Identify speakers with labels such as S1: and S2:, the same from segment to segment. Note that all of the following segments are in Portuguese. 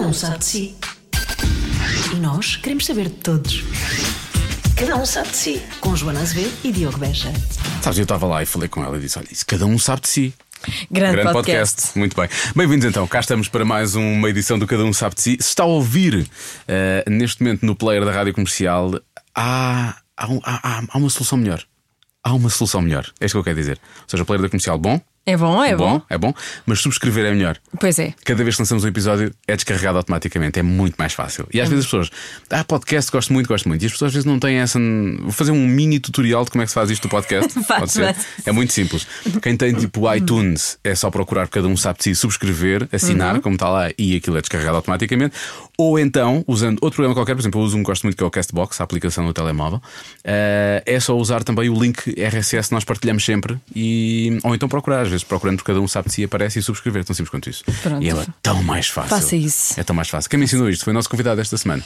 S1: um sabe de si. E nós queremos saber de todos. Cada um sabe de si. Com Joana Azevedo e Diogo Beja.
S2: Sabes, eu estava lá e falei com ela e disse: Olha, isso cada um sabe de si.
S3: Grande,
S2: Grande
S3: podcast.
S2: podcast. Muito bem. Bem-vindos então. Cá estamos para mais uma edição do Cada Um Sabe de Si. Se está a ouvir eh, neste momento no player da rádio comercial, há, há, um- há- há- há uma solução melhor. Há uma solução melhor. É isto que eu quero dizer. Ou seja, o player da comercial, bom.
S3: É bom, é bom.
S2: É bom. Mas subscrever é melhor.
S3: Pois é.
S2: Cada vez que lançamos um episódio é descarregado automaticamente, é muito mais fácil. E às
S3: É
S2: vezes as pessoas, ah, podcast, gosto muito, gosto muito. E as pessoas às vezes não têm essa. Vou fazer um mini tutorial de como é que se faz isto do podcast.
S3: Faz,
S2: Pode ser.
S3: faz.
S2: É muito simples. Quem tem tipo iTunes é só procurar cada um sabe de si, subscrever, assinar,
S3: Uhum.
S2: como está lá, e aquilo é descarregado automaticamente. Ou então, usando outro programa qualquer, por exemplo, eu uso um que gosto muito que é o Castbox, a aplicação no telemóvel, eh, é só usar também o link RSS que nós partilhamos sempre, e, ou então procurar, às vezes procurando por cada um sabe de si, aparece e subscrever, tão simples quanto isso.
S3: Pronto.
S2: E ela é tão mais fácil.
S3: Faça isso.
S2: É tão mais fácil. Quem me ensinou isto foi o nosso convidado esta semana.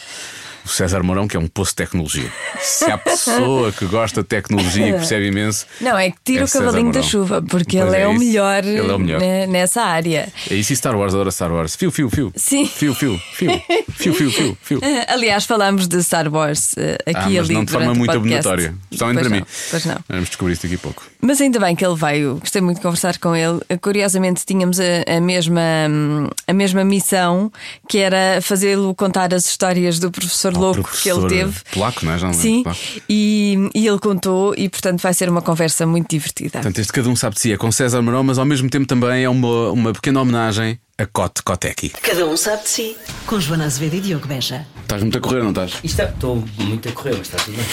S2: O César Mourão, que é um poço de tecnologia. Se há pessoa que gosta de tecnologia e que percebe imenso.
S3: Não, é que tira
S2: É
S3: o cavalinho
S2: César
S3: da
S2: Mourão.
S3: chuva, porque
S2: Pois
S3: ele é,
S2: é
S3: o
S2: isso.
S3: melhor, né?
S2: Ele é o melhor.
S3: ne- nessa área.
S2: É isso e Star Wars, adora Star Wars. Fio, fio, fio.
S3: Sim.
S2: Fio, fio, fio. Fio, fio, fio, fio.
S3: Ah, Aliás, falámos de Star Wars eh, aqui
S2: Ah,
S3: e
S2: mas
S3: ali.
S2: não de forma
S3: durante o
S2: muito
S3: podcast.
S2: abonatória. Especialmente
S3: Pois
S2: para
S3: não,
S2: mim.
S3: Pois não.
S2: Vamos descobrir isto daqui a pouco.
S3: Mas ainda bem que ele veio, gostei muito de conversar com ele. Eh, Curiosamente, tínhamos a, a mesma, hum, a mesma missão, que era fazê-lo contar as histórias do professor louco
S2: Oh, professor
S3: que ele teve.
S2: polaco, não é? Já não lembro,
S3: Sim,
S2: polaco.
S3: e, e ele contou, e portanto vai ser uma conversa muito divertida.
S2: Portanto, este Cada Um Sabe de Si é com César Mourão, mas ao mesmo tempo também é uma, uma pequena homenagem a Cote Koteki.
S1: Cada um sabe de si. Com Joana Azevedo e Diogo Beja.
S2: Estás muito a correr, não estás?
S4: Isto estou muito a correr, mas está tudo bem.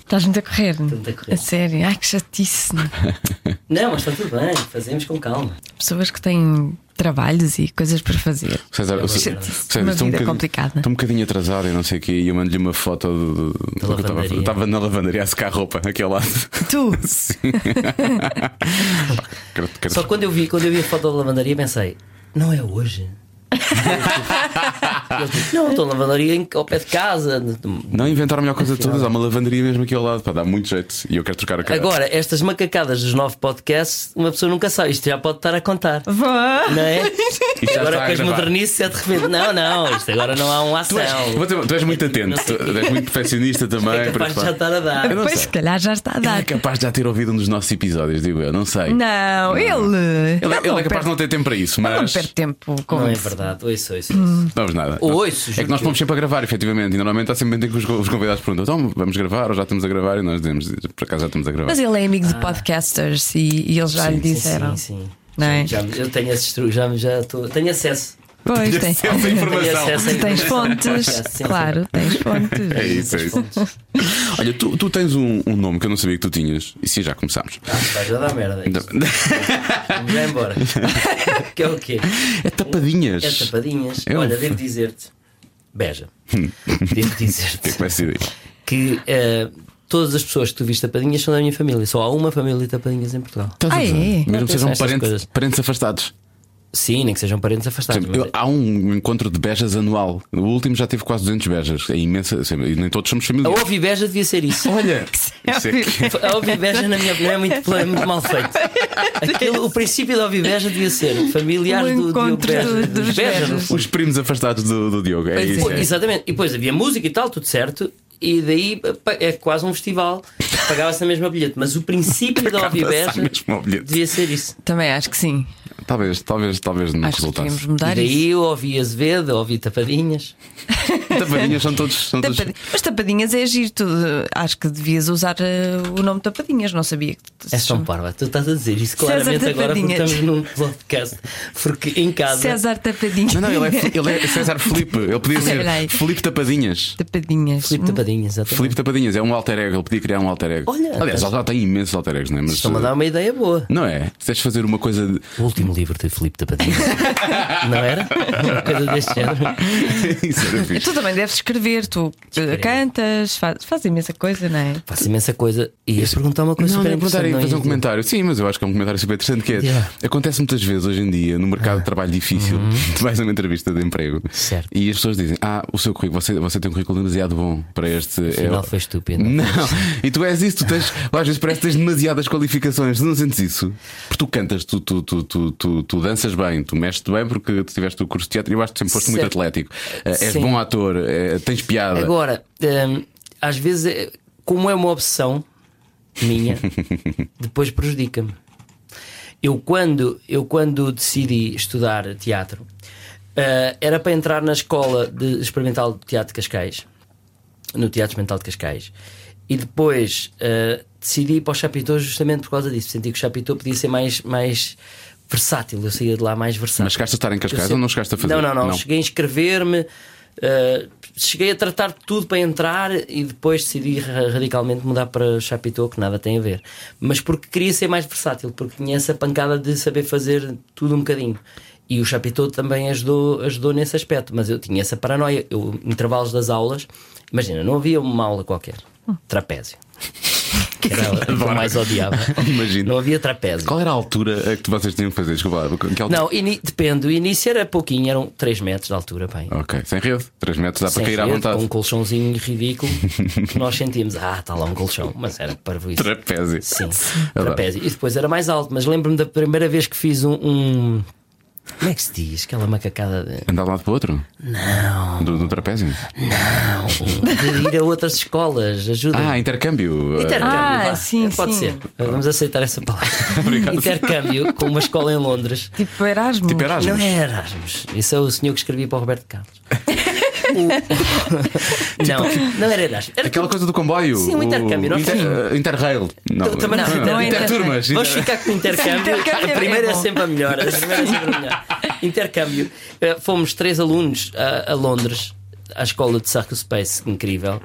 S3: Estás muito a correr? Estou
S4: muito a correr.
S3: sério, ai que chatice. não é?
S4: Não, mas está tudo bem, fazemos com calma.
S3: Pessoas que têm trabalhos e coisas para fazer.
S2: César, o César,
S4: Uma
S3: vida
S2: estou um bocadinho-
S3: complicada.
S2: Estou um bocadinho atrasado e não sei o quê, e eu mando-lhe uma foto do, do- do que eu estava a fazer.
S4: lavandaria.
S2: Estava na lavandaria a secar a roupa, aqui ao lado.
S3: Tu?
S2: Quero- quero-
S4: Só que quando eu vi, quando eu vi a foto da lavandaria pensei, não é hoje. Eu disse, não, estou na lavandaria em- ao pé de casa.
S2: Não inventar a melhor coisa de todas, há uma lavandaria mesmo aqui ao lado, pá, dá muito jeito e eu quero trocar a cara.
S4: Agora, estas macacadas dos nove podcasts, uma pessoa nunca sabe. Isto já pode estar a contar. Não é?
S2: Isto já está
S4: Agora
S2: a
S4: com as
S2: gravar.
S4: modernices é de repente. Não, não, isto agora não há um
S2: Tu
S4: ação.
S2: és, vou dizer, tu és muito atento, tu és muito perfeccionista também.
S4: É
S2: por
S4: capaz
S2: isso,
S4: de já
S2: pá.
S4: estar a dar.
S2: Eu não
S3: Pois
S2: sei.
S3: se calhar já está a
S2: Ele é
S3: dar.
S2: capaz de já ter ouvido um dos nossos episódios, digo eu, não sei.
S3: Não, ele. Tá
S2: Ele, é- ele é capaz
S3: perde-
S2: de não ter tempo para isso,
S3: ele não
S2: mas
S3: perde tempo com
S4: Não é
S3: isso.
S4: verdade, ou isso, ou isso. ou
S3: Hum,
S4: isso.
S2: não vamos nada.
S4: Ou
S2: Nós-
S4: isso,
S2: é que
S4: juro
S2: nós
S4: que-
S2: vamos sempre a gravar, efetivamente, e normalmente há sempre um momento em que os, os convidados perguntam: então vamos gravar ou já estamos a gravar? E nós dizemos: por acaso já estamos a gravar.
S3: Mas ele é amigo de podcasters e, e eles já lhe
S4: Sim,
S3: disseram.
S4: Sim, sim.
S3: Não é?
S4: Já, eu tenho esse estru- já, já tô- tenho acesso.
S3: Pois tem.
S2: Essa
S4: Tenho
S2: informação.
S4: acesso a
S3: Tens
S4: informação.
S3: fontes,
S4: um Sim, sim.
S3: claro, tens fontes.
S2: É isso, é isso. Olha, tu, tu tens um, um nome que eu não sabia que tu tinhas, e sim, já começámos.
S4: Vai já dar merda.
S2: Não.
S4: isto. Vamos já embora. que é o quê?
S2: É tapadinhas.
S4: É tapadinhas.
S2: É um-
S4: Olha, devo dizer-te. Beja.
S2: Hum.
S4: devo dizer-te
S2: Como é que se
S3: Ah,
S2: diz?
S4: que eh, todas as pessoas que tu viste tapadinhas são da minha família. Só há uma família de tapadinhas em Portugal.
S2: Estás a
S3: Ah, é?
S2: ver?
S4: Não,
S2: Mesmo que sejam
S4: essas
S2: parentes,
S4: coisas.
S2: parentes
S3: Tá,
S2: afastados.
S4: Sim, nem que sejam parentes
S2: Por
S4: afastados. é-
S2: exemplo, eu- há um encontro de bejas anual. O último já teve quase 200 bejas. É imensa. assim, E nem todos somos
S4: mas A
S2: familiares.
S4: Ovi Beja devia ser isso.
S2: Olha! Isso é que-
S4: A Oviveja, na minha opinião, é muito, é muito mal feito. Aquilo, o princípio da Oviveja devia ser familiar
S3: Um
S4: do, do
S3: encontro
S4: Beja.
S3: dos
S4: Dos Beja, no
S3: Bejas.
S4: fundo.
S2: Os primos afastados do, do Diogo. É
S3: Pois
S2: isso.
S4: Pô,
S2: é.
S4: Exatamente. E depois havia música e tal, tudo certo. E daí pa- é quase um festival. Pagava-se a mesma bilhete. Mas o princípio da Oviveja
S2: Pagava-se a mesma bilhete.
S4: devia ser isso.
S3: Também acho que sim.
S2: É. Talvez, talvez, talvez não
S3: Acho que
S2: resultasse.
S3: podemos mudar
S4: E
S3: isso.
S4: daí eu ouvi Azevedo, ouvi Tapadinhas.
S2: Tapadinhas são todos. São todos...
S3: Tapadi- Mas tapadinhas é giro, tu, eh, acho que devias usar eh, o nome tapadinhas, não sabia que tu-
S4: É tão parva. Tu estás a dizer isso
S3: César
S4: claramente agora porque
S3: Tapadinhas.
S4: estamos num podcast. Porque em casa.
S3: César Tapadinhas.
S2: Não, não, ele é, ele é César Felipe. Ele podia
S3: Espera aí.
S2: ser Felipe Tapadinhas.
S3: Tapadinhas.
S4: Filipe Tapadinhas, exatamente.
S2: Felipe Tapadinhas é um alter ego. Ele podia criar um alter ego.
S4: Olha,
S2: Aliás,
S4: mas-
S2: ele já tem imensos alter egos, não é? Mas,
S4: Estão-me a dar uma ideia boa.
S2: não é? Se tens de fazer uma coisa. de-
S4: O último livro de Filipe Tapadinha. não era? Uma coisa deste género.
S2: isso era fixe.
S3: Hum. Tu também deves escrever, tu eh,
S4: Escrevo.
S3: cantas, faz, faz imensa coisa, não é?
S4: Faço imensa coisa. E ias perguntar uma coisa
S2: Não,
S4: super
S2: não, perguntar
S4: interessante,
S2: aí,
S4: não
S2: fazer um
S4: ias?
S2: comentário. Sim, mas eu acho que é um comentário super interessante que é.
S4: Yeah. Ah. Uhum.
S2: Acontece muitas vezes hoje em dia, no mercado de trabalho difícil, tu vais a uma entrevista de emprego
S4: Certo.
S2: e as pessoas dizem: Ah, o seu currículo, você, você tem um currículo demasiado bom para este.
S4: Afinal,
S2: é-
S4: foi estúpido.
S2: Não, e tu és isso, tu tens, às vezes parece que tens demasiadas qualificações, tu não sentes isso? Porque tu cantas, tu, tu, tu, tu, tu tu, tu danças bem, tu mexes-te bem porque tu tiveste o curso de teatro e eu acho que sempre foste muito
S4: Certo.
S2: atlético. Eh, és
S4: Sim. É
S2: bom ator, eh, tens piada.
S4: Agora, hum, às vezes, é- como é uma obsessão minha, depois prejudica-me. Eu quando, eu quando decidi estudar teatro, ah, era para entrar na escola de experimental de teatro de Cascais, no Teatro Experimental de Cascais, e depois ah, decidi ir para o Chapitão justamente por causa disso. Senti que o Chapitão podia ser mais, mais versátil, eu saía de lá mais versátil.
S2: Mas chegaste a estar em Cascais
S4: Eu sei-
S2: ou não chegaste a fazer?
S4: Não, não, não.
S2: Não.
S4: Cheguei a inscrever-me, eh, cheguei a tratar de tudo para entrar e depois decidi ra- radicalmente mudar para Chapitão, que nada tem a ver. Mas porque queria ser mais versátil, porque tinha essa pancada de saber fazer tudo um bocadinho. E o Chapitão também ajudou, ajudou nesse aspecto, mas eu tinha essa paranoia. Eu, intervalos das aulas, imagina, não havia uma aula qualquer. Trapézio. Que era o que eu mais odiava.
S2: Imagino.
S4: Não havia trapézio.
S2: Qual era a altura a que vocês tinham que fazer? Desculpa, lá, que altura?
S4: Não, ini- depende. O início era pouquinho, eram 3 metros de altura, bem.
S2: Ok, sem rede, 3 metros dá
S4: Sem
S2: Ah, para cair à
S4: rede,
S2: vontade.
S4: Com um colchãozinho ridículo que nós sentimos. Ah, está lá um colchão. Mas era para isso.
S2: Trapézio.
S4: Sim,
S2: Adoro.
S4: trapézio. E depois era mais alto. Mas lembro-me da primeira vez que fiz um. um- Como é que se diz? Aquela macacada de.
S2: Andar de um lado para o outro? Não. Do, do trapézio?
S4: de ir a outras escolas. Ajuda.
S2: Ah, intercâmbio.
S4: Intercâmbio,
S3: Ah,
S4: vá.
S3: sim,
S4: Pode
S3: sim.
S4: ser. Vamos aceitar essa palavra. Intercâmbio com uma escola em Londres.
S3: Tipo Erasmus.
S2: Tipo Erasmus.
S4: Não é Erasmus. Isso é o senhor que escrevia para o Roberto Carlos. O- não, não era Erasmus. Era
S2: Eh, Aquela coisa do comboio.
S4: Sim, um intercâmbio, não
S2: inter-
S4: foi?
S2: eh, Interrail. Não,
S4: Também não, não é
S2: Interturmas.
S4: Vamos ficar com o intercâmbio.
S3: Intercâmbio
S4: a primeira
S3: é
S4: é,
S3: bom.
S4: sempre a melhor. A primeira é sempre a melhor. Intercâmbio. Uh, fomos três alunos eh, a, a Londres, à escola de Circle Space, incrível. Uh,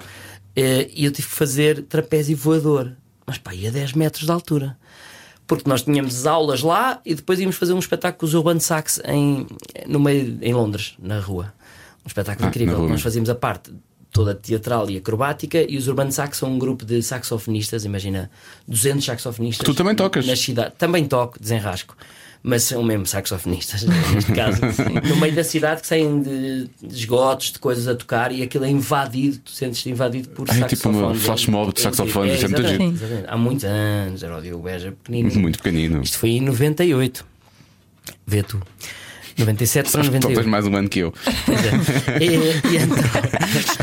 S4: e eu tive que fazer trapézio voador. Mas pá, ia 10 metros de altura. Porque nós tínhamos aulas lá e depois íamos fazer um espetáculo com os Urban Sax em, no meio, em Londres, na rua. Um espetáculo
S2: Ah, na
S4: incrível.
S2: rua
S4: Nós
S2: mesmo.
S4: fazíamos a parte toda teatral e acrobática e os Urban Sax são um grupo de saxofonistas, imagina 200 saxofonistas.
S2: Tu também tocas?
S4: Na cidade. Também toco, desenrasco. Mas são mesmo saxofonistas, neste caso, no meio da cidade que saem de esgotos, de coisas a tocar e aquilo é invadido, tu sentes-te invadido por
S2: Ah, é tipo
S4: saxofones.
S2: uma flash mob de
S4: É- é-
S2: saxofones,
S4: é,
S2: isso é muito
S4: exatamente,
S2: giro.
S4: exatamente. Há muitos anos, era o Diogo Beja pequenino.
S2: Muito pequenino.
S4: Isto foi em 98. Vê tu. 97 para
S2: Acho que tu
S4: 98.
S2: tens mais um ano que eu.
S4: Pois é. e, e então.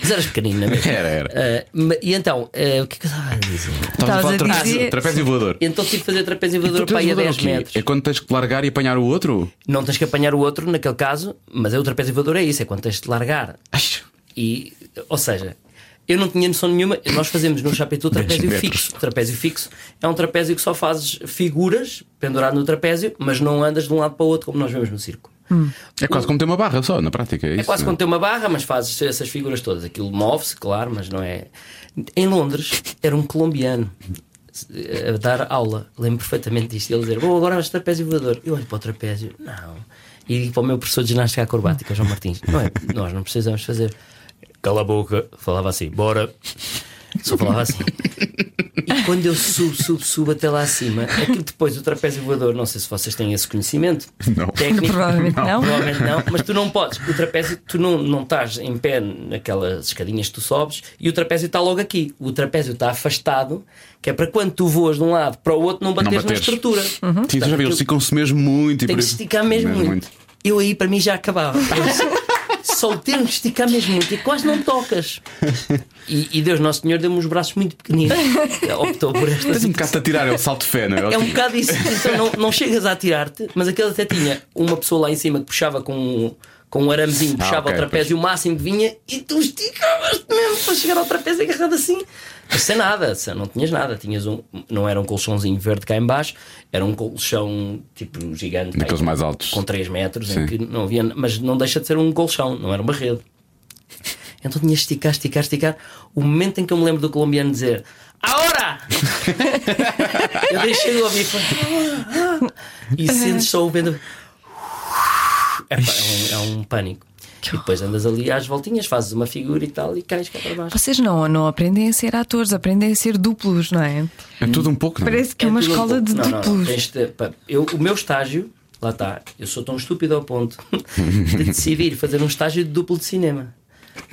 S4: Mas eras pequenino, não é mesmo?
S2: Era, era.
S4: Eh, ma- e então, eh, o que é que eu estava a dizer?
S2: Estavas
S3: Estavas a
S2: falar de
S3: dizer-
S2: trapézio, trapézio voador.
S4: E Então tive que fazer trapézio voador para aí
S2: Trapézio
S4: a
S2: voador é o
S4: 10
S2: quê?
S4: metros.
S2: É quando tens que largar e apanhar o outro?
S4: Não tens que apanhar o outro naquele caso, mas é o trapézio voador é isso, é quando tens de largar. E, ou seja, eu não tinha noção nenhuma, nós fazemos no Chapitou trapézio
S2: metros.
S4: fixo. Trapézio fixo é um trapézio que só fazes figuras pendurado no trapézio, mas não andas de um lado para o outro como nós vemos no circo.
S2: É quase como ter uma barra só, na prática. É,
S4: É
S2: isso,
S4: quase
S2: não
S4: quando tem uma barra, mas fazes essas figuras todas. Aquilo move-se, claro, mas não é. Em Londres, era um colombiano a dar aula. Lembro perfeitamente disto. Ele dizer: Bom, agora vais trapézio voador. Eu olho para o trapézio, não. E digo para o meu professor de ginástica acrobática, João Martins: Não é, nós não precisamos fazer. Cala a boca, falava assim, bora. Só falava assim. E quando eu subo, subo, subo até lá acima, aquilo depois o trapézio voador, não sei se vocês têm esse conhecimento
S2: Não.
S4: técnico,
S3: Provavelmente não.
S4: Provavelmente não, mas tu não podes. O trapézio, tu não, não estás em pé naquelas escadinhas que tu sobes e o trapézio está logo aqui. O trapézio está afastado, que é para quando tu voas de um lado para o outro não bateres,
S2: bateres.
S4: na estrutura.
S2: Sim, tu já vi, eles
S4: Portanto,
S2: esticam-se mesmo muito. e
S4: tem
S2: por
S4: que
S2: aí-
S4: esticar mesmo
S2: Mesmo
S4: muito. Eu aí para mim já acabava. Eu Só o termo de esticar mesmo muito e quase não tocas. E, e Deus Nosso Senhor deu-me os braços muito pequeninos. Optou por esta
S2: Tens um bocado de atirar, é o salto de fé, não é?
S4: é um bocado isso. Então não, não chegas a atirar-te, mas aquele até tinha uma pessoa lá em cima que puxava com um, com um aramezinho,
S2: Ah,
S4: puxava
S2: ok,
S4: o trapézio o máximo que vinha e tu esticavas-te mesmo para chegar ao trapézio agarrado assim. Mas Sem nada, sem- não tinhas nada. Tinhas um, não era um colchãozinho verde cá em baixo, era um colchão tipo gigante. pá,
S2: Daqueles mais altos.
S4: Com 3 metros,
S2: Sim.
S4: em que não havia, mas não deixa de ser um colchão, não era uma rede. Então tinha de esticar, esticar, esticar. O momento em que eu me lembro do colombiano dizer Ahora! eu deixei de ouvir foi, "Ah, ah", e
S3: Uhum.
S4: sentes só o vento. É, pá, é um, é um pânico. E depois andas ali às voltinhas, fazes uma figura e tal e cais cá para baixo.
S3: Vocês não, não aprendem a ser atores, aprendem a ser duplos, não é?
S2: É tudo um pouco, não é?
S3: Parece que é uma
S4: tudo um
S3: escola
S4: pouco.
S3: de
S4: Não, não, não.
S3: duplos.
S4: Tens de- pá, eu, o meu estágio, lá está, eu sou tão estúpido ao ponto de decidir fazer um estágio de duplo de cinema.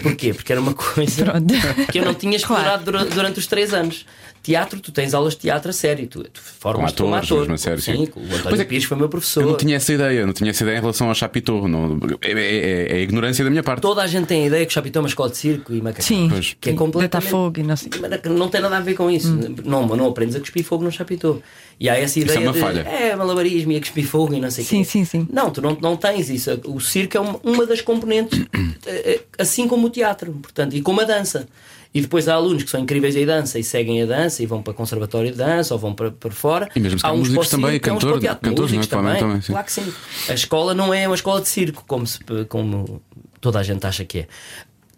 S4: Porquê? Porque era uma coisa
S3: Pronto.
S4: que eu não tinha explorado dura- durante os três anos. Teatro, tu tens aulas de teatro a sério, tu, tu formas
S2: Com
S4: como
S2: atores,
S4: ator.
S2: mesmo a sério,
S4: sim,
S2: sim.
S4: o António
S2: Pois é,
S4: Pires foi meu professor.
S2: Eu não tinha essa ideia, não tinha essa ideia em relação ao Chapitorro. Não, é, é- é- é ignorância da minha parte.
S4: Toda a gente tem a ideia que o Chapitão é uma escola de circo e macacão.
S3: Sim,
S2: Pois.
S4: Que é completamente-
S3: fogo e não sei. Hum.
S4: Mas Não tem nada a ver com isso. Não, não aprendes a cuspir fogo num chapitão. E há essa ideia
S2: é uma
S4: de,
S2: falha.
S4: é malabarismo e a cuspir fogo e não sei o
S3: Sim,
S4: quê.
S3: sim, sim.
S4: Não, tu não, não tens isso. O circo é uma, uma das componentes, eh, eh, assim como o teatro, portanto, e como a dança. E depois há alunos que são incríveis em dança e seguem a dança e vão para conservatório de dança ou vão para, para fora.
S2: E mesmo se
S4: há
S2: calhar
S4: uns
S2: músicos
S4: para o
S2: também,
S4: circo, há uns para o
S2: cantor-
S4: teatro.
S2: cantores, não é?
S4: Músicos
S2: Provavelmente também, sim.
S4: Claro que sim. A escola não é uma escola de circo, como, se- como toda a gente acha que é.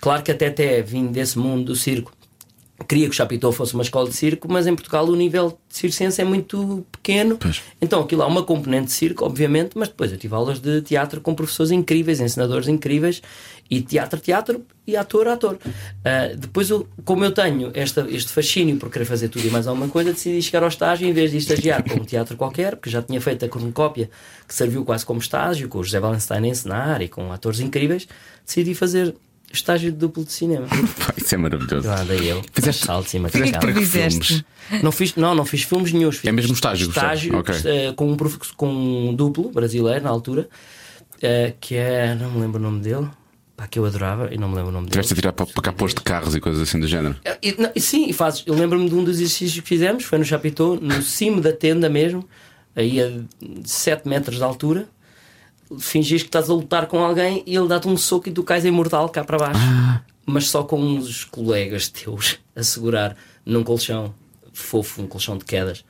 S4: Claro que até até vim desse mundo do circo. Queria que o Chapitão fosse uma escola de circo, mas em Portugal o nível de circense é muito pequeno. Então aquilo há uma componente de circo, obviamente, mas depois eu tive aulas de teatro com professores incríveis, ensinadores incríveis, e teatro, teatro, e ator, ator. Ah, depois, eu, como eu tenho esta, este fascínio por querer fazer tudo e mais alguma coisa, decidi chegar ao estágio em vez de estagiar com um teatro qualquer, porque já tinha feito a cornucópia que serviu quase como estágio, com o José Valenstein a ensinar e com atores incríveis, decidi fazer estágio de duplo de cinema.
S2: Pá, isso é maravilhoso.
S4: Lá Ah, daí eu.
S2: Fizeste-
S4: saltos e
S3: O que é que
S4: macacão.
S3: tu fizeste?
S2: filmes?
S4: Não fiz, não, não fiz filmes nenhum. Fiz
S2: É mesmo estágio,
S4: estágio
S2: certo?
S4: eh, com, um prof- com um duplo brasileiro na altura, eh, que é. Não me lembro o nome dele. Pá, que eu adorava e não me lembro o nome dele.
S2: Tiveste a tirar para, para capôs de carros e coisas assim do género.
S4: Eh, e- não, e sim, e fazes. Eu lembro-me de um dos exercícios que fizemos, foi no Chapitão, no cimo da tenda mesmo, aí a 7 metros de altura. Fingis que estás a lutar com alguém e ele dá-te um soco e tu cais imortal cá para baixo,
S2: Ah.
S4: mas só com uns colegas teus a segurar num colchão fofo, um colchão de quedas,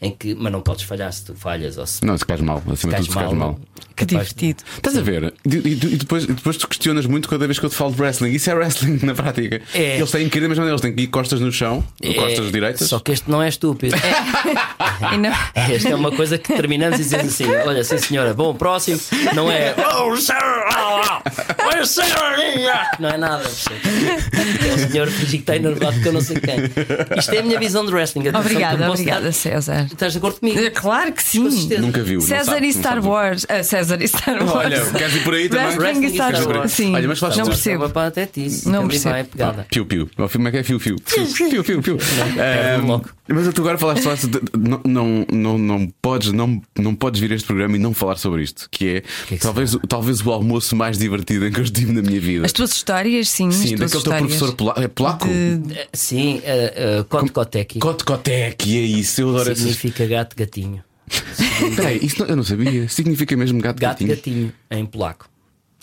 S4: em que, mas não podes falhar se tu falhas ou se
S2: Não, se cais mal, acima de tudo,
S4: cais
S2: se cais
S4: mal.
S2: mal.
S3: Que
S4: Capaz-
S3: divertido.
S2: Estás a ver? E, e- e depois, e depois tu questionas muito cada vez que eu te falo de wrestling. Isso é wrestling na prática.
S4: É.
S2: Eles têm que ir da mesma maneira, eles têm que ir costas no chão,
S4: É,
S2: costas direitas.
S4: Só que este não é estúpido.
S3: E não-
S4: Esta é uma coisa que terminamos e dizemos assim: olha, sim senhora, bom, próximo. Não é. "Oh, senhora, oh, senhorinha." Não é nada. percebes? É o senhor fingir que está enervado que eu não sei quem. Isto é a minha visão de wrestling. atenção, que eu
S3: Obrigada,
S4: posso dar-
S3: obrigada, César.
S4: Estás de acordo comigo?
S3: É Claro que sim.
S4: Com certeza.
S2: Nunca viu. não
S3: César
S2: sabe,
S3: e
S2: não
S3: Star
S2: sabe.
S3: Wars. Ah, César e Star Wars.
S2: Olha, queres ir por aí também?
S3: Wrestling e Star
S4: Queres ir por aí?
S3: Wars. Sim.
S2: Olha, mas falaste
S3: não
S2: de-
S3: percebo.
S4: Estava para até disse.
S3: Não
S4: Também
S3: percebo.
S4: vai É a é
S2: Ah,
S4: pegada.
S2: Piu, piu. O filme é que é fiu, fiu. Fiu, fiu, fiu.
S4: perde-me
S2: Ahm,
S4: logo.
S2: Mas tu agora falaste, falaste de- de- não, não, não, não, podes, não, não podes vir a este programa e não falar sobre isto, que é,
S4: que
S2: talvez, o- talvez o almoço mais divertido em que eu estive na minha vida.
S3: As tuas histórias, sim. as
S2: Sim, daquele
S3: tuas
S2: teu
S3: histórias.
S2: professor polaco. É polaco?
S4: Eh, Sim, eh, eh, Kote Koteki
S2: Kotkotek, é isso. Eu adoro essas.
S4: significa gato gatinho.
S2: Peraí, isso não- eu não sabia. Significa mesmo gato
S4: Gato
S2: gatinho.
S4: gatinho em polaco.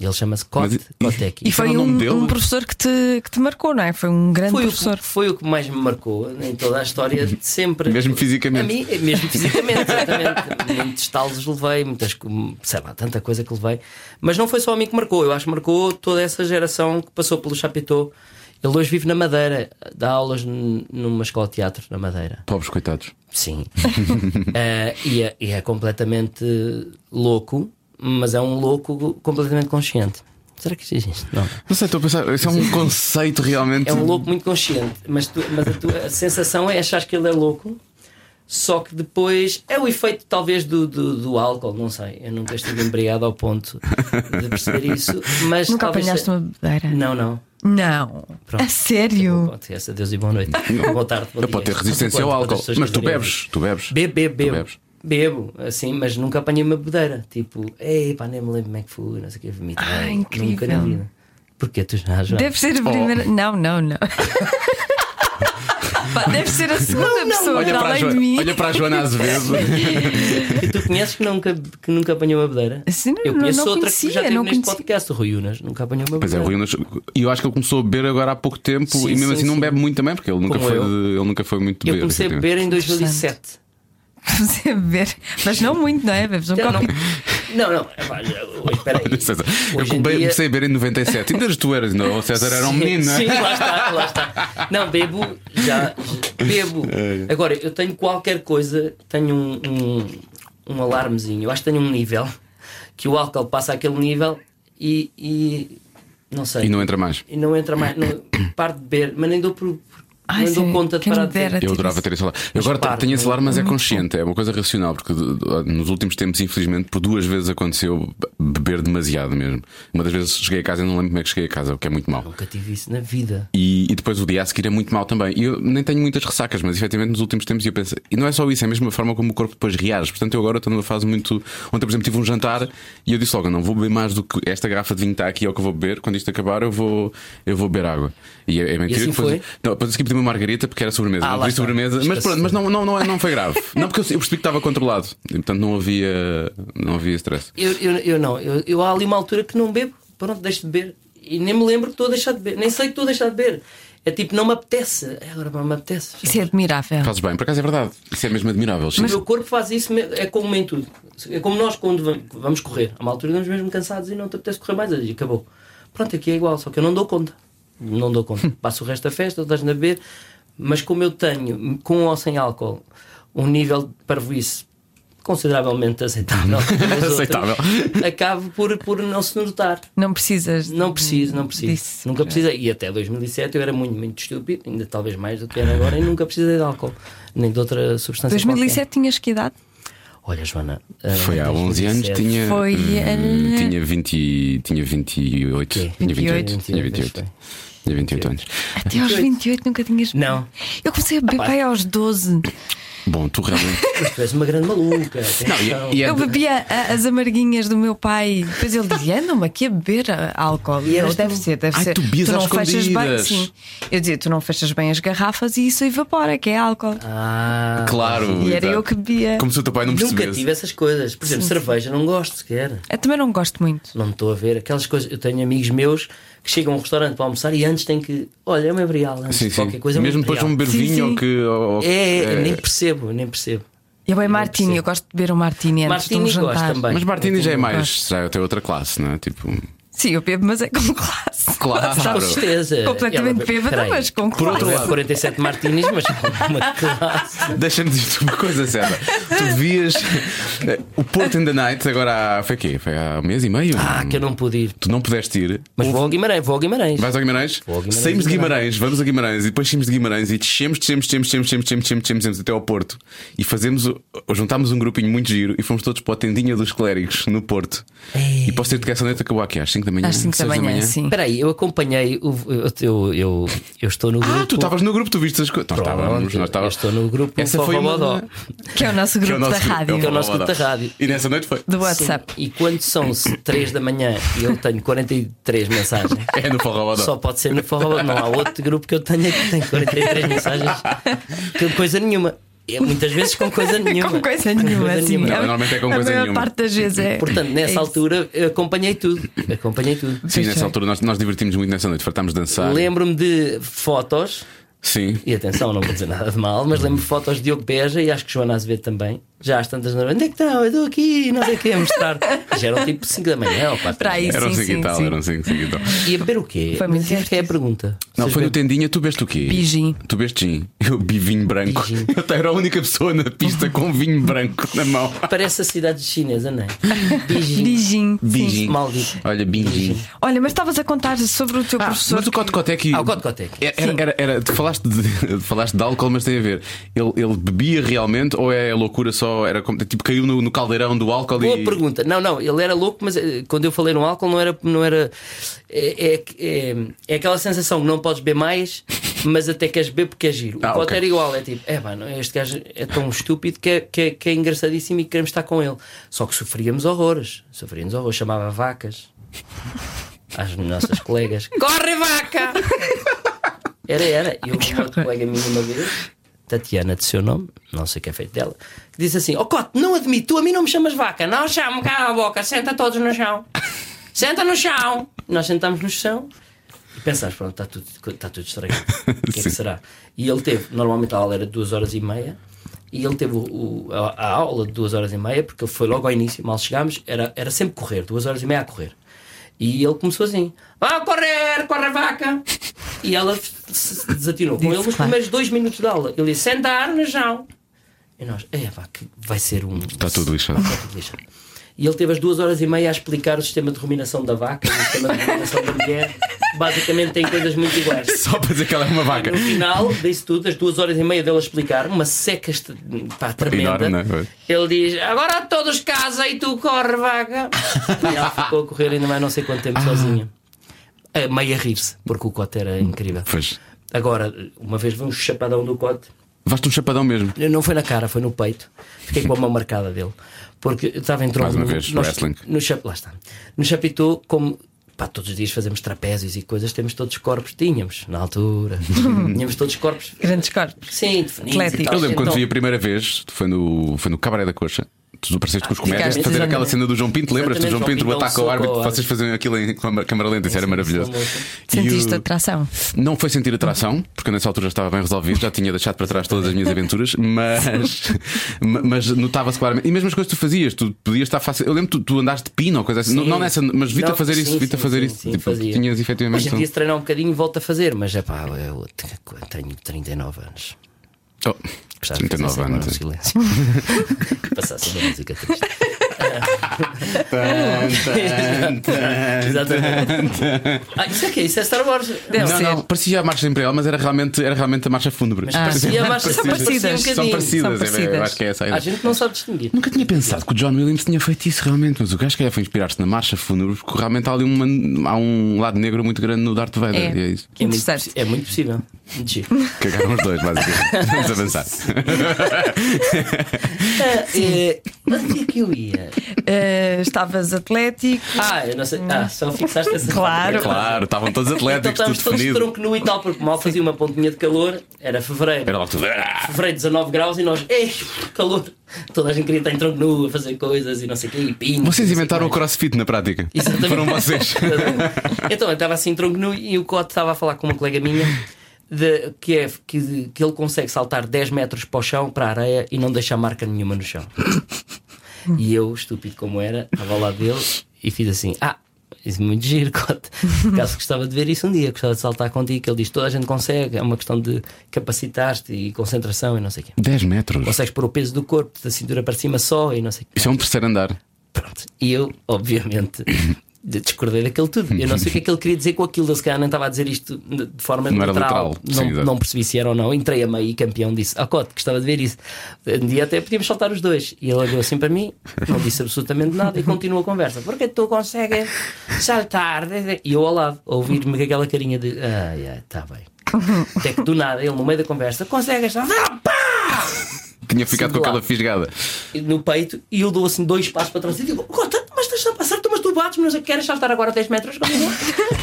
S4: Ele chama-se Kote
S2: Mas-
S4: Koteki.
S3: E
S2: Isso era
S3: foi
S2: o nome
S3: um,
S2: dele?
S3: um professor que te, que te marcou, não é? Foi um grande
S4: Foi o,
S3: professor.
S4: foi o que mais me marcou né, em toda a história de sempre.
S2: Uhum. Mesmo fisicamente.
S4: A mim, mesmo fisicamente, exatamente. Muitos talos levei, muitas, co- sei lá, tanta coisa que levei. Mas não foi só a mim que marcou, eu acho que marcou toda essa geração que passou pelo Chapitão. Ele hoje vive na Madeira, dá aulas n- numa escola de teatro na Madeira.
S2: Pobres coitados.
S4: Sim. Eh, e, é, e é completamente louco, mas é um louco completamente consciente. Será que isto existe? Não.
S2: Não sei, estou a pensar. Isso é um conceito realmente.
S4: É um louco muito consciente, mas, tu- mas a tua sensação é achar que ele é louco, só que depois é o efeito talvez do, do, do álcool, não sei. Eu nunca estive embriagado ao ponto de perceber isso, mas
S3: Nunca
S4: talvez
S3: apanhaste
S4: se-
S3: uma bedeira?
S4: Não, não.
S3: Não.
S4: Pronto.
S3: A sério?
S4: Bom, Adeus e boa noite. Boa tarde. Bom
S2: Eu
S4: dia.
S2: pode ter resistência ao
S4: Quantas
S2: álcool.
S4: pessoas
S2: Mas tu
S4: poderiam-
S2: bebes, tu bebes.
S4: Bebo, bebo,
S2: Tu
S4: bebo.
S2: bebes.
S4: Bebo, assim, mas nunca apanhei uma bedeira. Tipo, ei, pá, nem me lembro como é que fui, não sei o que, vomitei.
S3: Ah,
S4: Nunca na
S3: incrível.
S4: vida. Porquê tu já, já?
S3: Deve
S2: Oh.
S3: ser a primeira. Não, não, não. Pá, Deve ser a segunda pessoa
S2: Olha
S3: para
S2: para, a
S3: além
S2: Jo-
S3: de mim.
S2: olha para a Joana Azevedo.
S4: E tu conheces que nunca, que nunca apanhou uma bedeira?
S3: Sim, não,
S4: eu
S3: não-
S4: conheço
S3: não
S4: outra
S3: conhecia,
S4: que já teve
S3: não
S4: neste
S3: conhecia.
S4: podcast, o Rui Unas, nunca apanhou uma
S2: Pois é,
S4: bedeira.
S2: o Rui Unas- E eu acho que ele começou a beber agora há pouco tempo
S4: Sim,
S2: e mesmo
S4: sim,
S2: assim não
S4: sim.
S2: bebe muito também, porque ele nunca,
S4: Como
S2: foi,
S4: eu.
S2: de- ele nunca foi muito
S4: eu
S2: beber. tipo.
S4: comecei a
S2: efetivamente.
S4: beber em 2007.
S3: Vamos a beber. Mas não muito, não é? Bebes um
S4: Não, Então não,
S3: copo.
S4: não, não, epá, já- espera aí.
S2: César, é, eu
S4: Hoje em
S2: comecei
S4: dia-
S2: a beber em 97. Ainda eras tu eras, não? O César era um
S4: Sim,
S2: menino, não é?
S4: Sim, lá está, lá está. Não, bebo, já bebo.
S2: É,
S4: Agora, eu tenho qualquer coisa, tenho um, um, um alarmezinho. Eu acho que tenho um nível que o álcool passa aquele nível e. e não sei.
S2: E não entra mais.
S4: e não entra mais. Não, paro de beber, mas nem dou por, por
S3: Ai,
S4: não dou
S3: sério,
S4: conta de
S3: quem me
S4: parar de ter.
S3: dera
S2: Eu
S3: ter
S2: adorava
S3: isso.
S2: ter esse alarme. Eu
S4: Mas
S2: agora
S4: repare,
S2: tenho esse
S4: é
S2: alarme, mas é consciente, é uma coisa racional, porque uh, nos últimos tempos, infelizmente, por duas vezes aconteceu be- beber demasiado mesmo. Uma das vezes cheguei a casa e não lembro como é que cheguei a casa, o que é muito mau.
S4: Nunca tive isso na vida.
S2: E, e depois o dia a seguir é muito mau também. E eu nem tenho muitas ressacas, mas efetivamente nos últimos tempos eu penso. E não é só isso, é mesmo a forma como o corpo depois reage. Portanto, eu agora estou numa fase muito. Ontem, por exemplo, tive um jantar e eu disse logo: não vou beber mais do que esta garrafa de vinho está aqui, é o que eu vou beber. Quando isto acabar, eu vou, eu vou beber água. E é, é mentira
S4: assim
S2: que depois-
S4: foi?
S2: Não, depois eu pedi uma margarita porque era sobremesa.
S4: Ah,
S2: não
S4: lá
S2: pedi
S4: está.
S2: sobremesa. Mas
S4: Esquece.
S2: pronto, mas não, não, não, é- não foi grave. não, porque eu, eu percebi que estava controlado. E, portanto, não havia, não havia stress.
S4: Eu, eu, eu não, eu, eu há ali uma altura que não bebo, pronto, deixo de beber. E nem me lembro que estou a deixar de beber, nem sei que estou a deixar de beber. É tipo, não me apetece. É, Agora não me apetece.
S3: Isso é admirável.
S2: Fazes bem, por acaso é verdade. Isso é mesmo admirável. sim.
S4: O meu corpo faz isso, me- é como em tudo. É como nós quando vam- vamos correr. Há uma altura que estamos mesmo cansados e não te apetece correr mais. E acabou. Pronto, aqui é igual, só que eu não dou conta. Não dou conta. Passo o resto da festa, estás na beber, mas como eu tenho, com ou sem álcool, um nível de parvoíce consideravelmente aceitável, das outras,
S2: Aceitável.
S4: acabo por, por não se notar.
S3: Não precisas.
S4: Não preciso, não preciso.
S3: Disse.
S4: Nunca precisei. E até 2007 eu era muito, muito estúpido, ainda talvez mais do que era agora, e nunca precisei de álcool, nem de outra substância. qualquer.
S3: 2007 tinhas que idade?
S4: Olha, Joana. ah,
S2: Foi há 11 anos,
S4: 2017.
S2: tinha.
S3: Foi,
S2: hum,
S3: eh,
S2: tinha, 20, e- tinha 28.
S4: Quê?
S2: Tinha
S3: 28.
S2: Tinha 28. Tinha 28 anos.
S3: Até aos 28 nunca tinhas.
S4: Não. Ah,
S3: Eu comecei a beber pai aos 12.
S2: Bom, tu realmente.
S4: Mas tu és uma grande maluca. atenção.
S2: e, e é
S3: Eu
S2: de-
S3: bebia a- as amarguinhas do meu pai. Depois ele dizia: andam aqui a beber ah, álcool. E
S4: E
S3: eu,
S4: eras
S3: deve
S4: tu?
S3: ser, deve
S2: Ai,
S3: ser.
S2: tu bebias
S3: não
S2: às
S3: fechas bem.
S2: escondidas.
S3: Sim. Eu dizia: tu não fechas bem as garrafas e isso evapora, que é álcool.
S4: Ah,
S2: Claro.
S3: e
S2: exato.
S3: era eu que bebia.
S2: Como se o teu pai não
S4: Nunca
S2: percebesse.
S4: tive tipo essas coisas. Por exemplo, cerveja, não gosto sequer.
S3: Eu também não gosto muito.
S4: Não estou a ver. Aquelas coisas. Eu tenho amigos meus que chegam a um restaurante para almoçar e antes têm que. Olha, é uma Imperial. Antes
S2: Sim,
S4: de
S2: sim.
S4: qualquer coisa. é uma
S2: mesmo depois de um
S4: Imperial.
S2: beber
S3: Sim,
S2: vinho ou
S3: sim.
S2: que. ou- ou-
S4: É, é,
S2: é.
S4: nem percebo, nem percebo.
S3: Eu bem
S4: Não
S3: Martini,
S4: percebo.
S3: eu gosto de beber um Martini antes
S4: Martini
S3: de um
S4: gosto
S3: jantar.
S4: também.
S2: Mas Martini já é mais.
S3: gosto.
S2: Já tem outra classe, não é? Tipo.
S3: Sim, eu bebo, mas é com classe.
S2: Claro.
S4: Com certeza.
S3: Completamente
S4: Ela-
S3: bêbada,
S4: é, Peraí.
S3: mas com
S4: Por outro
S3: classe.
S4: lado, 47 martinis, mas com uma classe.
S2: Deixa-me dizer-te uma coisa, Sandra. Tu devias. O Porto in the Night agora há. Foi quê? Foi há um mês e meio?
S4: Ah, que eu não pude ir.
S2: Tu não pudeste ir.
S4: Mas
S2: Houve-
S4: vou ao Guimarães, vou ao Guimarães.
S2: Vais ao Guimarães?
S4: Vou ao Guimarães.
S2: Saímos de Guimarães, vamos a Guimarães e depois saímos de Guimarães e descemos, descemos, descemos, descemos, descemos, descemos, descemos, descemos até ao Porto e fazemos, o- juntámos um grupinho muito giro e fomos todos para a tendinha dos clérigos no Porto. E posso ter-te que essa noite acabou aqui às 5 da manhã.
S3: Às 5 da
S2: seis
S3: manhã, sim.
S4: Espera aí, eu acompanhei. O, eu, eu, eu, eu estou no grupo.
S2: Ah, tu estavas no grupo, tu viste as coisas. Nós
S4: Pronto,
S2: estávamos, nós
S4: eu
S2: estávamos.
S4: estou no grupo
S2: Essa foi uma-
S4: Forró
S3: Que é o nosso
S2: que é
S3: grupo
S2: o nosso
S3: da
S2: grupo-
S3: rádio,
S4: Que é o nosso
S2: Forró
S4: grupo da
S2: Bodó.
S4: rádio.
S2: E nessa noite foi.
S3: do WhatsApp.
S4: E quando são 3 da manhã e eu tenho 43 mensagens,
S2: É no Forró Bodó.
S4: só pode ser no Forró. Não há outro grupo que eu tenha que tem 43 mensagens. Que coisa nenhuma. É, muitas vezes com coisa nenhuma.
S3: Com coisa nenhuma, sim.
S2: Não,
S3: A-
S2: normalmente é com coisa
S3: A maior
S2: nenhuma.
S3: parte das vezes é.
S4: Portanto, nessa
S3: é
S4: altura eu acompanhei tudo. Acompanhei tudo.
S2: Sim,
S3: Pois
S2: nessa
S3: é.
S2: altura nós, nós divertimos muito nessa noite, fartámos de dançar.
S4: Lembro-me de fotos.
S2: Sim.
S4: E atenção, não vou dizer nada de mal, mas lembro-me de fotos de Diogo Beja e acho que Joana Azevedo também. Já às tantas da noite, onde é que estão? Eu estou aqui, não sei o que, a mostrar. Já eram tipo 5 da manhã ou 4 da
S3: Para
S4: manhã.
S3: aí,
S2: Eram
S3: sim,
S2: 5
S3: sim,
S2: e tal,
S3: sim.
S2: eram 5 e tal.
S4: E a beber o quê?
S3: Foi muito
S4: Mas esta é a pergunta.
S2: Não,
S4: Vocês
S2: foi no
S4: bebem-
S2: Tendinha, tu bebeste o quê?
S3: Bi gin.
S2: Tu bebeste gin. Eu bi vinho branco.
S4: Bi gin.
S2: Eu até era a única pessoa na pista com vinho branco na mão.
S4: Parece a cidade chinesa, não é?
S3: Bijinho.
S2: Bi
S3: sim.
S2: gin.
S4: Maldito.
S2: Olha, bi gin.
S3: Olha, mas estavas a contar sobre Ah, o teu professor.
S2: Mas o Cote é que.
S4: Ah, o Cotecotec.
S2: É- Era, era, era- tu falaste de, falaste de álcool, mas tem a ver. Ele, ele bebia realmente ou é loucura só? Era como- tipo, caiu no, no caldeirão do álcool
S4: Boa
S2: e.
S4: pergunta. Não, não, ele era louco, mas eh, quando eu falei no álcool não era. Não era é, é, é, é aquela sensação que não podes beber mais, mas até queres beber porque é giro.
S2: Ah,
S4: o Potter
S2: ok.
S4: era igual, é tipo, é mano, este gajo é tão estúpido que é, que, é, que é engraçadíssimo e queremos estar com ele. Só que sofríamos horrores. Sofríamos horrores, chamava vacas às nossas colegas. Corre vaca! Era, era. E houve uma colega minha uma vez, Tatiana, de seu nome, não sei o que é feito dela, que disse assim: Ó Cote, não admito, tu a mim não me chamas vaca, não chamo, cala a boca, senta todos no chão. Senta no chão! Nós sentámos no chão e pensámos: pronto, está tudo, está tudo estragado. O que é que será? E ele teve, normalmente a aula era de duas horas e meia. E ele teve o- o- a, a aula de duas horas e meia, porque ele foi logo ao início, mal chegámos, era, era sempre correr, duas horas e meia a correr. E ele começou assim: vá correr, corre a vaca! E ela se desatinou com
S3: Disse,
S4: ele nos
S3: claro.
S4: primeiros dois minutos de aula. Ele disse: sentar no chão. E nós, é, pá, que vai ser um.
S2: Está tudo lixado.
S4: Está tudo lixado. E ele teve as duas horas e meia a explicar o sistema de ruminação da vaca, o sistema de ruminação da mulher. Basicamente tem coisas muito iguais.
S2: Só para dizer que ela é uma vaca.
S4: No final disso tudo, as duas horas e meia dele a explicar, uma seca esta- pá, tremenda.
S2: Enorme, não é?
S4: Ele diz: Agora todos casa e tu corre, vaca. E ela ficou a correr ainda mais não sei quanto tempo
S2: Ah.
S4: sozinha. Eh, Meio a rir-se, porque o cote era incrível.
S2: Pois.
S4: Agora, uma vez vi um chapadão do cote.
S2: Vaste um chapadão mesmo.
S4: Não foi na cara, foi no peito. Fiquei com a mão marcada dele. Porque eu estava em tronco.
S2: Mais uma
S4: no-
S2: vez,
S4: nós-
S2: wrestling.
S4: No, chap, lá está. No Chapitou, como. Pá, todos os dias fazemos trapézios e coisas, temos todos corpos, tínhamos, na altura. tínhamos todos corpos.
S3: Grandes corpos.
S4: Sim, definidos. e
S3: Atléticos.
S4: tal.
S2: Eu lembro quando
S4: Então,
S2: te vi a primeira vez, foi no, foi no Cabaré da Coxa. Tu apareceste com os comédias de
S4: ficaste-
S2: fazer aquela
S4: exatamente.
S2: cena do João Pinto, lembras? Do
S4: Exatamente,
S2: João
S4: João
S2: Pinto
S4: Pinto
S2: ataca o
S4: soco ao
S2: árbitro,
S4: árbitro.
S2: vocês faziam aquilo em câmara câmara lenta, isso era
S4: Sim,
S2: maravilhoso.
S4: sim,
S2: E o-
S3: Sentiste atração.
S2: Não foi sentir atração, porque nessa altura já estava bem resolvido, já tinha deixado para trás todas as minhas aventuras, mas, ma- mas notava-se claramente. E mesmo as coisas que tu fazias, tu podias estar fácil. Eu lembro que tu, tu andaste de pino ou coisa assim, não, não nessa, mas vi-te a
S4: Então, Não,
S2: fazer
S4: sim,
S2: isso, vi-te a
S4: sim,
S2: fazer
S4: sim,
S2: isso.
S4: sim,
S2: Tipo,
S4: fazia.
S2: tinhas efetivamente.
S4: Hoje em dia se treinar um bocadinho e volto a fazer, mas é pá, eu te- tenho 39 anos.
S2: Oh,
S4: Gostava de fazer
S2: 39
S4: agora
S2: anos. é. assim.
S4: um silêncio. Passasse uma música triste. Exatamente. Ah, isso é que é? Isso é Star Wars.
S3: Deve
S2: Não,
S3: ser.
S2: não, parecia a marcha imperial, mas era realmente, era realmente a marcha fúnebre.
S4: Mas parecia a marcha
S3: São
S4: parecia
S3: parecidas,
S4: um
S2: São
S4: bocadinho.
S2: parecidas,
S3: São
S2: é,
S3: parecidas.
S2: eu acho que é essa a
S4: A
S2: ideia.
S4: gente não sabe distinguir.
S2: Nunca tinha pensado que o John Williams tinha feito isso realmente, mas o gajo que é, foi inspirar-se na marcha fúnebre, porque realmente há ali uma- há um lado negro muito grande no Darth Vader.
S3: É.
S2: E é isso.
S4: É muito,
S3: Interessante.
S4: possi- é muito possível. Muito giro.
S2: Cagaram os dois, basicamente. Vamos avançar.
S4: Ah, eh, Onde é que eu ia?
S3: Eh, estavas atlético.
S4: Ah, eu não sei. Ah, só fixaste essa
S3: Claro.
S2: Claro, estavam todos
S4: Então
S2: atléticos,
S4: estávamos
S2: tudo
S4: todos de
S2: definido.
S4: tronco nu e tal, porque mal fazia uma pontinha de calor, era fevereiro.
S2: Era logo tudo. "Ah!"
S4: Fevereiro 19 graus e nós, ei, calor! Toda a gente queria estar em tronco nu a fazer coisas e não sei o quê, e pinho.
S2: Vocês inventaram o crossfit na prática.
S4: Exatamente.
S2: Foram vocês.
S4: Então, eu estava assim em tronco nu e o Cote estava a falar com uma colega minha de- que, é, que, que ele consegue saltar 10 metros para o chão, para a areia e não deixar marca nenhuma no chão. E eu, estúpido como era, estava ao lado dele e fiz assim: Ah, isso é muito giro, Cote. Caso gostava de ver isso um dia, gostava de saltar contigo. que Ele diz: Toda a gente consegue, é uma questão de capacitar-te e concentração e não sei o quê.
S2: 10 metros.
S4: Consegues pôr o peso do corpo da cintura para cima só e não sei o quê.
S2: Isso é um terceiro andar.
S4: Pronto, e eu, obviamente, de- discordei daquilo tudo. Eu não sei o que é que ele queria dizer com aquilo. Ele se calhar nem estava a dizer isto de de forma
S2: Não era
S4: literal.
S2: literal. Sim,
S4: Não,
S2: exato.
S4: não percebi se era ou não. Entrei a meio e campeão disse: Ah, Cote, gostava de ver isso. Um dia até podíamos saltar os dois. E ele olhou assim para mim, não disse absolutamente nada e continuou a conversa. Porque tu consegues saltar. E eu ao lado, a ouvir-me com aquela carinha de: Ah, está bem. Até que do nada, ele no meio da conversa, consegues saltar
S2: Tinha ficado
S4: Sim,
S2: com aquela
S4: lá.
S2: fisgada.
S4: no peito e eu dou assim dois passos para trás e digo: Gota, mas estás a passar, tu, mas tu bates, mas queres saltar agora 10 metros comigo?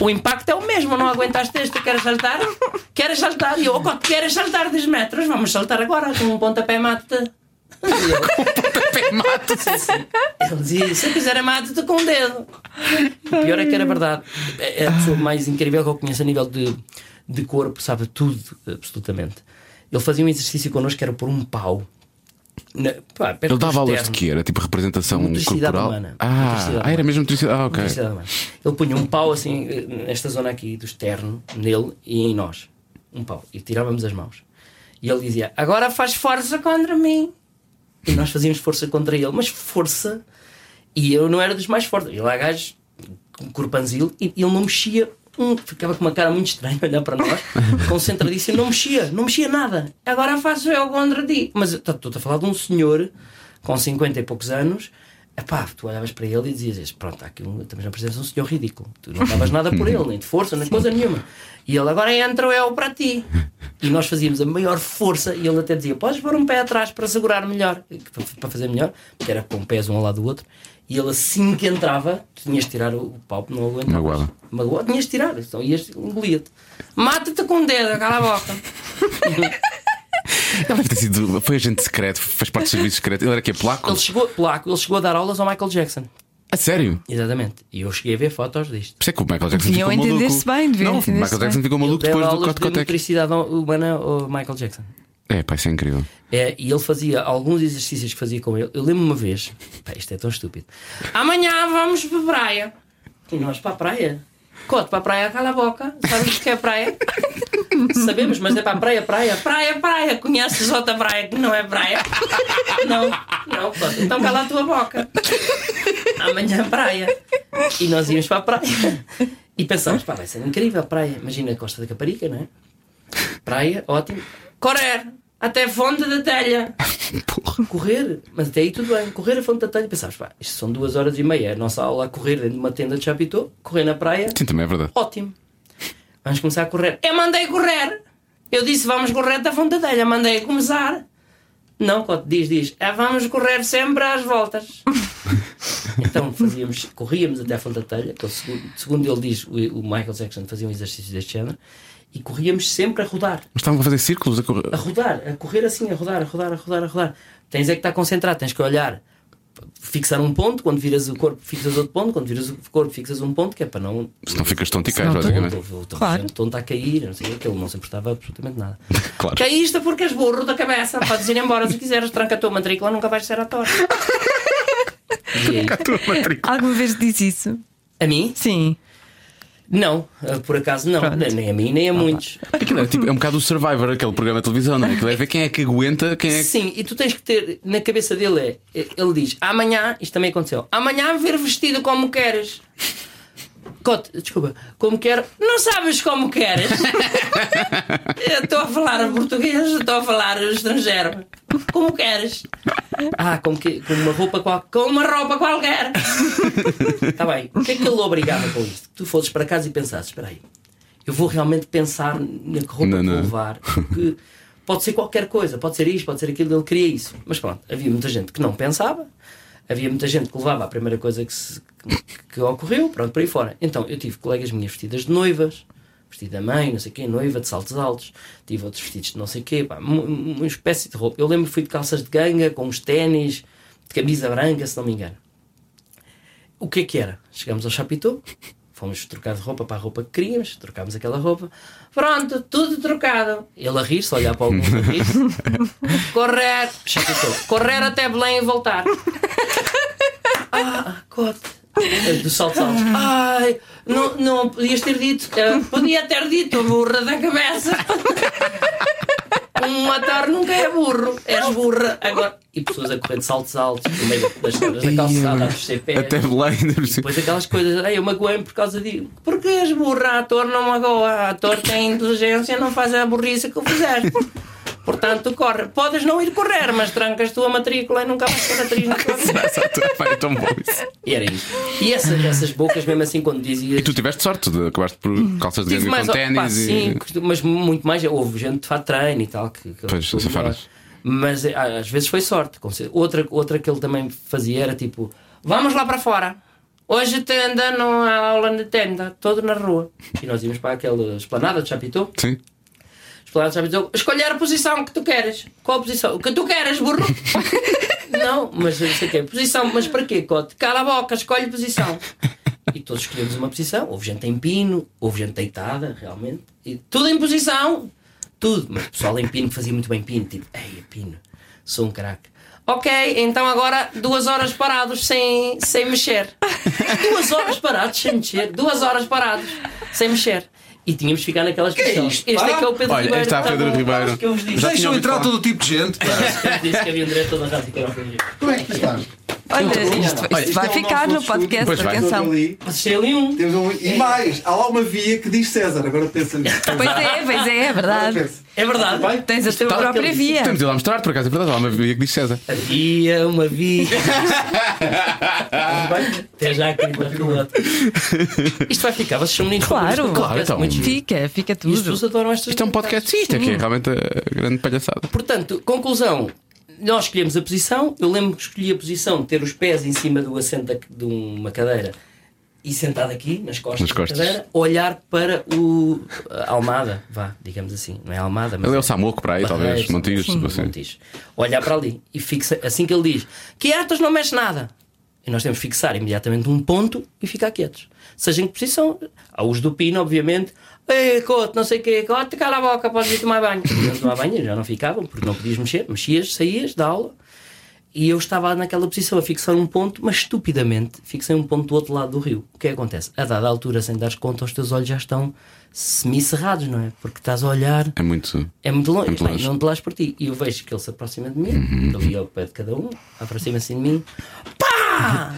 S4: o impacto é o mesmo, não aguentaste este, queres saltar? Queres saltar? E eu, oh, Gota, queres saltar 10 metros? Vamos saltar agora com um pontapé mate.
S2: Pé, mate.
S4: Ele dizia: Se quiser, mate-te com o dedo. O pior é que era verdade. É a pessoa mais incrível que eu conheço a nível de, de corpo, sabe tudo, absolutamente. Ele fazia um exercício connosco que era por um pau. Na, pá, perto
S2: Ele
S4: do
S2: dava aulas de
S4: externo.
S2: que era? Tipo representação
S4: Motricidade
S2: corporal?
S4: humana.
S2: Ah,
S4: Motricidade
S2: ah, era mesmo motricidade. Ah, ok.
S4: Publicidade, mano. Ele punha um pau assim, eh, nesta zona aqui do externo, nele e em nós. Um pau. E tirávamos as mãos. E ele dizia: Agora faz força contra mim. E nós fazíamos força contra ele, mas força. E eu não era dos mais fortes. E lá gajo, com corpanzil, e ele não mexia. um- ficava com uma cara muito estranha a olhar para nós, concentradíssimo, não mexia, não mexia nada. Agora faço eu contra ti. Mas eu- tá- estou a falar de um senhor com 50 e poucos anos. Epá, tu olhavas para ele e dizias: Pronto, há aqui um, estamos na presença de um senhor ridículo. Tu não davas nada por ele, nem de força, nem coisa nenhuma. E ele agora entra eu para ti. E nós fazíamos a maior força e ele até dizia: Podes pôr um pé atrás para segurar melhor, para- para fazer melhor, porque era com pés um ao lado do outro. E ele assim que entrava, tu tinhas de tirar o o pau, não aguentavas.
S2: Magoava.
S4: Magoava, tinhas de tirar, então ias engolia-te. Mata-te com o dedo, cala a boca.
S2: Ele Então deve ter sido. Foi agente secreto, fez parte do serviço secreto. Ele era que é placo?
S4: Ele chegou, polaco, ele chegou a dar aulas ao Michael Jackson.
S2: A sério?
S4: Exatamente. E eu cheguei a ver fotos disto.
S2: Por isso é que o Michael Jackson
S3: Deviam
S2: ficou
S3: entender-se
S2: maluco.
S3: bem, deviam
S2: não, o
S3: entender-se
S2: Michael Jackson
S3: bem.
S2: ficou maluco
S4: Deu
S2: depois do
S4: aulas
S2: Código
S4: de
S2: Cotec.
S4: motricidade humana ao Michael Jackson.
S2: É, pá, isso é incrível.
S4: É, e ele fazia alguns exercícios que fazia com ele. Eu lembro-me uma vez, pá, isto é tão estúpido. Amanhã vamos para a praia. E nós para a praia. Cote para a praia, cala a boca. Sabes o que é praia? Sabemos, mas é para a praia, praia. Praia, praia. Conheces outra praia que não é praia? Não, não, Cote. Então cala a tua boca. amanhã praia. E nós íamos para a praia. E pensámos, pá, vai ser incrível a praia. Imagina a Costa da Caparica, não é? Praia, ótimo. Correr! Até a fonte da telha! Correr! Mas até aí tudo bem. Correr a fonte da telha. Pensámos, pá, isto são duas horas e meia. é A nossa aula a correr dentro de uma tenda de chapitô, correr na praia.
S2: Sim, também é verdade.
S4: Ótimo. Vamos começar a correr. Eu mandei correr. Eu disse vamos correr da fontadelha. Mandei começar. Não, Cote, diz, diz. É, vamos correr sempre às voltas. então fazíamos, corríamos até à fontadelha. que é o segundo, segundo ele diz, o, o Michael Jackson fazia um exercício deste género. E corríamos sempre a rodar.
S2: Mas estavam a fazer círculos a correr.
S4: A rodar, a correr assim, a rodar, a rodar, a rodar, a rodar. Tens é que estar concentrado, tens que olhar, fixar um ponto, quando viras o corpo, fixas outro ponto, quando viras o corpo, fixas um ponto, que é para não
S2: Senão ficas tonticais,
S3: Senão tu-
S2: basicamente.
S3: Claro.
S4: Claro. O tonto a cair, não sei o que, ele não se importava absolutamente nada.
S2: Claro.
S4: Caíste porque és burro da cabeça, podes ir embora se quiseres, tranca a tua matrícula, nunca vais ser ator. E aí?
S3: Alguma vez disse isso?
S4: A mim?
S3: Sim.
S4: Não, eh, por acaso não,
S3: Pronto.
S4: nem a mim, nem a muitos.
S2: Aquilo é, tipo, é um bocado o Survivor, aquele programa de televisão, não é? Aquilo é ver quem é que aguenta, quem é que.
S4: Sim, e tu tens que ter na cabeça dele é, ele diz, amanhã, isto também aconteceu, amanhã vir vestido como queres. Cote, desculpa, como quero, não sabes como queres. Eu Estou a falar português, estou a falar estrangeiro. Como queres? Ah, com, que, com uma roupa qual, com uma roupa qualquer. Está bem. O que é que ele obrigava com isto? Que tu fosses para casa e pensasses, espera aí, eu vou realmente pensar na que roupa
S2: Não,
S4: que vou
S2: não.
S4: levar. Porque pode ser qualquer coisa, pode ser isto, pode ser aquilo, ele queria isso. Mas pronto, havia muita gente que não pensava. Havia muita gente que levava a primeira coisa que, se- que- que ocorreu, pronto, por aí fora. Então, eu tive colegas minhas vestidas de noivas, vestida da mãe, não sei quê, noiva de saltos altos, tive outros vestidos de não sei quê, pá, mu- mu- uma espécie de roupa. Eu lembro que fui de calças de ganga, com uns ténis, de camisa branca, se não me engano. O que é que era? Chegámos ao Chapitão, fomos trocar de roupa para a roupa que queríamos, trocámos aquela roupa, pronto, tudo trocado. Ele a rir-se, a olhar para alguns a rir-se. Correr, Chapitão, correr até Belém e voltar. Ah, cote. Eh, Do salto alto. Ai, não, não podias ter dito. eh, podia ter dito, burra da cabeça. Um ator nunca é burro, és burra. Agora, e pessoas a correr de saltos altos, no meio das cenas da calçada, a descer pés.
S2: Até Belém, deve
S4: E
S2: ser.
S4: depois aquelas coisas, ai, eu magoei-me por causa disso. Porque és burra, ator não magoa. Ator tem inteligência, não faz a burrice que fizeste. Portanto, corre. Podes não ir correr, mas trancas tua matrícula e nunca vais ser atriz na tua vida.
S2: Exato, pá, é tão bom isso.
S4: E era isso. E essa- essas bocas, mesmo assim, quando dizias.
S2: E tu tiveste sorte, de, acabaste por calças de
S4: Tive
S2: ganga
S4: mais,
S2: com
S4: pá,
S2: ténis
S4: sim,
S2: e.
S4: costu- mas muito mais. Houve gente de fato treino e tal. Que, que
S2: Pois,
S4: que-
S2: safadas.
S4: Mas eh, às vezes foi sorte. com certeza. Outra, outra que ele também fazia era tipo: vamos lá para fora. Hoje tenda, não há aula na tenda, todo na rua. E nós íamos para aquela esplanada de Chapitou.
S2: Sim.
S4: Esplanada de Chapitou, escolher a posição que tu queres. Qual a posição? O que tu queres, burro? não, mas eu não sei o quê. Posição, mas para quê, Cote? Cala a boca, escolhe posição. E todos escolhemos uma posição. Houve gente em pino, houve gente deitada, realmente. E tudo em posição. Tudo. Mas o pessoal em pino que fazia muito bem pino. Tipo, ei, pino, sou um craque. Ok, então agora duas horas parados sem, sem mexer. duas horas parados sem mexer. Duas horas parados sem mexer. E tínhamos de ficar naquelas posições.
S5: isto,
S4: Este é
S5: pá?
S4: que é o Pedro
S2: Olha,
S4: Ribeiro.
S2: aí está
S4: tá
S2: Pedro
S4: bom.
S2: Ribeiro.
S4: Acho que eu vos disse.
S2: Já tinha
S5: Deixam
S2: ouvido
S5: entrar
S2: falar.
S5: todo o tipo de gente. pá.
S4: Eu disse que havia um diretor da rádio que era para mim.
S5: Como é que está?
S3: Olha,
S2: então,
S3: isto, isto
S5: Isto
S3: vai
S5: é o
S3: ficar
S5: nosso
S3: no podcast,
S2: Pois vai.
S3: atenção.
S5: Ali,
S4: Vocês têm ali um.
S5: temos um- E mais, há lá uma via que diz César. Agora pensa nisso.
S3: Pois é, pois é, é verdade.
S5: Pensa.
S4: É verdade.
S5: Vai.
S3: Tens a tua
S4: Tá.
S3: própria via.
S2: Temos de ir lá mostrar, por acaso, é verdade, há uma via que diz César.
S4: Havia uma vida. Até já, querido. Isto vai ficar, vocês são meninos.
S3: Claro.
S4: com
S2: Claro, então.
S4: muito giro.
S3: Fica, fica
S4: E as
S3: tudo.
S4: pessoas adoram estas
S2: Isto é um podcast, sim, isto é
S4: Uhum.
S2: que é realmente a grande palhaçada.
S4: Portanto, conclusão. Nós escolhemos a posição. Eu lembro que escolhi a posição de ter os pés em cima do assento da- de uma cadeira e sentado aqui, nas costas,
S2: Nas costas.
S4: da cadeira, olhar para o a Almada, vá, digamos assim. Não é Almada, mas.
S2: Ele é o Samuco para aí, talvez,
S4: Barreiros,
S2: Montijo,
S4: sim,
S2: assim.
S4: Montijo. Olhar para ali e fixa, assim que ele diz: Quietos, não mexe nada. E nós temos que fixar imediatamente um ponto e ficar quietos. Seja em que posição. Há os do Pino, obviamente. Ei, cote, não sei o quê, cote, cala a boca, podes ir tomar banho. Não tomar banho, e já não ficavam, porque não podias mexer. Mexias, saías da aula. E eu estava naquela posição a fixar um ponto, mas estupidamente fixei um ponto do outro lado do rio. O que é que acontece? A dada altura, sem dares conta, os teus olhos já estão semicerrados, não é? Porque estás a olhar
S2: É muito.
S4: é muito longe,
S2: muito
S4: Bem,
S2: longe. Uhum.
S4: não te lás por ti. E eu vejo que ele se aproxima de mim, ele ia ao pé de cada um, aproxima-se de mim, pá! pá!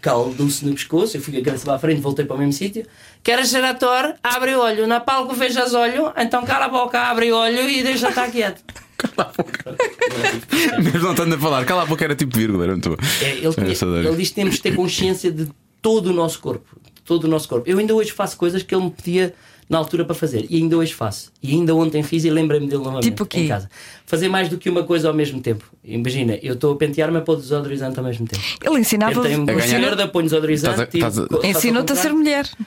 S4: Caldou-se no um pescoço, eu fui com a cabeça para a frente, voltei para o mesmo sítio. Queres ser ator? Abre o olho. Na palco vejas olho, então cala a boca, abre o olho e deixa estar quieto.
S2: Mesmo não estando a falar, cala a boca era tipo vírgula, era muito boa.
S4: É, ele, tinha-
S2: Essa daí.
S4: ele diz que temos de ter consciência de todo o nosso corpo. de Todo o nosso corpo. Eu ainda hoje faço coisas que ele me pedia na altura para fazer. E ainda hoje faço. E ainda ontem fiz e lembrei-me dele novamente.
S3: Tipo o quê?
S4: Em casa. Fazer mais do que uma coisa ao mesmo tempo. Imagina, eu estou a pentear-me a pôr desodorizante ao mesmo tempo.
S3: Ele ensinava.
S4: Eu tenho
S2: A
S4: um
S2: ganhar-
S4: senhor da põe desodorizante.
S2: Estás a- estás a-
S4: e- faço ao
S3: Ensinou-te a ser
S4: contrário.
S3: mulher.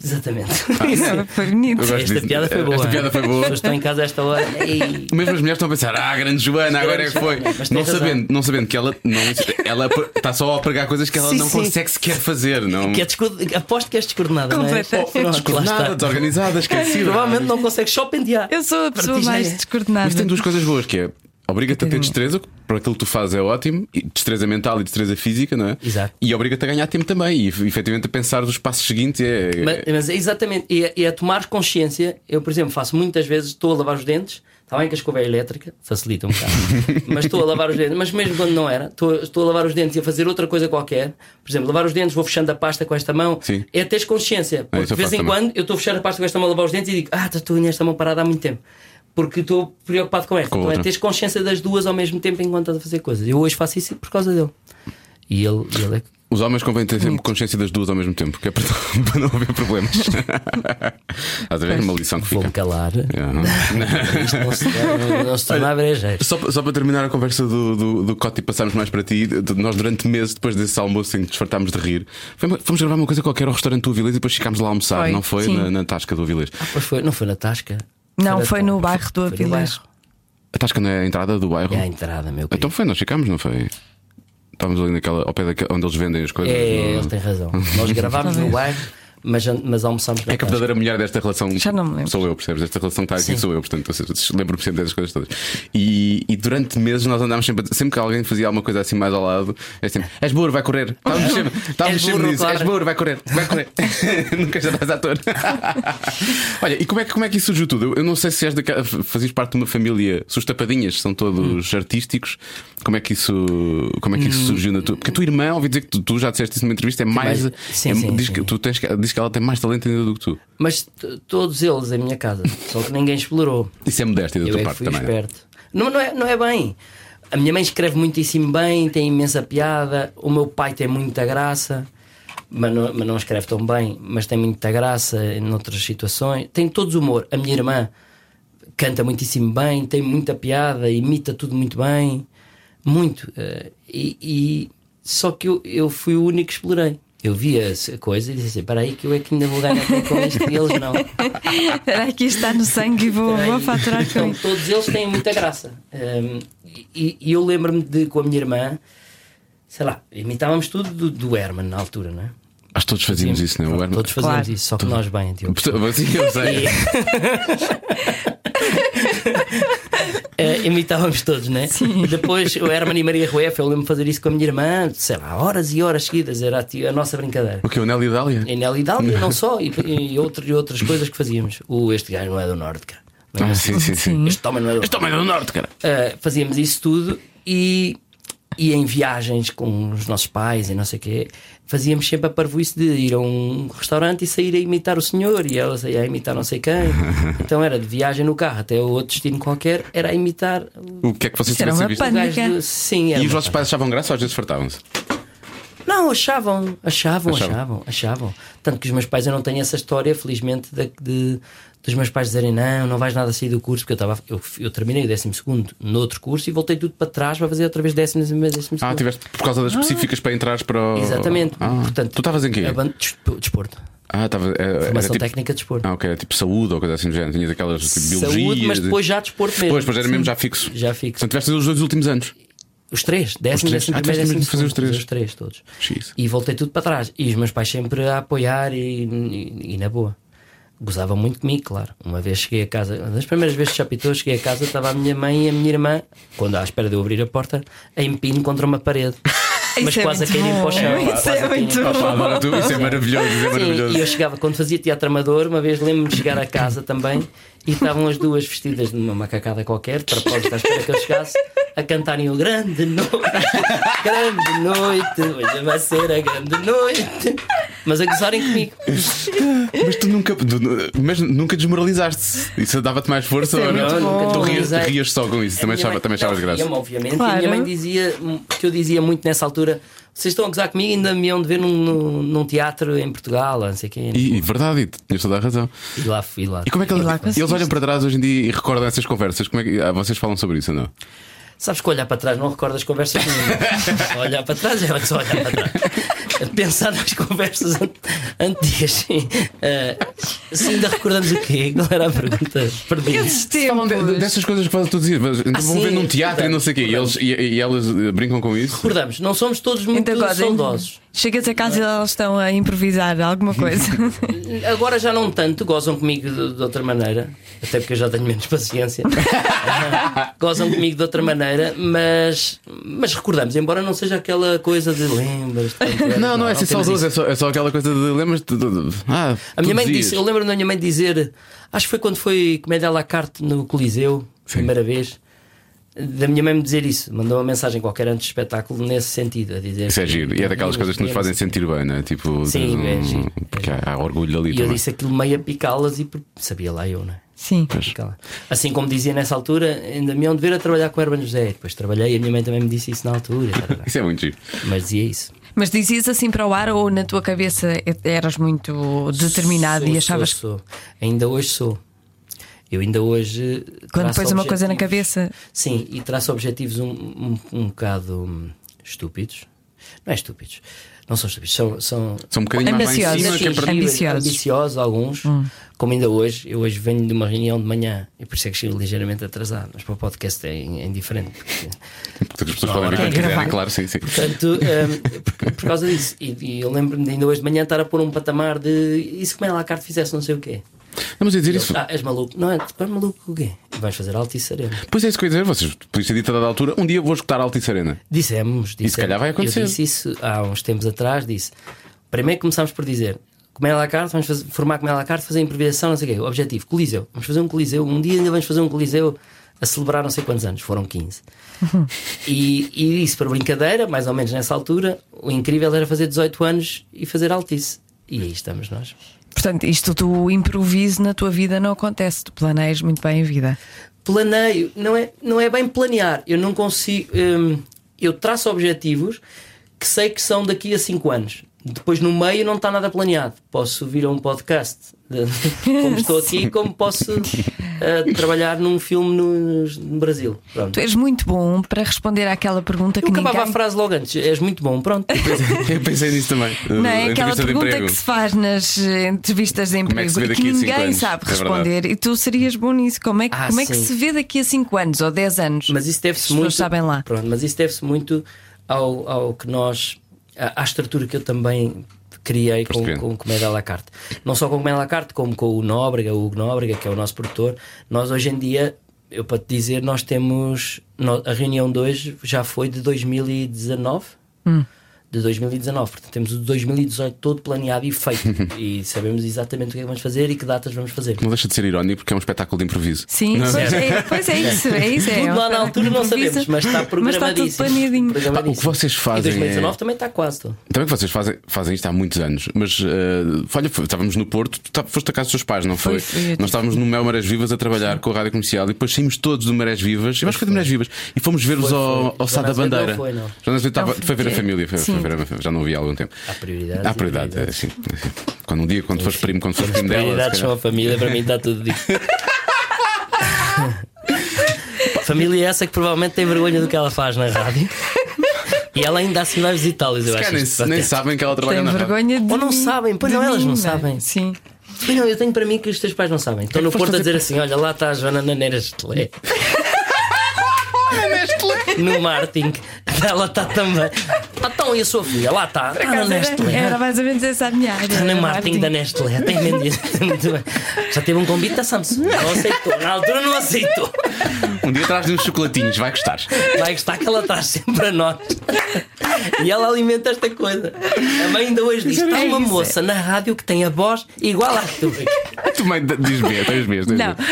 S4: Exatamente.
S3: Não, Foi bonito.
S2: Eu gosto
S4: Esta
S2: disso.
S4: piada foi boa.
S2: Esta piada foi
S4: As
S2: boa.
S4: pessoas estão em casa a esta hora. Ei.
S2: Mesmo as mulheres estão a pensar, ah, grande Joana, agora é que foi.
S4: Joana, mas tens
S2: Não
S4: razão.
S2: sabendo, não sabendo que ela não, ela está só a pregar coisas que ela
S3: Sim,
S2: não
S3: sim.
S2: consegue sequer fazer. Não,
S4: Que é descoordenada. Aposto que és descoordenada. não é?
S3: Completamente.
S4: Pronto, lá está.
S2: Nada, desorganizada, esquecida.
S4: Provavelmente não consegues só pentear.
S3: Eu sou a pessoa
S4: Vertigem.
S3: mais descoordenada.
S2: Mas tem duas coisas boas que é. Obriga-te
S4: um-
S2: a ter destreza, que para aquilo que tu fazes é ótimo, e destreza mental e destreza física, não é?
S4: Exato.
S2: E obriga-te a ganhar tempo também, e efetivamente a pensar nos passos seguintes é.
S4: Mas, mas é exatamente, e a, e a tomar consciência, eu, por exemplo, faço muitas vezes, estou a lavar os dentes, está bem que a escova é elétrica, facilita um bocado, mas estou a lavar os dentes, mas mesmo quando não era, estou, estou a lavar os dentes e a fazer outra coisa qualquer, por exemplo, lavar os dentes, vou fechando a pasta com esta mão,
S2: Sim.
S4: é teres consciência, porque
S2: isso
S4: de
S2: eu
S4: vez
S2: faço
S4: em
S2: também.
S4: quando eu estou a fechar a pasta com esta mão, a lavar os dentes e digo, ah, estou nesta mão parada há muito tempo. Porque estou preocupado com esta.
S2: Com a
S4: então é
S2: outra.
S4: teres consciência das duas ao mesmo tempo enquanto estás a fazer coisas. Eu hoje faço isso por causa dele. E ele, ele é
S2: Os homens convém ter sempre consciência das duas ao mesmo tempo, que é para não, para não haver problemas. Estás a ver? É uma lição que
S4: Vou-me
S2: fica. É,
S4: calar.
S2: Aham.
S4: Isto não se, não, não se é torna a brejeiro.
S2: Só, pa- só para terminar a conversa do, do, do Cote e passarmos mais para ti, de- nós durante meses depois desse almoço em que desfartámos de rir, fomos, fomos gravar uma coisa qualquer ao restaurante do Avilés e depois ficámos lá a almoçar,
S3: Foi,
S2: não foi?
S3: sim.
S2: Na, na Tasca do Avilés.
S4: Pois foi, não foi na Tasca?
S3: Não,
S4: na-
S3: foi no bairro do
S4: foi no
S3: Avilés.
S4: bairro.
S2: A Tasca não é a entrada do bairro?
S4: É a entrada, meu
S2: Então
S4: querido.
S2: foi, nós ficámos, não foi? Estávamos ali naquela, ao pé daquela, onde eles vendem as coisas.
S4: É,
S2: não-
S4: ele tem razão. Nós gravámos no bairro, mas, mas almoçámos na
S2: É que a
S4: Tasca.
S2: verdadeira mulher desta relação
S3: Já não me lembro.
S2: sou eu, percebes? Esta relação que está aqui
S4: Sim.
S2: sou eu, portanto, eu lembro-me sempre dessas coisas todas. E, e durante meses nós andámos sempre, a- sempre que alguém fazia alguma coisa assim mais ao lado, é sempre: és burro, vai correr. Estávamos sempre, estávamos
S4: És
S2: sempre
S4: burro,
S2: nisso:
S4: claro.
S2: és burro, vai correr, vai correr. Nunca já estás ator. Olha, e como é, que- como é que isso surgiu tudo? Eu, eu não sei se és daquela, fazias parte de uma família, se os tapadinhas são todos artísticos, como é que isso, como é que isso surgiu na tua. Porque a tua irmã, ouvi dizer que tu, tu já disseste isso numa entrevista, é mais.
S4: mais- sim,
S2: é-
S4: sim,
S2: diz
S4: sim.
S2: que tu tens, que- diz que ela tem mais talento ainda do que tu.
S4: Mas t- todos eles em minha casa, só que ninguém explorou.
S2: Isso é modéstia da
S4: Eu
S2: tua
S4: é que
S2: parte
S4: fui
S2: também.
S4: esperto. Não, não, é, não é bem. A minha mãe escreve muitíssimo bem, tem imensa piada. O meu pai tem muita graça, mas não, mas não escreve tão bem, mas tem muita graça em outras situações. Tem todos humor. A minha irmã canta muitíssimo bem, tem muita piada, imita tudo muito bem. Muito. Eh, E, e- só que eu, eu fui o único que explorei. Eu vi a a coisa e disse assim: espera aí, que eu é que ainda vou ganhar bem com isto e eles não.
S3: Era que isto está no sangue e vou, vou faturar com
S4: Então,
S3: isso.
S4: todos eles têm muita graça. Um, e, e eu lembro-me de, com a minha irmã, sei lá, imitávamos tudo do, do Herman na altura, não é?
S2: Acho que todos fazíamos isso, não é? O Herman-
S4: Todos fazíamos
S3: Claro.
S4: isso, só que nós bem, Diogo.
S2: Sim, eu sei.
S4: Eh, imitávamos todos, né? Sim. Depois o Herman e Maria Rueff, eu lembro-me de fazer isso com a minha irmã, sei lá, horas e horas seguidas, era a, ti- a nossa brincadeira.
S2: O que? O Nelly e Dália?
S4: Em Nelly Hidalgo e não só, e, e, outro- e outras coisas que fazíamos. O este gajo não é do Norte, cara. Não é?
S2: Ah, sim, sim, sim.
S4: Este homem não é do
S2: Este homem é do Norte, cara.
S4: Uh, fazíamos isso tudo e, e em viagens com os nossos pais e não sei o quê, fazíamos sempre a parvoíce de ir a um restaurante e sair a imitar o senhor e ela saía a imitar não sei quem. Então era de viagem no carro até o outro destino qualquer, era a imitar o
S2: O que é que vocês
S3: Isso era
S2: tivessem
S3: uma
S2: visto?
S3: pan-
S4: gajo
S3: Pânica.
S4: do... Sim, era
S2: E os
S4: uma-
S2: vossos pais achavam graça ou às vezes fartavam-se?
S4: Não, achavam, achavam,
S2: Achavam.
S4: achavam, achavam, Tanto que os meus pais, eu não tenho essa história, felizmente, de, de- dos meus pais dizerem não, não vais nada sair do curso, porque eu, estava eu, eu terminei o 12 no outro curso e voltei tudo para trás para fazer outra vez 12 segundo.
S2: Ah, tiveste por causa das específicas para entrares para o.
S4: Exatamente.
S2: Ah,
S4: Portanto,
S2: tu estavas em quê?
S4: aban- despo- Desporto.
S2: Ah, estava. era- era
S4: Formação
S2: tipo-
S4: técnica de desporto.
S2: Ah, ok, era tipo saúde ou coisa assim do género. Tinhas aquelas tipo, biologias.
S4: Saúde, mas depois já desporto mesmo.
S2: Depois, depois era mesmo
S4: Sim.
S2: já fixo.
S4: Já fixo.
S2: Portanto, tiveste os dois últimos anos.
S4: Os três, décimo,
S2: três.
S4: décimo
S2: Ah, tu
S4: primeiro,
S2: tens mesmo
S4: décimo
S2: de fazer os
S4: segundo,
S2: três.
S4: Os três todos.
S2: X.
S4: E voltei tudo para trás. E os meus pais sempre a apoiar e, e- e na boa. Gozavam muito comigo, claro. Uma vez cheguei a casa, uma das primeiras vezes que chapitou, cheguei a casa, estava a minha mãe e a minha irmã, quando à espera de eu abrir a porta, em pino contra uma parede. mas
S3: isso é
S4: quase a
S3: muito
S4: caírem
S3: bom.
S4: para o chão.
S3: Isso
S4: quase
S3: é
S4: a caírem
S3: muito
S4: para o chão.
S2: Pá, Adoro tu, isso é maravilhoso, isso é
S4: Sim,
S2: maravilhoso.
S4: e eu chegava, quando fazia teatro amador, uma vez lembro-me de chegar a casa também e estavam as duas vestidas de uma macacada qualquer, para à espera que eu chegasse, a cantarem o Grande Noite, Grande Noite, hoje vai ser a Grande Noite, mas a gozarem comigo.
S2: Mas tu nunca, tu nu- mas nunca desmoralizaste. Isso dava-te mais força
S3: Isso é
S2: ou não?
S3: muito bom.
S2: Tu rias,
S4: Desmoralizei.
S2: rias só com isso,
S4: A
S2: também
S4: minha
S2: achava-
S4: mãe-
S2: também achavas
S4: Não,
S2: graça.
S4: ria-me, obviamente. E a
S3: Claro.
S4: minha mãe dizia que eu dizia muito nessa altura: vocês estão a gozar comigo, ainda me iam de ver num, num- num teatro em Portugal, ou não sei quem.
S2: E, e verdade, e tinhas toda a razão.
S4: E lá fui lá.
S2: E como é que eles,
S3: lá
S2: eles
S3: conseguiste.
S2: olham para trás hoje em dia e recordam essas conversas? Como é que, ah, vocês falam sobre isso ou não?
S4: Sabes que olhar para trás não recordo as conversas nenhuma. Só olhar para trás é só olhar para trás. Pensar nas conversas an- antigas. sim. Ah, se ainda recordamos o quê? Qual era a pergunta? Perdi-se.
S3: Esses tempos.
S2: De- Dessas coisas que fazem todos os dias. Mas então vão
S4: Ah, sim,
S2: ver num teatro e não sei o quê. E, eles, e, e elas eh, brincam com isso?
S4: Recordamos, não somos todos muito
S3: Então, agora,
S4: saudosos.
S3: chegas a casa e elas estão a improvisar alguma coisa.
S4: Agora já não tanto, gozam comigo de, de outra maneira, até porque eu já tenho menos paciência. Ah, gozam comigo de outra maneira, mas, mas recordamos, embora não seja aquela coisa de lembras.
S2: Não, não, é ser saudoso, é só, é só aquela coisa de lembras de, de- de- ah,
S4: A
S2: todos
S4: minha mãe
S2: os
S4: disse, eu
S2: dias.
S4: lembro da minha mãe dizer, acho que foi quando foi comédia à la carte no Coliseu, primeira vez, da minha mãe me dizer isso, mandou uma mensagem qualquer antes do espetáculo nesse sentido, a dizer.
S2: Isso é giro. E é daquelas coisas que nos fazem sentir bem, não é? Tipo,
S4: Sim,
S2: tens
S4: é giro.
S2: porque há, há orgulho ali
S4: E eu
S2: também.
S4: disse aquilo meio a picá-las e por- sabia lá eu, não é?
S3: Sim.
S4: Picá-las. Assim como dizia nessa altura, ainda me iam dever a trabalhar com o Herman José. Depois trabalhei, a minha mãe também me disse isso na altura. tarará.
S2: Isso é muito giro.
S4: Mas dizia isso.
S3: Mas dizias assim para o ar ou na tua cabeça eras muito determinado
S4: Sou,
S3: e achavas que
S4: sou, sou. Ainda hoje sou. Eu ainda hoje. eh,
S3: quando
S4: traço
S3: pões uma coisa na
S4: objetivos-
S3: cabeça.
S4: Sim, e traço objetivos um, um, um bocado hum, estúpidos. Não é estúpidos. Não são estúpidos, são. São,
S2: São um bocadinho mais lá em
S3: Ambiciosos.
S2: cima que é para-
S3: Ambiciosos. Hum.
S4: ambiciosos alguns, como ainda hoje. Eu hoje venho de uma reunião de manhã e por isso é que chego ligeiramente atrasado, mas para o podcast é in- é indiferente. porque-
S2: porque as pessoas podem ver quando
S3: é gravar.
S2: quiserem, claro, sim, sim.
S4: Portanto, hum, por, por causa disso. E, e eu lembro-me de ainda hoje de manhã estar a pôr um patamar de. E se como é lá a carta fizesse não sei o quê?
S2: Não, mas ia dizer
S4: Eu,
S2: isso.
S4: ah, és maluco? Não, é, tu és maluco o quê? Vais fazer Altice Arena.
S2: Pois é, isso que eu ia dizer. Vocês, polícia dita dada altura, um dia vou escutar Altice Arena.
S4: Dissemos, dissemos.
S2: se calhar vai acontecer.
S4: Eu disse isso há uns tempos atrás. Disse: primeiro começámos por dizer comer à la carte, vamos fazer, formar comer à la carte, fazer improvisação, não sei o quê. O objetivo: coliseu. Vamos fazer um coliseu. Um dia ainda vamos fazer um coliseu a celebrar não sei quantos anos. Foram 15. e, e disse para brincadeira, mais ou menos nessa altura, o incrível era fazer 18 anos e fazer Altice. E aí estamos nós.
S3: Portanto, isto do improviso na tua vida não acontece. Tu planeias muito bem a vida.
S4: planeio, não é, não é bem planear. Eu não consigo. hum, eu traço objetivos que sei que são daqui a 5 anos. Depois no meio não está nada planeado. Posso vir a um podcast, de- como estou aqui, como posso uh, trabalhar num filme no, no Brasil. Pronto.
S3: Tu é és muito bom para responder àquela pergunta
S4: Eu
S3: que ninguém.
S4: acabava a frase logo antes. És muito bom, pronto.
S2: Eu pensei nisso também. A
S3: Não é? Aquela
S2: Eh, entrevista de
S3: pergunta
S2: emprego.
S3: que se faz nas eh, entrevistas de
S2: Como é que
S3: emprego
S2: se vê daqui
S3: e que
S2: a cinco
S3: ninguém
S2: anos?
S3: sabe
S2: É verdade.
S3: responder. E tu serias bom nisso. Como é que,
S4: Ah,
S3: como é que
S4: sim.
S3: se vê daqui a 5 anos ou 10 anos?
S4: Mas isso
S3: As
S4: deve-se
S3: pessoas
S4: muito.
S3: sabem lá.
S4: Pronto, mas isso deve-se muito ao, ao que nós. à à estrutura que eu também criei com,
S2: Percebendo.
S4: com Comédia à la carte. Não só com Comédia à la carte, como com o Nóbrega, o Hugo Nóbrega, que é o nosso produtor. Nós hoje em dia, eu para te dizer, nós temos. nó- a reunião de hoje já foi de 2019.
S3: Hum.
S4: De 2019, portanto temos o de 2018 todo planeado e feito e sabemos exatamente o que é que vamos fazer e que datas vamos fazer.
S2: Não deixa de ser irónico porque é um espetáculo de improviso.
S3: Sim, pois é, pois é isso, é isso. é.
S4: Tudo lá na altura não
S3: Improvisa,
S4: sabemos, mas está programadíssimo.
S3: Mas está tudo planeadinho.
S2: Pá, o que vocês
S4: E
S2: fazem.
S4: 2019
S2: é...
S4: também está quase. tudo.
S2: Também que vocês fazem, fazem isto há muitos anos, mas eh, olha, foi- estávamos no Porto, tu ta- foste a casa dos teus pais, não foi?
S3: Foi, fui, eu tive-
S2: Nós estávamos no Mel Marés Vivas a trabalhar com a rádio comercial e depois saímos todos do Marés Vivas, eu acho que foi do Marés Vivas, e fomos ver-vos
S4: Foi,
S2: ao,
S4: foi.
S2: ao Sá da
S4: Jonas Azevedo
S2: Bandeira.
S4: não foi, não. é,
S2: Jonas Azevedo estava-
S3: Não,
S2: foi ver a
S3: sim.
S2: família, foi, foi ver a- já não o vi há algum tempo.
S4: Há prioridades.
S2: Há
S4: e
S2: prioridade, é, sim. é, sim. Quando um dia, quando fores primo, quando fores primo dela.
S4: Prioridades
S2: se
S4: são
S2: calhar.
S4: a família, para mim está tudo dito. família é essa que provavelmente tem vergonha do que ela faz na rádio. E ela ainda assim vai visitá-los, eu
S2: Se calhar
S4: acho.
S2: nem,
S4: isto
S2: nem
S4: patético.
S2: sabem que ela trabalha
S3: Têm
S2: na rádio.
S3: vergonha de.
S4: Ou não
S3: mim,
S4: sabem, pois
S3: de
S4: não, elas
S3: mim,
S4: não
S3: é?
S4: sabem.
S3: Sim.
S4: Pois não, eu tenho para mim que os teus pais não sabem.
S2: É
S4: Estou no Porto a dizer assim: olha, lá está a Joana Naneiras de Telé. No marketing, ela está também. Ah, então, e a sua filha? Lá está. Está na Nestlé.
S3: Era mais ou menos essa a minha área.
S4: Ana
S3: era
S4: Martin da Nestlé, tem vendido muito bem. Já teve um convite da Samsung, não aceitou, na altura não aceitou.
S2: Um dia atrás de uns chocolatinhos, vai gostar.
S4: Vai gostar que ela traz sempre a nós. E ela alimenta esta coisa. A mãe ainda hoje diz: está
S3: É
S4: uma
S3: isso, é.
S4: moça na rádio que tem a voz igual à tua.
S2: Tu mãe diz B, tens B, tens
S3: Não.
S2: B.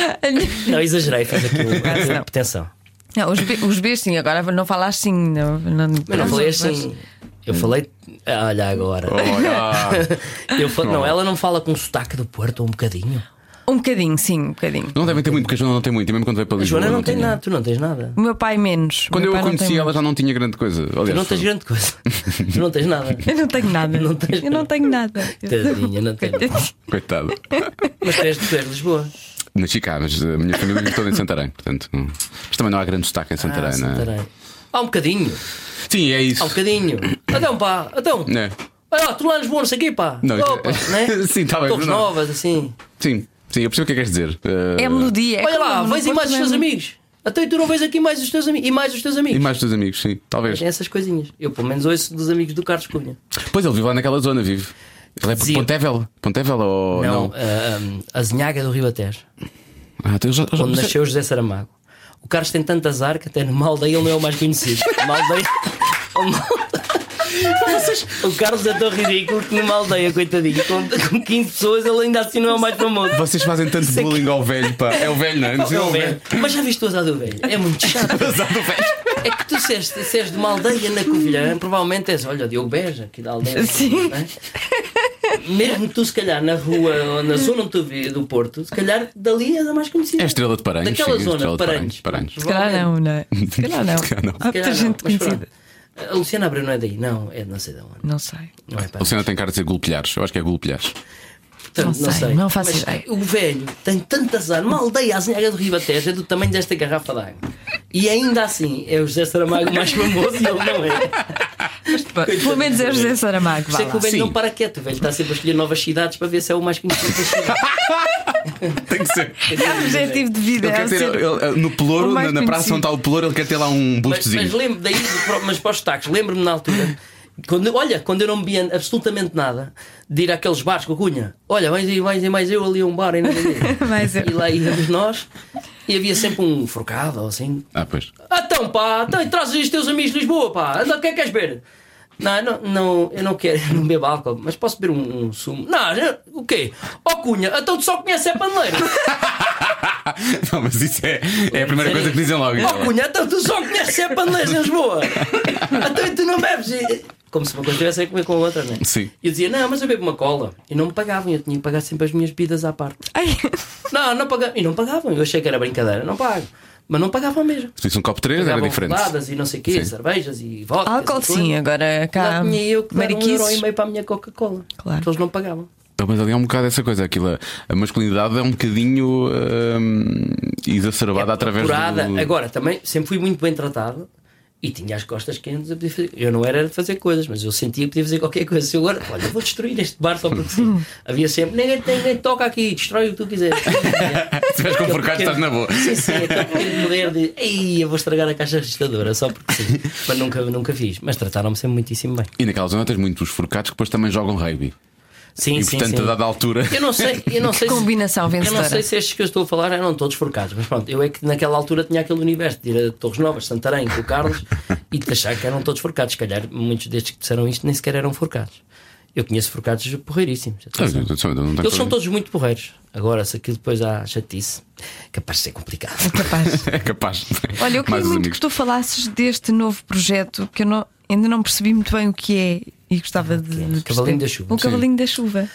S4: Não, exagerei, fiz aqui
S3: Quase
S4: uma
S3: não.
S4: atenção.
S3: Não, os, B- os Bs sim, agora não falar assim. Não, não,
S4: Mas não falei assim. Eu falei. Ah, Olha agora.
S2: Olha.
S4: Eu fal- Não, ela não fala com o sotaque do Porto um bocadinho.
S3: Um bocadinho, sim, um bocadinho.
S2: Não devem ter muito, porque a Joana não tem muito, e mesmo quando vai para
S4: A
S2: Lisboa.
S4: Joana não tem
S2: tinha.
S4: nada, tu não tens nada.
S3: O meu pai menos. O
S2: Quando
S3: meu
S2: eu a
S3: pai não tem
S2: conheci, ela
S3: muito.
S2: já não tinha grande coisa. Aliás,
S4: Tu não tens
S2: foi-
S4: grande coisa. Tu não tens nada.
S3: Eu não tenho nada.
S4: Não tens
S3: eu não tenho nada. É
S4: Tadinha, não tenho nada.
S2: Coitado.
S4: Mas tu és, tu és de Lisboa.
S2: Nasci cá, mas eh, a minha família vive toda em Santarém, portanto. hum. Mas também não há grande sotaque em Santarém,
S4: Ah,
S2: não é?
S4: Santarém. Há um bocadinho.
S2: Sim, é isso.
S4: Há um bocadinho. Então, pá, então.
S2: É.
S4: Olha lá, tu lá em Lisboa, não sei o quê, pá.
S2: Não, isso-
S4: Opa, né?
S2: Sim, tá bem, mas
S4: Torres
S2: não.
S4: novas, assim.
S2: Sim, sim, eu percebo o que é que queres dizer. Eh,
S3: É melodia. é
S4: Olha lá,
S3: como no
S4: vês aí mais
S3: Porto
S4: os teus
S3: mesmo.
S4: amigos. Até tu não vês aqui mais os teus amigos. E mais os teus amigos.
S2: E mais dos amigos, sim, talvez.
S3: É.
S4: Tem essas coisinhas. Eu, pelo menos, ouço dos amigos do Carlos Cunha.
S2: Pois ele vive lá naquela zona, vive. Ele é por
S4: Dizia-
S2: Pontevel. Pontevel ou
S4: não,
S2: não?
S4: ah, hum, a Zinhaga do Ribatejo,
S2: Ah, então já, já-
S4: onde
S2: já-
S4: nasceu José Saramago. O Carlos tem tanto azar que até numa aldeia ele não é o mais conhecido. Uma aldeia. O Carlos é tão ridículo que numa aldeia, coitadinho, com, com 15 pessoas, ele ainda assim não é o mais famoso.
S2: Vocês fazem tanto bullying ao velho, pá. É o velho, não é? Não sei,
S4: É
S2: é
S4: o
S2: o
S4: velho. Mas já viste o azar do velho? É muito chato. É que tu se és, se és de uma aldeia na Covilhã, provavelmente és, olha, Diogo Beja, aqui da aldeia.
S3: Sim.
S4: não é? Mesmo que tu, se calhar, na rua ou na zona onde tu vives do Porto, se calhar dali és a mais conhecida.
S2: É a estrela de Paranhos.
S4: Daquela
S2: sim,
S4: zona,
S2: estrela de
S4: Paranhos.
S2: Paranhos.
S3: Se calhar não, não é? Se calhar não.
S2: Se calhar não.
S3: Há muita gente
S4: mas pronto.
S3: conhecida.
S4: A Luciana Abreu não é daí, não, é de não sei de onde.
S3: Não sei.
S4: Não é para
S2: Luciana tem cara de ser gulpilhares. Eu acho que é gulpilhares.
S4: Portanto,
S3: Não sei, não faço
S4: Mas
S3: ideia.
S4: O velho tem tanto azar. Uma aldeia, a Zinhaga do Ribatejo, é do tamanho desta garrafa d'água. E ainda assim é o José Saramago mais famoso e ele não é.
S3: Pelo menos é o José Saramago.
S4: Por
S3: vá
S4: isso é que o
S3: lá.
S4: velho
S2: Sim.
S4: não para quieto. O velho está sempre a escolher novas cidades para ver se é o mais conhecido da cidade.
S2: Tem que ser.
S3: É o objetivo de vida.
S2: Ele
S3: é
S2: quer
S3: o
S2: ter,
S3: ser-
S2: ele- no Pelouro,
S3: o mais
S2: na, na praça
S3: conhecido.
S2: onde está o Pelouro, ele quer ter lá um
S4: Mas,
S2: bustozinho.
S4: mas lembro daí, de- mas para os tacos, lembro-me na altura. Quando, olha, quando eu não bebia absolutamente nada, de ir àqueles bares com o Cunha, olha, vais aí, vais aí, mais eu ali a um bar ainda
S3: Mais eu.
S4: E lá íamos nós, e havia sempre um forcado ou assim.
S2: Ah, pois.
S4: "Ah, Então, pá, então, traz os teus amigos de Lisboa, pá, então o que é que queres beber? Não, não, não, eu não quero, eu não bebo álcool, mas posso beber um, um sumo? Não, eu- o quê? Ó Cunha, então tu só conheces é paneleiro.
S2: Não, mas isso é, é a primeira coisa que dizem logo.
S4: Ó Cunha, então tu só conheces é panelês em Lisboa. Então e tu não bebes. E- Como se uma coisa tivesse a comer com a outra, né?
S2: Sim.
S4: E eu dizia, não, mas eu bebo uma cola. E não me pagavam, eu tinha que pagar sempre as minhas bebidas à parte.
S3: Ai,
S4: Não, não pagavam. E não pagavam. Eu achei que era brincadeira, não pago. Mas não pagavam mesmo.
S2: Se fosse um copo 3 era
S4: Pagavam
S2: diferente.
S4: rodadas e não sei o quê,
S2: Sim.
S4: cervejas e vodka.
S3: Álcool sim, agora cá.
S4: Lá é? tinha eu que dar um euro e
S3: Mariquices.
S4: meio para a minha Coca-Cola.
S3: Claro.
S4: Então eles não pagavam.
S2: Não, mas ali é um bocado essa coisa, aquilo, a- a masculinidade é um bocadinho hum, exacerbada através
S4: Apurada.
S2: do...
S4: É Agora, também sempre fui muito bem tratado e tinha as costas quentes. Eu, podia fazer- eu não era de fazer coisas, mas eu sentia que podia fazer qualquer coisa. Se eu agora, olha, vou destruir este bar só porque sim. Havia sempre, ninguém, ninguém toca aqui, destrói o que tu quiseres.
S2: Se estiveres com forcado, estás na boa.
S4: Sim, sim, aquele pequeno poder de ei, eu vou estragar a caixa registradora só porque sim. Mas nunca, nunca fiz. Mas trataram-me sempre muitíssimo bem.
S2: E naquela zona tens muitos forcados que depois também jogam rugby.
S4: Sim,
S2: e
S4: sim,
S2: portanto,
S4: sim.
S2: a dada altura.
S4: Eu não sei, eu não sei
S3: combinação
S4: se, Eu
S3: vencedora.
S4: não sei se estes que eu estou a falar eram todos forcados, mas pronto, eu é que naquela altura tinha aquele universo de ir a Torres Novas, Santarém, com o Carlos e de achar que eram todos forcados. Se calhar muitos destes que disseram isto nem sequer eram forcados. Eu conheço forcados porreiríssimos.
S2: Ah,
S4: atenção.
S2: não, não tem
S4: Eles são
S2: problema.
S4: todos muito porreiros. Agora, se aquilo depois há chatice, capaz de ser complicado.
S3: Capaz.
S2: É capaz.
S3: Olha, eu queria
S2: Mais os
S3: muito
S2: amigos.
S3: que tu falasses deste novo projeto que eu não- ainda não percebi muito bem o que é e
S4: Ah,
S3: gostava de. de
S4: Cavalinho
S3: perceber.
S4: da Chuva.
S3: O Cavalinho da Chuva.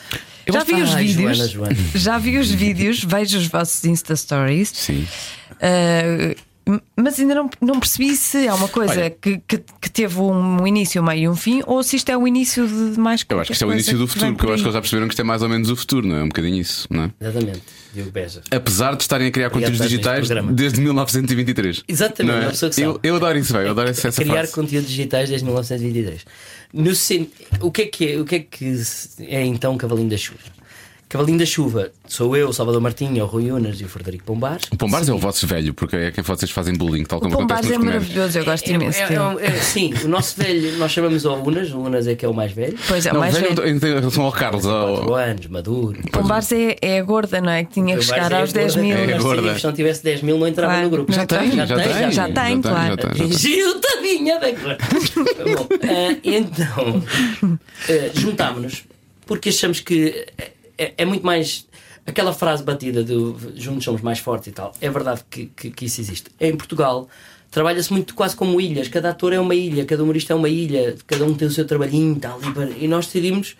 S3: já vi
S4: Ai,
S3: os vídeos.
S4: Joana, Joana.
S3: Já vi os vídeos, vejo os vossos Insta Stories.
S2: Sim.
S3: Ah, mas ainda não, não percebi se é uma coisa
S2: Olha.
S3: que, que- que teve um início, um meio e um fim, ou se isto é o início de mais
S2: Eu acho que isto é o início do futuro, porque eu acho que eles já perceberam que isto é mais ou menos o futuro, não é? É Um bocadinho isso, não é?
S4: Exatamente, Diogo Beja.
S2: Apesar de estarem a criar
S4: Obrigado
S2: conteúdos
S4: por este
S2: digitais
S4: programa.
S2: desde 1923.
S4: Exatamente,
S2: Não é?
S4: uma pessoa que sabe.
S2: eu, eu adoro isso, velho. Eu adoro essa, essa
S4: criar
S2: frase.
S4: conteúdos digitais desde 1923. No sen- o que é que é, o que é que se- é então Cavalinho da Chuva? Cavalinho da Chuva, sou eu, o Salvador Martinho, o Rui Unas e o Frederico Pombares.
S2: O Pombares é o vosso velho, porque é quem vocês fazem bullying, tal
S3: O
S2: como acontece
S3: Pombares
S2: nos
S3: é
S2: comédias.
S3: maravilhoso, eu gosto imenso
S4: É- é-
S3: dele.
S4: é- é- sim, o nosso velho, nós chamamos o Unas, o Unas é que é o mais velho.
S3: Pois é, o
S2: Não,
S3: mais
S2: velho
S3: velho.
S2: em relação ao Carlos, é
S4: Quatro
S2: ao...
S4: anos, maduro.
S3: Pombares é, é a gorda, não é? Que tinha que chegar aos 10 mil.
S2: É
S4: Se
S2: gorda.
S4: não tivesse 10 mil, não entrava
S3: Claro.
S4: no grupo.
S3: Já
S2: tem,
S4: já
S2: já
S4: tem,
S2: tem.
S4: já
S3: Já
S4: tem.
S2: Já tem, já
S3: tem, claro.
S2: tem.
S4: Atingiu tadinha da cor. Bom, ah, então, ah, juntámonos-nos porque achamos que é- é, é muito mais. Aquela frase batida do juntos somos mais fortes e tal, é verdade que, que, que isso existe. Em Portugal trabalha-se muito quase como ilhas, cada ator é uma ilha, cada humorista é uma ilha, cada um tem o seu trabalhinho e tal, e para- e nós decidimos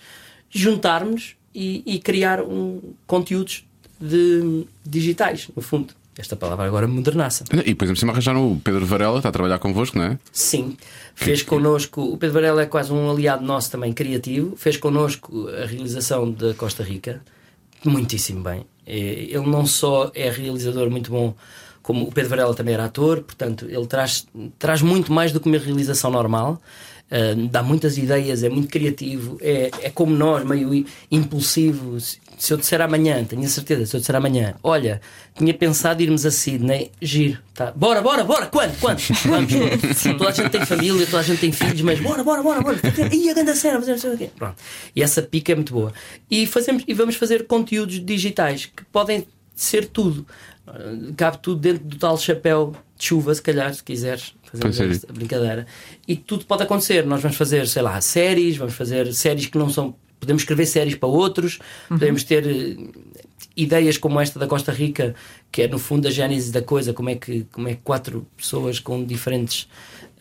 S4: juntarmos e, e criar um, conteúdos de, digitais, no fundo. Esta palavra agora modernaça.
S2: E depois, por cima, arranjaram o Pedro Varela, está a trabalhar convosco, não é?
S4: Sim, fez connosco. O Pedro Varela é quase um aliado nosso também criativo. Fez connosco a realização da Costa Rica, muitíssimo bem. É, Ele não só é realizador muito bom, como o Pedro Varela também era ator, portanto, ele traz, traz muito mais do que uma realização normal. Ah, dá muitas ideias, é muito criativo, é, é como nós, meio i- impulsivo. Se se eu disser amanhã, tenho a certeza, se eu disser amanhã, olha, tinha pensado irmos a Sydney, giro, tá? Bora, bora, bora, quando, quando? Vamos, toda a gente tem família, toda a gente tem filhos, mas bora, bora, bora, bora, e a grande cena, fazer não sei o quê. Pronto. E essa pica é muito boa. E, fazemos, e vamos fazer conteúdos digitais que podem ser tudo. Ah, Cabe tudo dentro do tal chapéu de chuva, se calhar, se quiseres. Fazemos
S2: Pois é.
S4: esta- brincadeira. E tudo pode acontecer. Nós vamos fazer, sei lá, séries, vamos fazer séries que não são. Podemos escrever séries para outros, podemos ter eh, ideias como esta da Costa Rica, que é no fundo a gênese da coisa, como é que, como é que quatro pessoas com diferentes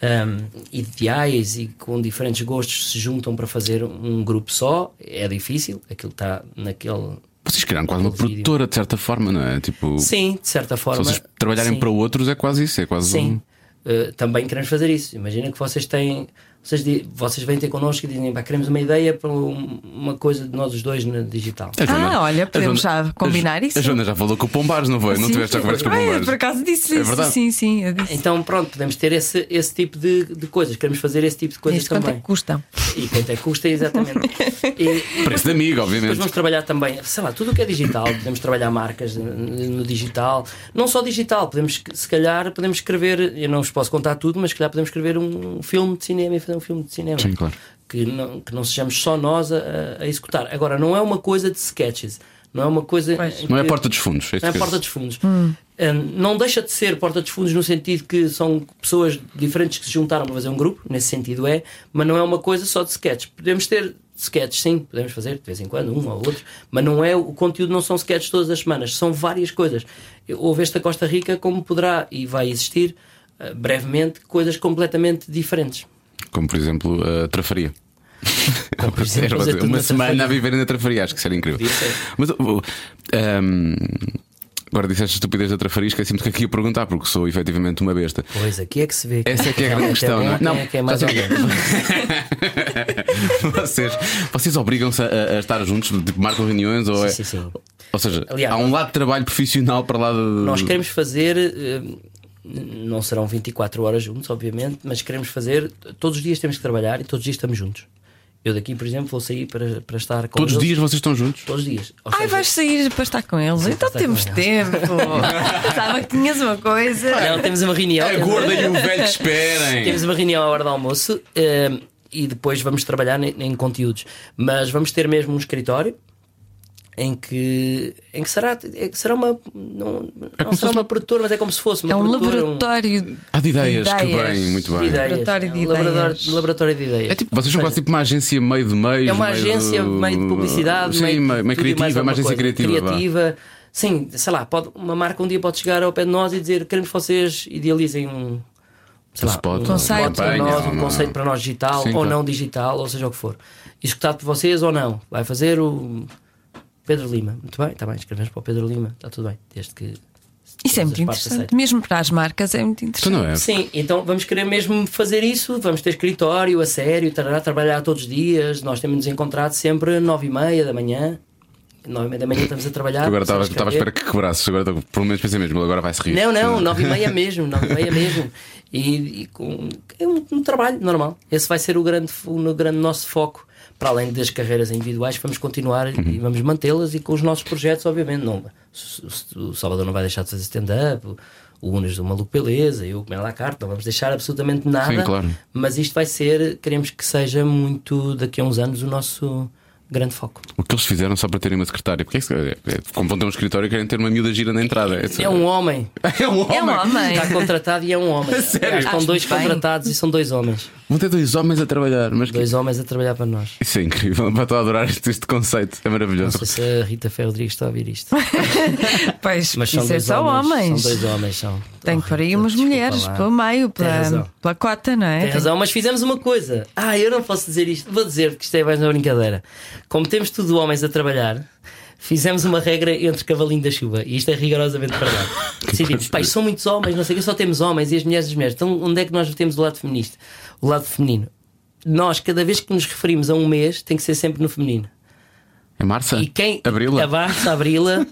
S4: ahm, ideais e com diferentes gostos se juntam para fazer um grupo só. É difícil, aquilo está naquele.
S2: Vocês criaram quase uma
S4: Aquele vídeo.
S2: produtora, de certa forma, não é? Tipo,
S4: Sim, de certa
S2: se
S4: forma.
S2: vocês trabalharem
S4: sim.
S2: para outros, é quase isso, é quase um-
S4: Sim. Uh, também queremos fazer isso. Imagina que vocês têm. Vocês, di- vocês vêm ter connosco e dizem: pá, queremos uma ideia para um- uma coisa de nós os dois na digital.
S2: A Joana-
S3: Ah, olha,
S2: a
S3: podemos
S2: Joana-
S3: já combinar
S2: a-
S3: isso?
S2: A Joana já falou com o Pombares, não foi? Não
S3: Sim.
S2: tiveste a conversa com o
S3: Ah, eu
S2: Pombares.
S3: Por acaso disse
S2: É
S3: isso.
S2: verdade.
S3: sim, sim, eu disse.
S4: Então, pronto, podemos ter esse, esse tipo de, de coisas. Queremos fazer esse tipo de coisas
S3: Diz quanto é
S4: também.
S3: que custam?
S4: E quanto é que custa, exatamente. E-
S2: Preço de amigo,
S4: Depois
S2: obviamente.
S4: vamos trabalhar também, sei lá, tudo o que é digital, podemos trabalhar marcas eh, no digital, não só digital, podemos, se calhar, podemos escrever, eu não vos posso contar tudo, mas se calhar podemos escrever um filme de cinema e fazer um filme de cinema.
S2: Sim, claro.
S4: Que não, que não sejamos só nós a, a executar. Agora, não é uma coisa de sketches, não é uma coisa. em
S2: Não é a
S4: que-
S2: porta dos fundos. este
S4: não é
S2: que-
S4: porta dos fundos. Hum, não deixa de ser porta dos fundos no sentido que são pessoas diferentes que se juntaram para fazer um grupo, nesse sentido é, mas não é uma coisa só de sketches. Podemos ter sketches, sim, podemos fazer de vez em quando, um ou outro, mas não é o conteúdo, não são sketches todas as semanas, são várias coisas. Houve esta Costa Rica, como poderá e vai existir eh, brevemente, coisas completamente diferentes.
S2: Como por exemplo a trafaria.
S4: Como, por exemplo,
S2: Era
S4: fazer é tudo
S2: É uma
S4: na
S2: semana
S4: trafaria.
S2: a viver na trafaria, acho que seria incrível.
S4: Podia ser.
S2: Mas uh, uh, um, agora disseste a estupidez da trafaria, esqueci-me do que aqui ia perguntar, porque sou efetivamente uma besta.
S4: Pois, aqui é que se vê.
S2: Essa é que é a grande
S4: Realmente
S2: questão,
S4: bom
S2: não é?
S4: quem
S2: Não,
S4: é que é mais
S2: sabe o
S4: ou menos.
S2: vocês vocês obrigam-se a, a- a estar juntos, tipo, marcam reuniões ou é-
S4: Sim, sim, sim.
S2: Ou seja,
S4: Aliás,
S2: há um lado de trabalho profissional para lá de.
S4: Nós queremos fazer, eh, não serão 24 horas juntos, obviamente, mas queremos fazer, todos os dias temos que trabalhar e todos os dias estamos juntos. Eu daqui, por exemplo, vou sair para, para estar com
S2: Todos os
S4: eles.
S2: dias vocês estão juntos.
S4: Todos os dias. Ou
S3: Ai,
S2: é.
S4: seja,
S3: vais sair para estar com eles? então
S4: estar
S3: temos
S4: com É
S3: tempo. Pensava que tinhas uma coisa.
S4: Não, temos uma reunião.
S2: É A
S4: temos-
S2: gorda e o velho que esperem.
S4: Temos uma reunião à hora do almoço eh, e depois vamos trabalhar em, em conteúdos. Mas vamos ter mesmo um escritório em que, em que será, é que será uma.
S2: É
S4: Não, não será uma produtora, mas é como se fosse uma
S3: É um
S4: produtora. um-
S3: laboratório.
S2: Há de ideias,
S3: Ideias.
S2: que bem, muito
S4: de
S2: bem.
S4: ideias.
S3: Laboratório
S4: É um
S3: de ideias.
S4: Laboratório, laboratório de ideias.
S2: É tipo, vocês são quase tipo uma agência meio de meios.
S4: É uma
S2: meio
S4: agência
S2: do-
S4: meio de publicidade,
S2: uh, Sim,
S4: meio,
S2: meio, meio
S4: tudo e mais
S2: criativa, uma
S4: alguma
S2: agência
S4: coisa.
S2: criativa. vá.
S4: Criativa. Sim, sei lá, pode, uma marca um dia pode chegar ao pé de nós e dizer queremos que vocês idealizem um,
S2: Um
S4: sei lá,
S2: spot,
S4: um
S2: uma
S3: Conceito.
S4: spot para
S2: campanha,
S4: nós, um
S2: uma-
S4: conceito para nós digital
S2: Sim,
S4: ou
S2: claro.
S4: não digital, ou seja o que for. Executado por vocês ou não. Vai fazer o Pedro Lima. Muito bem, está bem, escrevemos para o Pedro Lima, está tudo bem, desde que.
S3: Isso é
S4: todas
S3: muito
S4: as partes
S3: interessante.
S4: aceitem.
S3: Mesmo para as marcas é muito
S2: Tu
S3: interessante.
S2: não é?
S4: Sim, então vamos querer mesmo fazer isso, vamos ter escritório a sério, tarará, trabalhar todos os dias, nós temos nos encontrado sempre às nove e meia da manhã. Nove e meia da manhã estamos a trabalhar.
S2: Eu Agora
S4: estamos
S2: estava estava
S4: a
S2: à
S4: escrever.
S2: espera que quebrasses, agora estou- pelo menos pensei mesmo, ele agora vai se rir.
S4: é Não, não, nove e meia mesmo, nove e meia mesmo. E, e com, é um, um trabalho normal. Esse vai ser o grande, fo- o grande nosso foco. para além das carreiras individuais, vamos continuar e
S2: Uhum.
S4: vamos mantê-las e com os nossos projetos, obviamente. Não, o- o o Salvador não vai deixar de fazer stand-up, o- o Unas do Maluco Beleza, eu comendo lá carta, não vamos deixar absolutamente nada.
S2: Sim, claro.
S4: Mas isto vai ser, queremos que seja muito, daqui a uns anos, o nosso grande foco.
S2: O que eles fizeram só para terem uma secretária? Porque é que se- é, é, como vão ter um escritório, querem ter uma miúda gira na entrada.
S4: É um homem.
S2: É um homem.
S3: É um homem.
S4: Está contratado e é um homem.
S2: Sério?
S4: São dois
S3: Acho bem.
S4: contratados e são dois homens.
S2: Vão ter dois homens a trabalhar, mas que-
S4: Dois homens a trabalhar para nós.
S2: Isso é incrível. Pá, Estou a adorar este, este conceito. É
S4: Não
S2: maravilhoso.
S4: sei se a Rita Fé Rodrigues está a ouvir isto.
S3: Pois,
S4: Mas são
S3: isso é
S4: dois
S3: só homens.
S4: São dois homens, são.
S3: Tem que pôr aí umas
S4: Desculpa
S3: mulheres
S4: lá.
S3: pelo meio,
S4: Tem
S3: pela,
S4: razão.
S3: pela cota, não é?
S4: Tem razão, mas fizemos uma coisa. Ah, eu não posso dizer isto. Vou dizer, porque isto é mais uma brincadeira. Como temos tudo homens a trabalhar, fizemos uma regra entre cavalinho da chuva. E isto é rigorosamente verdade. Decidimos, pá, isto são muitos homens, não sei o que, só temos homens e as mulheres as mulheres. Então onde é que nós temos o lado feminista? O lado feminino. Nós, cada vez que nos referimos a um mês, tem que ser sempre no feminino.
S2: É Marça?
S4: E quem.
S2: Abrila?
S4: A Barça, Abrila,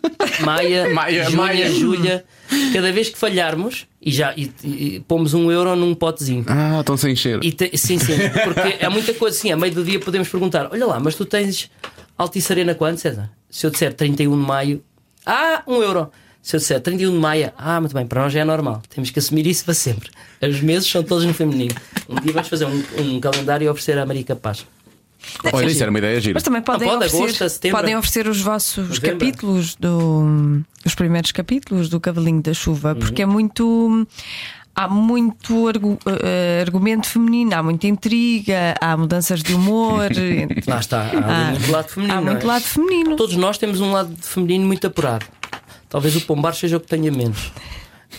S4: Maia,
S2: Maia,
S4: Júnia,
S2: Maia.
S4: Júlia. Cada vez que falharmos, e já e, e pomos um euro num potezinho.
S2: Ah, estão sem encher.
S4: E te- sim, sim, porque é muita coisa. Sim, a meio do dia podemos perguntar: olha lá, mas tu tens Altice Arena quando, César? Se eu disser 31 de maio, ah, um euro. Se eu disser 31 de maio, ah, muito bem, para nós já é normal. Temos que assumir isso para sempre. Os meses são todos no feminino. Um dia vais fazer um, um calendário e oferecer à América Paz.
S2: Olha, isso era uma ideia gira.
S3: Mas também podem,
S4: pode,
S3: oferecer,
S4: agosto, setembro.
S3: podem oferecer os vossos
S4: Novembro.
S3: capítulos do os primeiros capítulos do Cavalinho da Chuva,
S4: Uhum.
S3: porque é muito há muito argu- eh, argumento feminino, há muita intriga, há mudanças de humor. entre-
S4: Lá está, há
S3: Ah,
S4: muito lado feminino.
S3: há
S4: não
S3: muito
S4: é?
S3: lado feminino.
S4: Todos nós temos um lado feminino muito apurado. Talvez o Pombar seja o que tenha menos.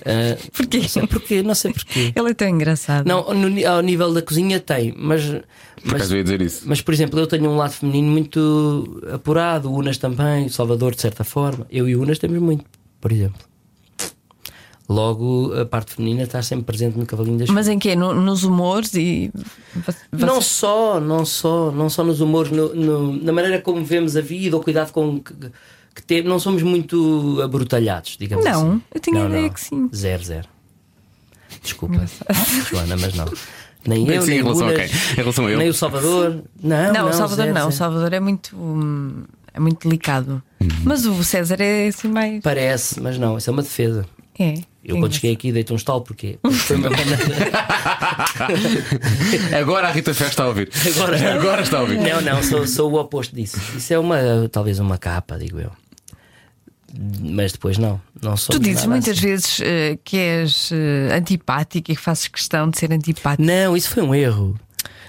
S4: Ah,
S3: Porquê?
S4: Não sei porquê, não sei porquê.
S3: Ele é tão engraçado.
S4: Não, no ni- ao nível da cozinha tem, mas.
S2: Por
S4: mas
S2: acaso eu ia dizer isso.
S4: mas, por exemplo, eu tenho um lado feminino muito apurado, o Unas também, o Salvador, de certa forma. Eu e o Unas temos muito, por exemplo. Logo, a parte feminina está sempre presente no cavalinho das
S3: Mas em quê? No- nos humores e vo-
S4: Não
S3: vocês-
S4: só, não só, não só nos humores, no- no- na maneira como vemos a vida, o cuidado com que, que temos, não somos muito abrutalhados, digamos
S3: Não,
S4: assim.
S3: eu tinha a ideia que sim.
S4: Zero, zero. Desculpa, Joana, mas não. Nem
S2: Bem,
S4: eu,
S2: sim,
S4: nem
S2: em relação a
S4: Unas,
S2: quem? Em relação a eu?
S4: Nem o Salvador. Não,
S3: Não, o Salvador
S4: zero,
S3: não, o
S4: zero.
S3: Salvador é muito hum, é muito delicado.
S2: Uhum.
S3: Mas o César é assim mais
S4: Parece, mas não, isso é uma defesa.
S3: é.
S4: Eu
S3: é
S4: quando cheguei aqui deito um estalo, porquê? Porque foi uma maneira.
S2: Agora a Rita Fé está a ouvir.
S4: Agora-
S2: Agora está a ouvir.
S4: Não, não, sou, sou o oposto disso. Isso é uma, talvez uma capa, digo eu. Mas depois não, não sou.
S3: Tu dizes
S4: nada
S3: muitas
S4: assim.
S3: vezes eh, que és eh, antipática e que fazes questão de ser antipática.
S4: Não, isso foi um erro.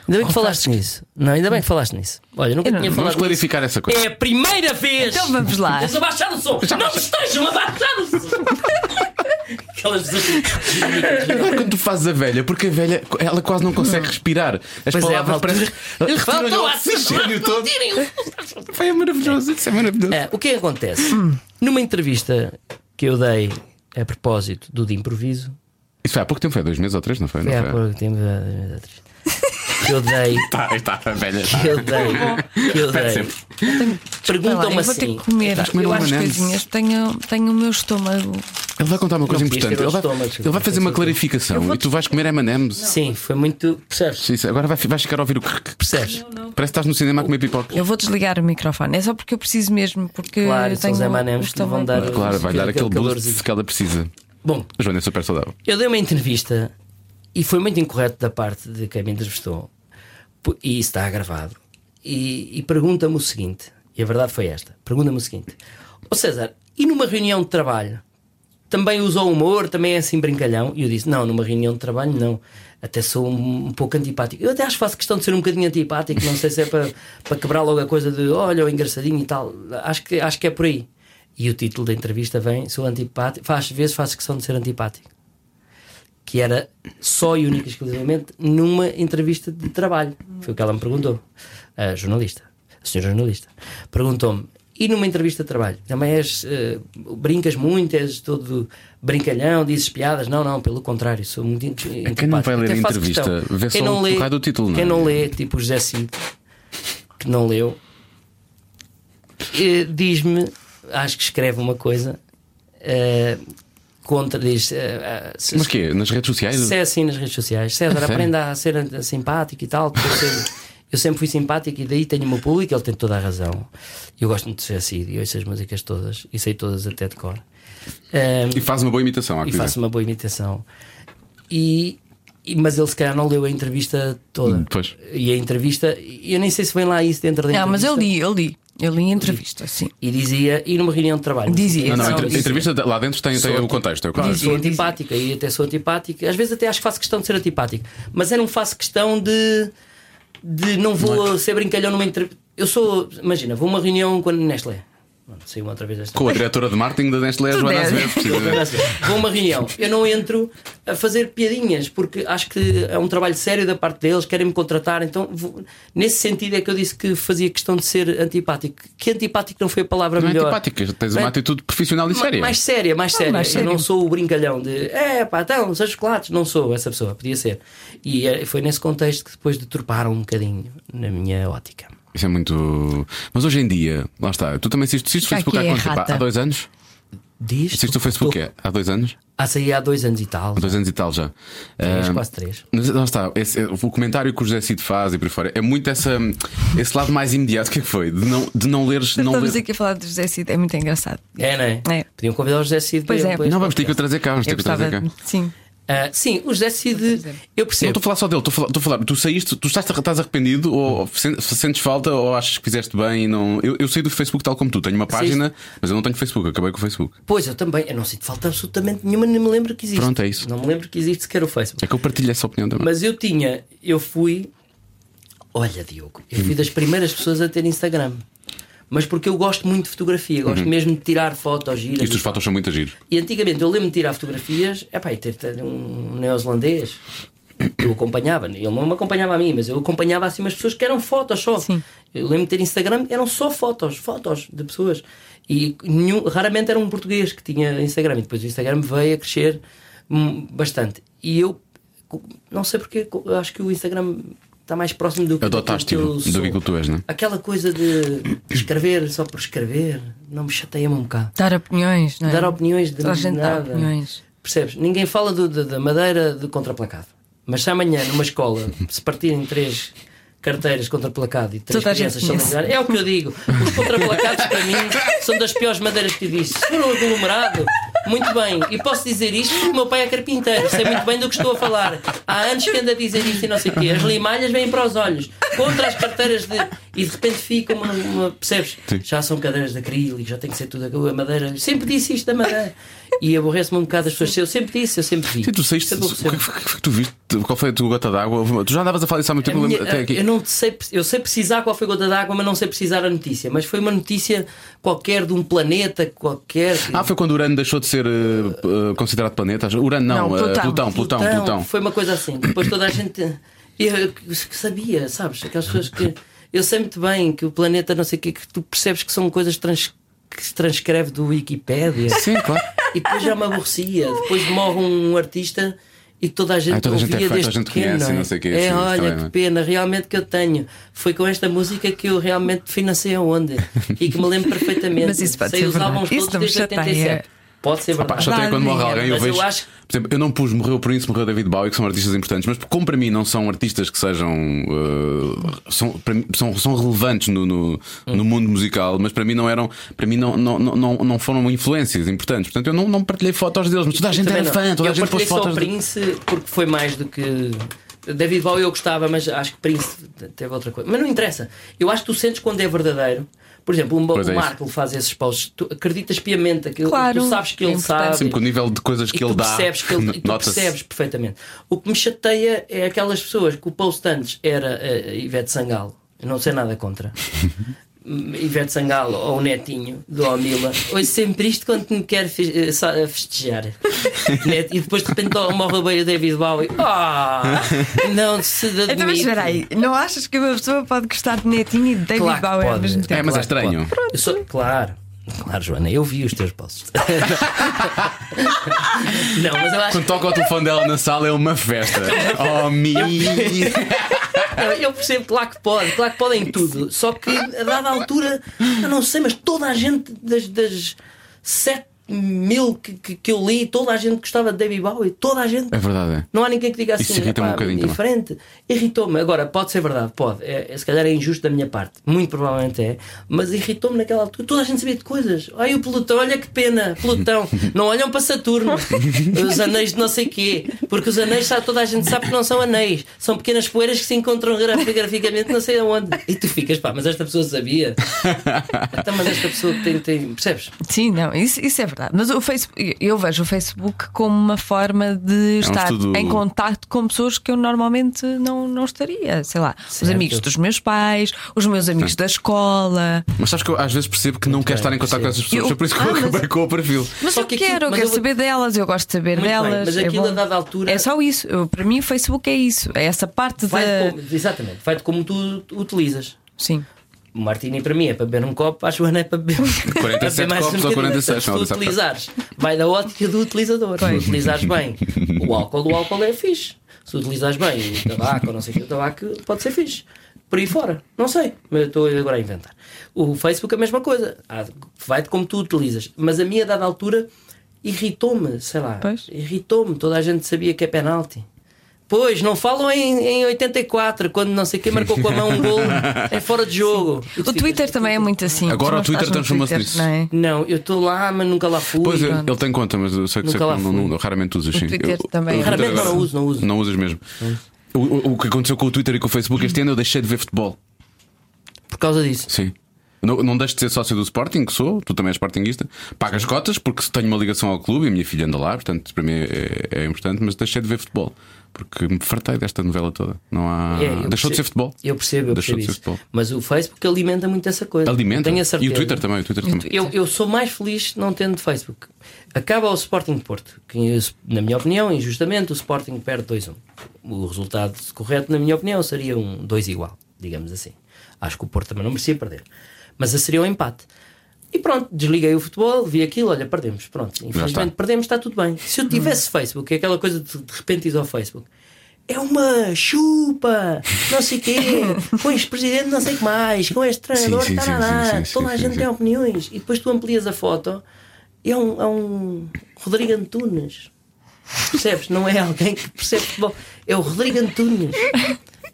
S4: Ainda bem que
S3: Oh,
S4: falaste
S3: Vasco.
S4: nisso. Não, ainda bem que falaste nisso. Olha, nunca
S3: Eu não-
S4: tinha
S2: Vamos
S4: falado nisso.
S2: clarificar essa coisa.
S4: É a primeira vez!
S3: Então vamos lá.
S4: Estás a baixar o som! Não me estejam a baixar o som! Aquelas
S2: É melhor quando tu fazes a velha, porque a velha ela quase não consegue respirar. As
S4: Pois é,
S2: palavras
S4: Walter.
S2: parecem. Eles retiram-lhe o oxigênio todo. Foi é maravilhoso, isso é maravilhoso.
S4: É, o que é que acontece?
S3: Hum.
S4: Numa entrevista que eu dei a propósito do de improviso, é,
S2: Isso foi há pouco tempo, foi há dois meses ou três, não foi?
S4: foi há
S2: não foi?
S4: pouco tempo, eh, que eu dei,
S2: Tá, está, a velha.
S4: que eu dei, que eu dei.
S2: sempre.
S4: Perguntam-me
S3: eu vou ter
S4: assim.
S3: que comer.
S2: que comer
S3: Eu
S2: um
S3: acho
S2: M&M's.
S3: coisinhas, tenho, tenho o meu estômago.
S2: Ele vai contar uma coisa
S4: podias ter
S2: importante. Ele
S4: dois
S2: vai,
S4: estômagos.
S2: ele vai fazer uma clarificação e tu vais comer M&M's.
S4: Sim, foi muito. Percebes?
S2: Isso, Agora vai- vais ficar a ouvir o crrr.
S4: Percebes?
S2: Parece que estás no cinema a comer pipoca.
S3: Eu vou desligar o microfone. É só porque eu preciso mesmo, porque
S4: Claro,
S3: eu
S4: são
S3: tenho
S4: os
S3: o
S4: M&M's que lhe
S3: estômago.
S4: vão dar.
S2: Claro, vai dar aquele boost
S4: calorzinho.
S2: que ela precisa.
S4: Bom,
S2: A Joana é super saudável.
S4: Eu dei uma entrevista e foi muito incorreto da parte de quem me entrevistou, po- e isso está gravado. E, e pergunta-me o seguinte: e a verdade foi esta, pergunta-me o seguinte, Ó César, e numa reunião de trabalho também usa o humor, também é assim brincalhão? E eu disse: não, numa reunião de trabalho não. Até sou um, um pouco antipático. Eu até acho que faço questão de ser um bocadinho antipático, não sei se é para, para quebrar logo a coisa de olha, o engraçadinho e tal. Acho que, acho que é por aí. E o título da entrevista vem: sou antipático, faz vezes faço questão de ser antipático que era só e única e exclusivamente numa entrevista de trabalho. Foi o que ela me perguntou. A jornalista, a senhora jornalista, perguntou-me: e numa entrevista de trabalho? Também és. eh, brincas muito, és todo brincalhão, dizes piadas? Não, não, pelo contrário, sou muito. int-
S2: quem não vai
S4: antipático.
S2: ler a
S4: Até faço
S2: entrevista,
S4: questão.
S2: vê
S4: Quem
S2: só
S4: não
S2: o
S4: lê-
S2: raio do título, não é?
S4: Quem não lê, tipo o José Cid, que não leu, eh, diz-me, acho que escreve uma coisa. eh, contra, diz. eh, ah, se-
S2: Mas
S4: é
S2: quê? Nas redes sociais?
S4: se é assim nas redes sociais, César,
S2: sério?
S4: aprenda a ser an- simpático e tal. depois ser- Eu sempre fui simpático e daí tenho o meu público, ele tem toda a razão. Eu gosto muito de ser assim, e ouço as músicas todas, e sei todas até de cor. Ahm,
S2: E faz uma boa imitação, há que
S4: e
S2: dizer.
S4: faço uma boa imitação. E, e- mas ele se calhar não leu a entrevista toda.
S2: Hum, pois.
S4: E a entrevista, e eu nem sei se vem lá isso dentro da
S3: Não, É, mas
S4: entrevista.
S3: eu li, eu li. Eu li em entrevista, sim.
S4: E dizia, e numa reunião de trabalho.
S3: Dizia.
S2: Não, não, a
S3: Não,
S2: entre-
S3: isso-
S2: a entrevista lá dentro tem, tem
S4: Sou-
S2: o contexto. é o contexto.
S4: Sou antipática e até sou antipática. Às vezes até acho que faço questão de ser antipático, mas eu não faço questão de, de não é vou ser brincalhão numa entrevista. Eu sou, imagina, vou a uma reunião com a Nestlé. Mano, Saiu outra vez desta.
S2: Com a diretora de marketing da Nestlé, Joana
S3: deve.
S2: Azevedo, precisamente.
S4: Vou a uma reunião, eu não entro a fazer piadinhas porque acho que é um trabalho sério da parte deles, querem me contratar. Então, vou- nesse sentido, é que eu disse que fazia questão de ser antipático. Que antipático não foi a palavra
S2: Não é
S4: melhor?
S2: antipática, tens
S4: Bem,
S2: uma atitude profissional e
S4: Ma-
S2: séria. Ah,
S4: Mais séria, mais séria.
S3: mais
S4: Eu
S3: sério.
S4: não sou o brincalhão de é pá, então, seus chocolates. Não sou essa pessoa, podia ser. E eh, foi nesse contexto que depois deturparam um bocadinho na minha ótica.
S2: Isso é muito. Mas hoje em dia, lá está, tu também assististe assiste
S3: Já
S2: Facebook há
S3: aqui é
S2: quanto tempo?
S3: rata.
S2: Há dois anos?
S4: Diz?
S2: Assististe o Facebook é? há dois anos?
S4: A sair há dois anos e tal.
S2: Há dois anos e tal já.
S4: Três,
S2: Ah,
S4: quase três.
S2: Mas lá está, esse- eh, o comentário que o José Cid faz e por aí fora é muito essa, esse lado mais imediato. O que é que foi? De não, de não leres. Não,
S3: Estamos
S2: ler-
S3: aqui a falar de José Cid, é muito engraçado.
S4: É, não é?
S3: É.
S4: Podiam convidar o José Cid
S3: Pois
S4: para
S3: é.
S4: ele, pois.
S2: não vamos ter que o trazer cá. Vamos ter
S3: Eu
S2: que o trazer cá.
S3: gostava.
S2: Não
S3: Sim.
S4: Ah, sim, o José Cid, eu percebo.
S2: estou a falar só dele, estou a falar, estou a falar. Tu saíste, tu estás, estás arrependido ou sen- sentes falta ou achas que fizeste bem e não. Eu, eu saí do Facebook tal como tu, tenho uma
S4: Saíste-
S2: página, mas eu não tenho Facebook, acabei com o Facebook.
S4: Pois eu também, eu não sinto falta absolutamente nenhuma, nem me lembro que existe.
S2: Pronto, é isso.
S4: Não me lembro que existe sequer o Facebook.
S2: É que eu partilho essa opinião também.
S4: Mas eu tinha, eu fui. Olha, Diogo, eu fui das primeiras pessoas a ter Instagram. Mas porque eu gosto muito de fotografia, gosto mesmo de tirar fotos, giras.
S2: E os teus fotos são muito giros.
S4: E antigamente eu lembro de tirar fotografias, é pá, e ter ter um neozelandês. Eu acompanhava, né? ele não me acompanhava a mim, mas eu acompanhava assim umas pessoas que eram fotos só.
S3: Sim.
S4: Eu lembro de ter Instagram, eram só fotos, fotos de pessoas. E nenhum- raramente era um português que tinha Instagram. E depois o Instagram veio a crescer hum, bastante. E eu co- não sei porque, co- eu acho que o Instagram está mais próximo do que
S2: Adotaste-o,
S4: daquilo que eu
S2: do
S4: sou.
S2: que tu és, não é?
S4: Aquela coisa de escrever só por escrever, não me chateia-me um bocado.
S3: Dar opiniões, não é?
S4: Dar opiniões de
S3: Toda a gente dá
S4: nada.
S3: opiniões.
S4: Percebes? Ninguém fala do- da- da madeira de contraplacado. Mas se amanhã numa escola se partirem três carteiras contraplacado e três
S3: Toda a gente
S4: crianças são é o que eu digo. Os contraplacados para mim são das piores madeiras que disse. Se for um aglomerado, muito bem. E posso dizer isto porque o meu pai é carpinteiro, sei muito bem do que estou a falar. Há anos que anda a dizer isto e não sei o quê. As limalhas vêm para os olhos, contra as carteiras de. E de repente ficam uma, uma- percebes? Já são cadeiras de acrílico, já tem que ser tudo aquilo, a madeira. Sempre disse isto da madeira. E aborrece-me um bocado as pessoas. Eu sempre disse, eu sempre vi.
S2: Sim, tu saíste. O
S4: Sempre
S2: que,
S4: aborreceu.
S2: é o que- o que tu viste? Qual foi a tua gota d'água? Tu já andavas a falar isso há muito
S4: A
S2: tempo. é
S4: minha-
S2: lembro- até aqui.
S4: Eu não sei, eu sei precisar qual foi a gota d'água, mas não sei precisar a notícia. Mas foi uma notícia qualquer de um planeta qualquer.
S2: Ah, foi quando Urano deixou de ser eh, eh, considerado planeta? Urano não,
S3: Não,
S2: eh,
S3: Plutão.
S2: Plutão, Plutão, Plutão.
S4: Então, Foi uma coisa assim. Depois toda a gente. Eu que sabia, sabes? Aquelas pessoas que. Eu sei muito bem que o planeta, não sei o que, que tu percebes que são coisas trans- que se transcreve do Wikipédia.
S2: Sim, claro.
S4: E depois já me aborrecia. Depois morre um artista e toda a gente
S2: Ah, toda a gente é
S4: ouvia
S2: fã,
S4: desde
S2: toda a gente
S4: pequeno,
S2: conhece,
S4: não é?
S2: não sei o quê,
S4: É,
S2: sim,
S4: olha
S2: também,
S4: que
S2: não é?
S4: pena realmente que eu tenho. Foi com esta música que eu realmente financei a onda e que me lembro perfeitamente.
S3: Mas isso pode
S4: Sei
S3: ser
S4: os
S3: verdade.
S4: álbuns
S3: Isso
S4: todos
S3: não me
S4: desde
S3: chateia.
S2: é.
S4: 87. Pode ser
S2: Pá,
S4: verdade.
S2: chateia quando morre alguém, eu
S4: Mas eu
S2: vejo.
S4: acho-
S2: Por exemplo, eu não pus morreu o Prince, morreu David Bowie, que são artistas importantes, mas como para mim não são artistas que sejam. eh, são, para mim- são, são relevantes no, no, no mundo musical, mas para mim não eram. Para mim não, não, não- não, não foram influências importantes. Portanto, eu não, não partilhei fotos deles, mas toda a gente
S4: Também
S2: era
S4: não.
S2: fã, toda
S4: eu
S2: a gente pôs
S4: partilhei só
S2: fotos.
S4: o
S2: de-
S4: Prince porque foi mais do que. David Bowie eu gostava, mas acho que Prince teve outra coisa. Mas não interessa. Eu acho que tu sentes quando é verdadeiro. Por exemplo, um,
S2: Pois é
S4: o
S2: isso.
S4: Marco faz esses posts, tu acreditas piamente aquilo,
S3: Claro.
S4: tu sabes que
S3: É
S4: ele
S3: importante.
S4: sabe.
S2: Sempre com o nível de coisas
S4: E
S2: que ele
S4: tu
S2: dá.
S4: percebes que ele, e tu
S2: nota-se.
S4: percebes perfeitamente. O que me chateia é aquelas pessoas que o post antes era eh, Ivete Sangalo. Eu não sei nada contra. Hum, Ivete Sangalo ou o netinho do Omila. Ouço sempre isto quando me quero fe- eh, sa- festejar. Net- e depois de repente oh, morre o bem o David Bowie. Ah! não se admite.
S3: Então, mas espera aí, não achas que uma pessoa pode gostar de Netinho e de David
S4: Claro que
S3: Bowie ao
S4: pode.
S3: mesmo
S2: É,
S3: tempo?
S2: mas é
S4: Claro que
S2: estranho.
S4: Eu sou- claro. Claro, Joana, eu vi os teus posts. não, mas eu acho
S2: Quando toca o telefone dela na sala é uma festa. Oh, mi.
S4: Não, Ah, Eu percebo, claro que pode, claro que podem tudo. Só que a dada altura, eu não sei, mas toda a gente das, das sete mil que, que, que eu li, toda a gente gostava de David Bowie, toda a gente.
S2: É verdade, é.
S4: Não há ninguém que diga assim,
S2: Isso irrita-me um
S4: "Epá,
S2: bocadinho também."
S4: diferente. Irritou-me. Agora, pode ser verdade, pode. É, é- se calhar é injusto da minha parte. Muito provavelmente é. Mas irritou-me naquela altura. Toda a gente sabia de coisas. Ai, o Plutão, olha que pena. Plutão. Não olham para Saturno. Os anéis de não sei quê. Porque os anéis, sabe, toda a gente sabe que não são anéis. São pequenas poeiras que se encontram graf- graficamente não sei aonde. E tu ficas, pá, mas esta pessoa sabia. Então, mas esta pessoa tem. tem percebes?
S3: Sim, não, isso, isso é verdade. Mas o Facebook, eu vejo o Facebook como uma forma de estar
S2: É um estudo-
S3: em contacto com pessoas que eu normalmente não, não estaria. Sei lá, os
S4: Certo.
S3: amigos dos meus pais, os meus amigos da escola.
S2: Mas sabes que eu às vezes percebo que não quero estar em contato com essas pessoas,
S3: Eu-
S2: foi por isso que eu
S3: Ah, mas-
S2: acabei com o perfil.
S3: Mas
S4: Só
S3: eu
S4: que aquilo-
S3: quero, eu
S4: mas
S3: quero
S4: eu vou-
S3: saber delas, eu gosto de saber
S4: Muito bem,
S3: delas.
S4: mas
S3: é
S4: aquilo
S3: bom.
S4: a dada altura-
S3: É só isso. Eu- para mim, o Facebook é isso. É essa parte
S4: Vai
S3: da.
S4: como- exatamente. Vai de como tu utilizas.
S3: Sim.
S4: O Martini para mim é para beber um copo, a Joana é para beber
S2: 47
S4: para beber mais um
S2: copos ou
S4: bocadinho.
S2: 46,
S4: Se
S2: não,
S4: tu
S2: disse há bocado.
S4: utilizares, vai da ótica do utilizador. Se utilizares bem o álcool, o álcool é fixe. Se utilizares bem o tabaco, ou não sei o que, o tabaco pode ser fixe. Por aí fora, não sei, mas eu estou agora a inventar. O Facebook é a mesma coisa, Há- vai de como tu utilizas, mas a minha, a dada altura, irritou-me, sei lá,
S3: Pois.
S4: irritou-me. Toda a gente sabia que é penalti. Pois, não falam em, em 84, quando não sei quem marcou com a mão um gol, é fora de jogo. E tu
S3: O Twitter
S4: ficas,
S3: também é muito assim.
S2: Agora
S3: Tu não
S2: o Twitter
S3: estás no
S2: transforma-se
S3: Twitter,
S2: nisso.
S3: não é?
S4: Não, eu estou lá, mas nunca lá fui.
S2: Pois é. eu-
S3: pronto.
S2: ele tem conta, mas eu sei que, sei
S4: Nunca
S2: que
S4: lá
S2: não,
S4: fui.
S2: não- raramente usas.
S3: O
S2: sim.
S3: Twitter
S2: Eu-
S3: também.
S2: eu-
S4: Raramente,
S2: agora-
S4: não uso, não Hum. uso.
S2: Não usas mesmo. O, o- o que aconteceu com o Twitter e com o Facebook este ano, eu deixei de ver futebol.
S4: Por causa disso.
S2: Sim. Não, não deixes de ser sócio do Sporting, que sou, tu também és Sportingista. Pagas cotas porque tenho uma ligação ao clube e a minha filha anda lá, portanto para mim é, é importante, mas deixei de ver futebol porque me fartei desta novela toda. Não há...
S4: É, eu
S2: Ah, Deixou
S4: percebo.
S2: de ser futebol.
S4: Eu percebo, eu
S2: Deixou
S4: percebo
S2: de ser
S4: isso.
S2: futebol.
S4: Mas o Facebook alimenta muito essa coisa.
S2: Alimenta.
S4: Tenho a
S2: E
S4: certeza.
S2: o Twitter também, o Twitter também.
S3: Twitter.
S4: Eu, eu sou mais feliz não tendo Facebook. Acaba o Sporting Porto, que eu, na minha opinião, injustamente, o Sporting perde 2-1. O resultado correto, na minha opinião, seria um 2 igual, digamos assim. Acho que o Porto também não merecia perder. Mas esse seria um empate. E pronto, desliguei o futebol, vi aquilo, olha, perdemos. Pronto, infelizmente perdemos, está tudo bem. Se eu tivesse Facebook, é aquela coisa de de repente ir ao Facebook. É uma chupa, não sei quê, com este presidente não sei o que mais, com este treinador,
S2: sim, sim,
S4: tarará,
S2: sim, sim,
S4: toda
S2: sim,
S4: a
S2: sim,
S4: gente
S2: sim.
S4: tem opiniões. E depois tu amplias a foto e é um, é um Rodrigo Antunes. Percebes? Não é alguém que percebe futebol. É o Rodrigo Antunes.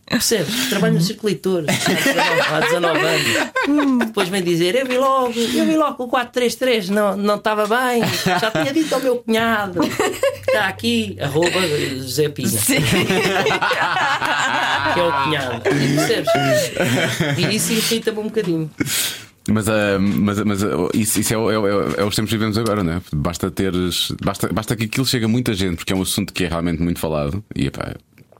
S4: Percebes? Trabalho no circo leitor há 19 anos. Depois vem dizer: Eu vi logo, eu vi logo que o 433, não não estava bem. Já tinha dito ao meu cunhado. Está aqui, arroba José Pina. Que é o cunhado. Percebes? E isso irrita-me um bocadinho.
S2: Mas, ah, mas, mas ah, isso, isso é, o- é o- é o- é os tempos que vivemos agora, não é? Basta teres. Basta, basta que aquilo chegue a muita gente, porque é um assunto que é realmente muito falado. E, epá,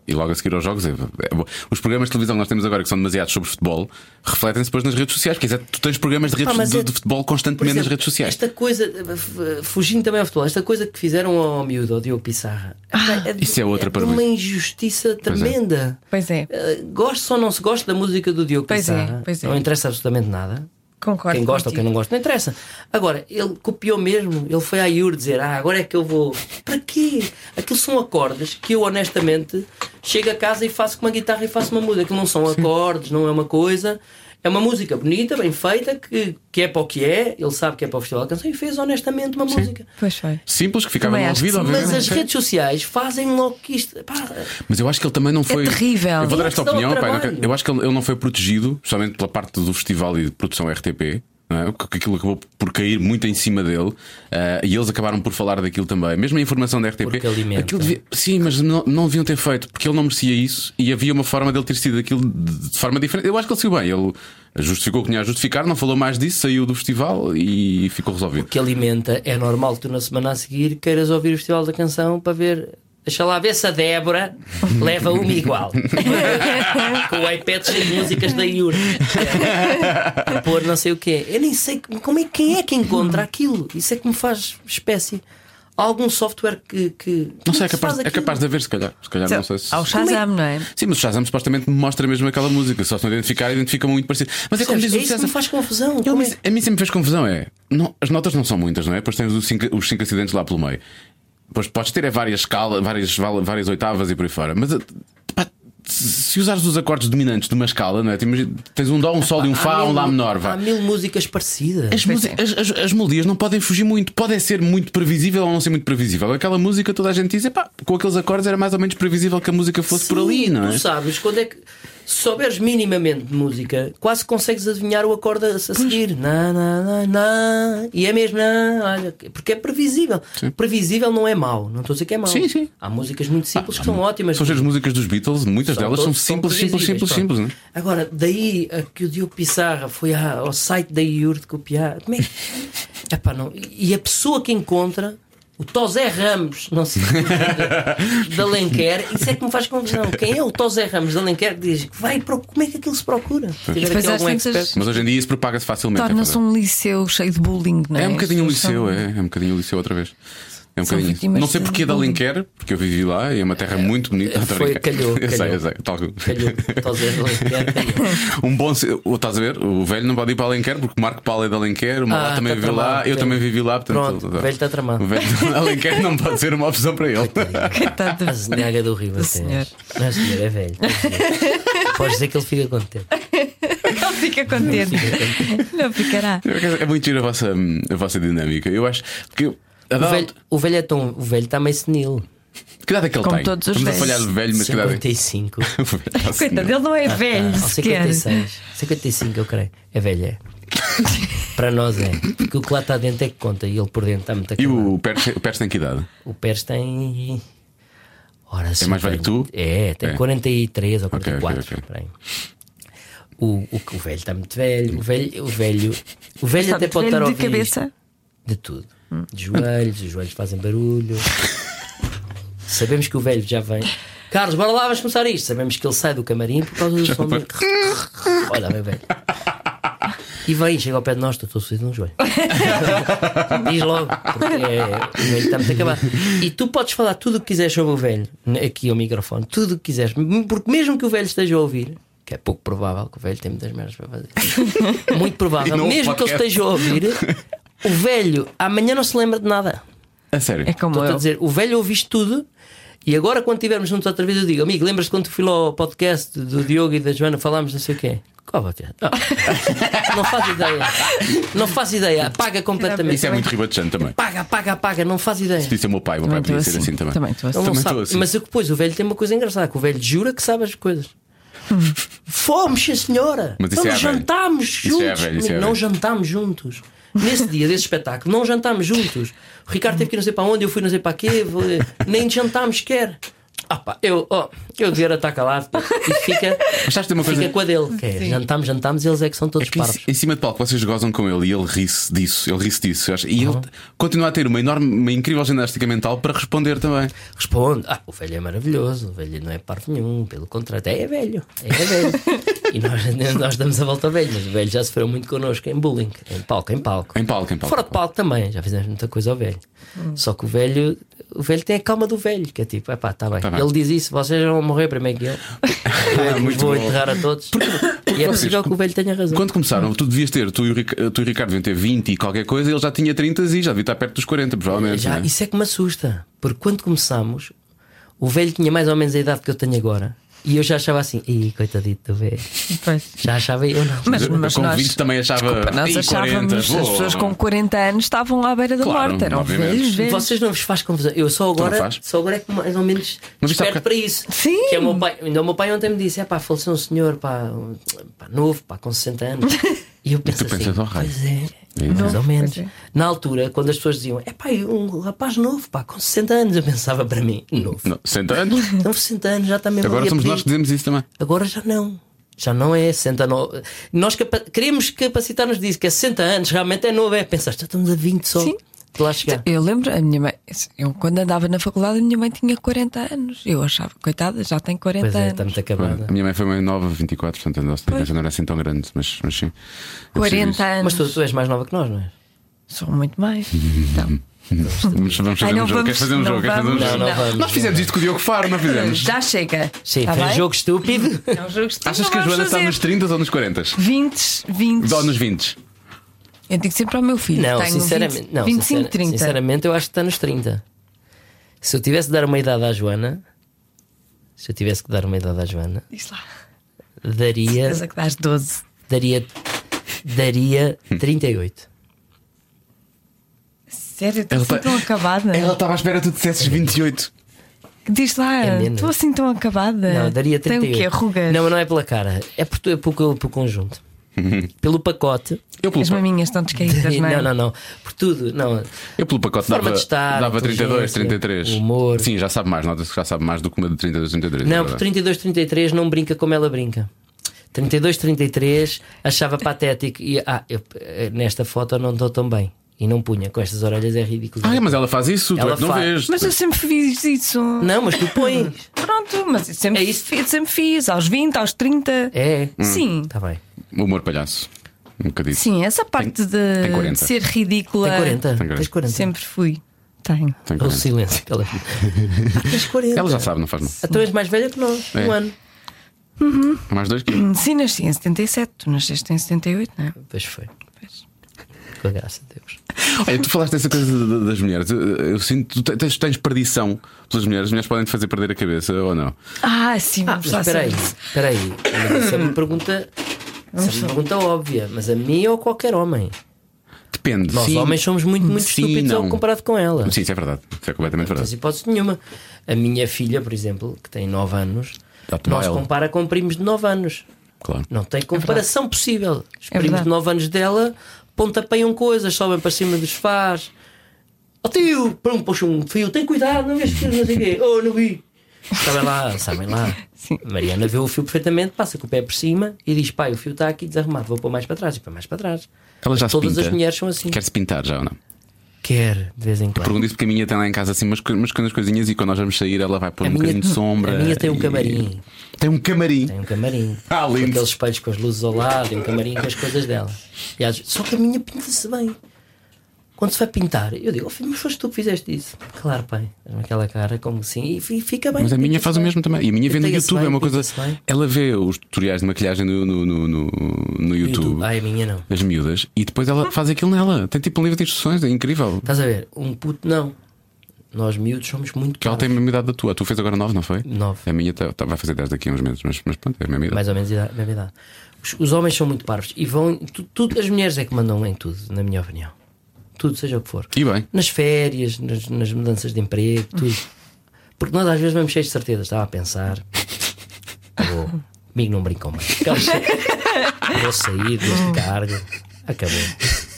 S2: e logo a seguir aos jogos, é- é bom. os programas de televisão que nós temos agora, que são demasiados sobre futebol, refletem-se depois nas redes sociais. Quer dizer, tu tens programas de, redes-
S4: Ah, mas
S2: de-
S4: é-
S2: de futebol
S4: Por
S2: constantemente nas
S4: exemplo,
S2: redes sociais.
S4: Esta coisa, eh, fugindo também ao futebol, esta coisa que fizeram ao miúdo, ao Diogo Pissarra,
S3: Ah,
S4: é, de-
S2: isso é outra
S4: de uma
S2: parvoíce.
S4: injustiça
S2: é.
S4: tremenda.
S3: Pois é.
S4: Eh, Gosto ou não se gosta da música do Diogo
S3: Pois é,
S4: Pissarra,
S3: pois é.
S4: não interessa absolutamente nada.
S3: Concordo.
S4: Quem gosta ou quem não gosta, não interessa. Agora, ele copiou mesmo, ele foi à IUR dizer: Ah, agora é que eu vou. Para quê? Aquilo são acordes que eu honestamente chego a casa e faço com uma guitarra e faço uma música. Aquilo não são acordes, não é uma coisa. É uma música bonita, bem feita, que, que é para o que é, ele sabe que é para o Festival da Canção e fez honestamente uma música.
S3: Pois foi.
S2: Simples, que ficava
S3: Também
S2: no
S3: acho que
S2: ouvido,
S3: sim.
S2: obviamente.
S4: Mas as
S2: Sim.
S4: redes sociais fazem logo que isto. Pá,
S2: Mas eu acho que ele
S4: É
S2: também não foi.
S3: terrível.
S2: Eu vou dar esta
S4: Isso dá um
S2: opinião. pá, eu não
S4: trabalho.
S2: quero- eu acho que ele, ele não foi protegido, especialmente pela parte do festival e de produção RTP. Não é? Porque aquilo acabou por cair muito em cima dele ah, e eles acabaram por falar daquilo também. Mesmo a informação da RTP.
S4: Porque alimenta.
S2: aquilo devia- sim, mas não, não deviam ter feito porque ele não merecia isso e havia uma forma dele ter sido aquilo de, de forma diferente. Eu acho que ele saiu bem. Ele justificou o que tinha a justificar, não falou mais disso, saiu do festival e ficou resolvido.
S4: que alimenta, é normal que tu na semana a seguir queiras ouvir o Festival da Canção para ver. Deixa lá ver se a Débora leva uma igual. Com o iPad cheio de músicas da Yuri. A pôr não sei o quê. Eu nem sei que- como é, quem é que encontra aquilo. Isso é que me faz espécie. Há algum software que. que
S2: Não sei, é
S4: que se
S2: capaz,
S4: faz
S2: é
S4: aquilo?
S2: capaz de haver, se calhar. Se calhar não sei se...
S3: Ao Shazam, não é?
S2: Sim, mas o Shazam supostamente mostra mesmo aquela música. Só se não identificar, identifica muito parecido. Mas é como
S4: Percebes?
S2: diz o
S4: É isso que
S2: César.
S4: me faz confusão.
S2: Ele
S4: Como
S2: me-
S4: é-
S2: A mim sempre me fez confusão. É. não- as notas não são muitas, não é? Depois tens os cinco, os cinco acidentes lá pelo meio. Depois podes ter é, várias escalas, várias, val- várias oitavas e por aí fora. Mas. eh, pá, se usares os acordes dominantes de uma escala, não é? Tens, tens um Dó, um Sol e um Fá, um Lá menor. Vá.
S4: Há mil músicas parecidas.
S2: As,
S3: Pois
S2: musi- as, as, as melodias não podem fugir muito, podem ser muito previsível ou não ser muito previsível. Aquela música toda a gente diz, epá, com aqueles acordes era mais ou menos previsível que a música fosse por ali,
S4: Sim,
S2: não é?
S4: Tu sabes quando é que. Se souberes minimamente de música, quase consegues adivinhar o acorde a a seguir. Na, na, na, na. E é mesmo. Na, olha, porque é previsível. Previsível não é mau. Não estou a dizer que é mau.
S2: Sim, sim. Ah,
S4: Há músicas muito simples que são ótimas.
S2: São as músicas dos Beatles, muitas
S4: São
S2: delas são
S4: todos- são
S2: simples, simples, simples,
S4: previsíveis,
S2: simples, não é?
S4: pronto. Agora, daí a que o Diogo Pissarra foi à- ao site da IUR de copiar. Como é que- Epá, não. E a pessoa que encontra. O Tosé Ramos, não sei de- de Alenquer, isso é que me faz confusão. Quem é o Tosé Ramos de Alenquer que diz que vai, pro- como é que aquilo se procura? Se tiver
S3: Depois
S4: aqui
S3: às
S4: algum
S3: tantas-
S4: expert.
S2: Mas hoje em dia isso propaga-se facilmente. é
S3: Torna-se
S2: verdade.
S3: um liceu cheio de bullying, não é?
S2: É um bocadinho o
S3: As pessoas
S2: liceu,
S3: são-
S2: é, é um bocadinho o liceu outra vez. É um
S3: São
S2: bocadinho.
S3: vítimas
S2: Não sei
S3: de
S2: porquê da
S3: bullying.
S2: Alenquer, porque eu vivi lá e é uma terra muito bonita.
S4: Foi, calhou,
S2: Eu sei,
S4: calhou.
S2: eu sei. Tal...
S4: Calhou, Tosé de Alenquer, calhou.
S2: Um bom. se- o- Estás a ver? O velho não pode ir para Alenquer porque o Marco Paulo é de Alenquer, o Malá
S4: Ah,
S2: também
S4: tá
S2: vive
S4: tramado,
S2: lá, eu
S4: velho.
S2: também vivi lá. Portanto,
S4: Pronto, o velho tá tramado.
S2: O velho de Alenquer não pode ser uma opção para ele.
S3: Coitado
S4: A
S2: é.
S3: do-
S4: Zenega do Rio, até.
S3: senhor.
S4: Não, senhor, é velho. Podes dizer que ele fica contente.
S3: Ele fica contente. Não ficará.
S2: É muito giro a vossa, a vossa dinâmica. Eu acho que. eu- a
S4: O
S2: dada
S4: velho, o velho é tão. O velho está meio senil.
S2: Que idade é que ele
S3: Como
S2: tem?
S3: todos os
S2: Estamos a
S3: velhos.
S2: falhar de velho, mas que idade é?
S4: 55.
S2: O velho tá assim,
S3: Coitado, ele não é velho
S4: Ah, ou
S3: sequer.
S4: 56. 55, eu creio. É velho, é. Para nós é. Porque o que lá está dentro é que conta e ele por dentro está muito
S2: E
S4: acabado.
S2: o Pérez, o Pérez tem que idade?
S4: O Pérez tem. Ora, sim,
S2: mais velho
S4: tem-
S2: que tu?
S4: É, tem
S2: É.
S4: 43 ou
S2: Ok, ok,
S4: 44.
S2: ok.
S4: por aí. O, o, o velho está muito velho. O velho, o velho, o velho
S3: Está
S4: até
S3: muito
S4: pode estar
S3: velho
S4: a
S3: de
S4: ouvir isto.
S3: cabeça.
S4: De tudo. De joelhos, os joelhos fazem barulho. Sabemos que o velho já vem. Carlos, bora lá, vamos começar isto. Sabemos que ele sai do camarim por causa do som. do- Olha, meu velho. E vem, chega ao pé de nós, estou todo suído no joelho. Diz logo, porque é, o velho está muito acabado. E tu podes falar tudo o que quiseres sobre o velho, aqui ao microfone, tudo o que quiseres, porque mesmo que o velho esteja a ouvir, que é pouco provável, que o velho tem muitas merdas para fazer, muito provável,
S2: E não o
S4: mesmo que ele
S2: podcast.
S4: esteja a ouvir, o velho amanhã não se lembra de nada.
S2: A sério?
S3: É como
S4: Estou a
S3: eu.
S4: dizer, o velho ouviste tudo. E agora, quando estivermos juntos outra vez, eu digo, amigo, lembras-te quando fui lá ao podcast do Diogo e da Joana falámos não sei o quê? Qual podcast? Não, não faço ideia. Não faço ideia. Apaga completamente.
S2: Isso é muito ribatejante também.
S4: Paga, paga, paga, não faz ideia. Ele
S2: Disse ao meu pai, o meu pai podia ser assim também.
S3: Também estou assim.
S4: não
S2: também
S4: sabe.
S2: estou assim.
S4: Mas depois o velho tem uma coisa engraçada: que o velho jura que sabe as coisas. Fomos, sim senhora!
S2: Mas isso
S4: Vamos
S2: é velho.
S4: jantámos
S2: Isso
S4: juntos!
S2: é velho, isso é
S4: não
S2: velho.
S4: jantámos juntos. Nesse dia desse espetáculo, não jantámos juntos. O Ricardo teve que ir não sei para onde, eu fui não sei para quê, vou- nem jantámos sequer. Ah pá, eu, oh, eu devia estar calado pá. e fica,
S2: Mas sabes, tem uma coisa-
S4: fica com a dele. Que é, jantámos, jantámos, eles é que são todos
S2: É que
S4: parvos.
S2: em, em cima de palco vocês gozam com ele e ele ri-se disso, ele ri-se disso. eu acho. E
S3: Uhum.
S2: ele continua a ter uma enorme, uma incrível ginástica mental para responder também.
S4: Responde: Ah, o velho é maravilhoso, o velho não é parvo nenhum, pelo contrário, até é velho, é velho. e nós, nós damos a volta ao velho, mas o velho já sofreu muito connosco em bullying, em palco, em palco.
S2: Em palco, em palco.
S4: Fora de palco também, já fizemos muita coisa ao velho. Só que o velho, o velho tem a calma do velho, que é tipo, epá, tá bem.
S2: Tá bem.
S4: Ele diz isso, vocês vão morrer primeiro que ele. Eu é que vos
S2: Ah, muito
S4: vou
S2: bom.
S4: enterrar a todos. e é possível que o velho tenha razão.
S2: Quando começaram, tu devias ter, tu e, o Ric- tu e o Ricardo deviam ter 20 e qualquer coisa, ele já tinha 30 e já devia estar perto dos 40, provavelmente.
S4: Já,
S2: não é?
S4: Isso é que me assusta, porque quando começámos, o velho tinha mais ou menos a idade que eu tenho agora. E eu já achava assim, ih, coitadito do velho.
S3: Pois.
S4: Já achava eu não.
S3: Mas,
S2: Eu
S3: mas
S2: com
S3: nós,
S2: 20 também achava.
S3: nós
S2: "Ei,
S3: achávamos
S2: 40,
S3: as
S2: vou."
S3: pessoas com 40 anos estavam à beira da
S2: Claro,
S3: morte, eram
S2: obviamente.
S3: velhos, velhos.
S4: Vocês não vos faz confusão. Eu só
S2: não
S4: agora,
S2: faz?
S4: só agora é que mais ou menos
S2: Mas isto há
S4: esperto
S2: bocado-
S4: para isso.
S3: Sim.
S4: Que é o meu pai, ainda o meu pai ontem me disse: é pá, faleceu um senhor pá, um- pá, novo, pá, com 60 anos. E eu penso
S2: tu
S4: assim:
S2: pensas, "Oh, raio."
S4: pois é, mais ou menos.
S2: é.
S4: Na altura, quando as pessoas diziam: é pá, um rapaz novo, pá, com 60 anos, eu pensava para mim: novo.
S2: Não, 60 anos.
S4: Então, 60 anos já está mesmo
S2: Agora
S4: ali a
S2: somos
S4: pedir.
S2: nós que dizemos isso também.
S4: Agora já não. Já não é 60 no... Nós capa- queremos capacitar-nos disso, que é 60 anos, realmente é novo. É pensar, já estamos a 20 só.
S3: Sim.
S4: De lá chegar.
S3: Eu lembro, a minha mãe, eu quando andava na faculdade, a minha mãe tinha 40 anos. Eu achava, coitada, já tem 40
S4: Pois é, está
S3: anos.
S4: muito acabada.
S2: A minha mãe foi mais nova, 24, portanto a nossa diferença não era assim tão grande, mas, mas sim. É preciso
S3: 40
S2: isso.
S4: Mas
S3: anos.
S4: tu, tu és mais nova que nós, não é?
S3: Sou muito mais. Então,
S2: Vamos, vamos fazer
S3: Ai, não
S2: um jogo.
S3: vamos,
S2: Queres fazer um
S3: não
S2: jogo? Queres fazer um
S3: vamos,
S2: jogo?
S3: não.
S2: Nós fizemos isto com o Diogo Faro, não fizemos?
S3: já chega.
S4: Sim,
S3: Está
S4: foi um
S3: Tá bem?
S4: jogo estúpido.
S3: É um jogo estranho,
S2: Achas
S3: não
S2: que a
S3: vamos
S2: Joana está
S4: tá
S3: fazer.
S2: nos 30 ou nos 40?
S3: 20, 20.
S2: Ou nos 20?
S3: Eu digo sempre ao meu filho.
S4: Não,
S3: tenho
S4: sinceramente,
S3: 20,
S4: não,
S3: 25,
S4: sincera-
S3: 30.
S4: sinceramente, eu acho que está nos 30. Se eu tivesse de dar uma idade à Joana, se eu tivesse que dar uma idade à Joana,
S3: Diz lá.
S4: daria.
S3: Mas é que dás 12.
S4: Daria. Daria 38.
S3: Sério, estou
S2: tá-
S3: assim tão acabada.
S2: Ela estava à espera que tu dissesses 28.
S3: Diz lá,
S4: É menos.
S3: estou assim tão acabada.
S4: Não, daria
S3: Tem
S4: 38.
S3: o quê? Rugas?
S4: Não, mas não é pela cara. É por, tu- é pelo, pelo, pelo conjunto. pelo pacote.
S2: Eu pelo,
S3: As maminhas estão descaídas, não é?
S4: Não, não, não. Por tudo.
S2: É
S4: Não.
S2: eu pelo pacote
S4: Forma
S2: dava,
S4: de estar,
S2: dava 32,
S4: inteligência,
S2: 33.
S4: humor.
S2: Sim, já sabe mais, nota-se que já sabe mais do que uma de 32, 33. é
S4: Não, por
S2: verdade.
S4: 32, 33 não brinca como ela brinca. 32, 33 achava patético e ah, eu, eh, nesta foto não estou tão bem. E não punha, com estas orelhas é ridículo.
S2: Ah, mas ela faz isso, tu
S4: Ela
S2: é que não
S4: faz.
S2: vês.
S3: Mas eu sempre fiz isso.
S4: Não, mas tu pões.
S3: Pronto, mas eu sempre,
S4: É isso?
S3: eu sempre fiz, aos 20, aos 30.
S4: É.
S3: Sim.
S4: Está bem.
S2: Humor palhaço. Um bocadinho.
S3: Sim, essa parte de,
S2: tem 40.
S3: de ser ridícula.
S4: Tem 40.
S2: Tem
S4: Tens 40.
S3: Sempre fui. Tenho.
S2: Tem
S4: O
S2: coragem.
S4: silêncio que ela. Ah, Tens 40.
S2: Ela já sabe, não faz mal.
S4: Então és mais velha que nós.
S2: É.
S4: Um ano.
S2: Mais dois que
S3: Sim, nasci em 77. Tu nasceste em 78, não é?
S4: Pois foi. Com a graça de Deus.
S2: Olha, tu falaste dessa coisa da- da- das mulheres. Eu, eu sinto, tu tens, tens perdição pelas mulheres. As mulheres podem te fazer perder a cabeça ou não?
S3: Ah, sim, vamos lá
S4: Mas espera aí,
S3: saber.
S4: espera aí. Mas Isso é uma pergunta. Isso é uma pergunta óbvia, mas a mim ou qualquer homem.
S2: Depende.
S4: Nós
S2: sim.
S4: homens somos muito, muito
S2: Sim,
S4: estúpidos ao
S2: não.
S4: comparado com ela.
S2: Sim, isso é verdade. Isso é completamente
S4: Não tens
S2: verdade.
S4: hipótese nenhuma. A minha filha, por exemplo, que tem 9 anos,
S2: Dá-te
S4: nós
S2: baile.
S4: compara com primos de 9 anos.
S2: Claro.
S4: Não tem comparação possível. Os
S3: É
S4: primos
S3: verdade.
S4: de 9 anos dela pontapeiam coisas, sobem para cima dos faz. Oh tio, pronto, puxa um fio, tem cuidado, não vês que não sei o quê. Oh, não vi. Sabem lá, sabem lá.
S3: Sim.
S4: A Mariana vê o fio perfeitamente, passa com o pé por cima e diz: pai, o fio está aqui desarrumado, vou pôr mais para trás e pôr mais para trás.
S2: Ela já se
S4: Todas
S2: pinta.
S4: as mulheres são assim. Quer,
S2: Quer-se pintar já ou não?
S4: de vez em quando.
S2: Pergunto isso porque a minha tem lá em casa assim umas, co- umas pequenas coisinhas e quando nós vamos sair ela vai pôr
S4: A
S2: um
S4: minha-
S2: bocadinho de sombra.
S4: a minha tem um
S2: e-
S4: camarim.
S2: Tem um camarim.
S4: Tem um camarim.
S2: Ah, lindo.
S4: Com aqueles espelhos com as luzes ao lado, tem um camarim com as coisas dela. E às vezes, só que a minha pinta-se bem. Quando se vai pintar, eu digo, oh, filho, mas foste tu que fizeste isso. Claro, pai. Faz-me Aquela cara, como assim, e fi- fica bem.
S2: Mas a minha faz o mesmo também. E a minha vê no
S4: Pinta-se
S2: YouTube.
S4: bem,
S2: é uma coisa.
S4: pinta-se bem.
S2: Ela vê os tutoriais de maquilhagem no, no, no, no- no YouTube.
S4: Ai, Ah, a minha não.
S2: As miúdas. E depois ela faz aquilo nela. Tem tipo um livro de instruções. É incrível.
S4: Estás a ver? Um puto não. Nós miúdos somos muito
S2: Que ela tem a mesma idade da tua. Tu fez agora 9, não foi?
S4: Nove.
S2: A minha tá- tá- vai fazer 10 daqui a uns meses, mas, mas pronto, é a mesma idade.
S4: Mais ou menos a mesma idade. Os, os homens são muito parvos e vão. Tu, tu- as mulheres é que mandam em tudo, na minha opinião. Tudo, seja o que for.
S2: E bem.
S4: Nas férias, nas, nas mudanças de emprego, tudo. Porque nós às vezes vamos cheios de certeza. Estava a pensar. Acabou. Comigo não brincam mais. Acabou. Vou sair deste cargo. Acabou.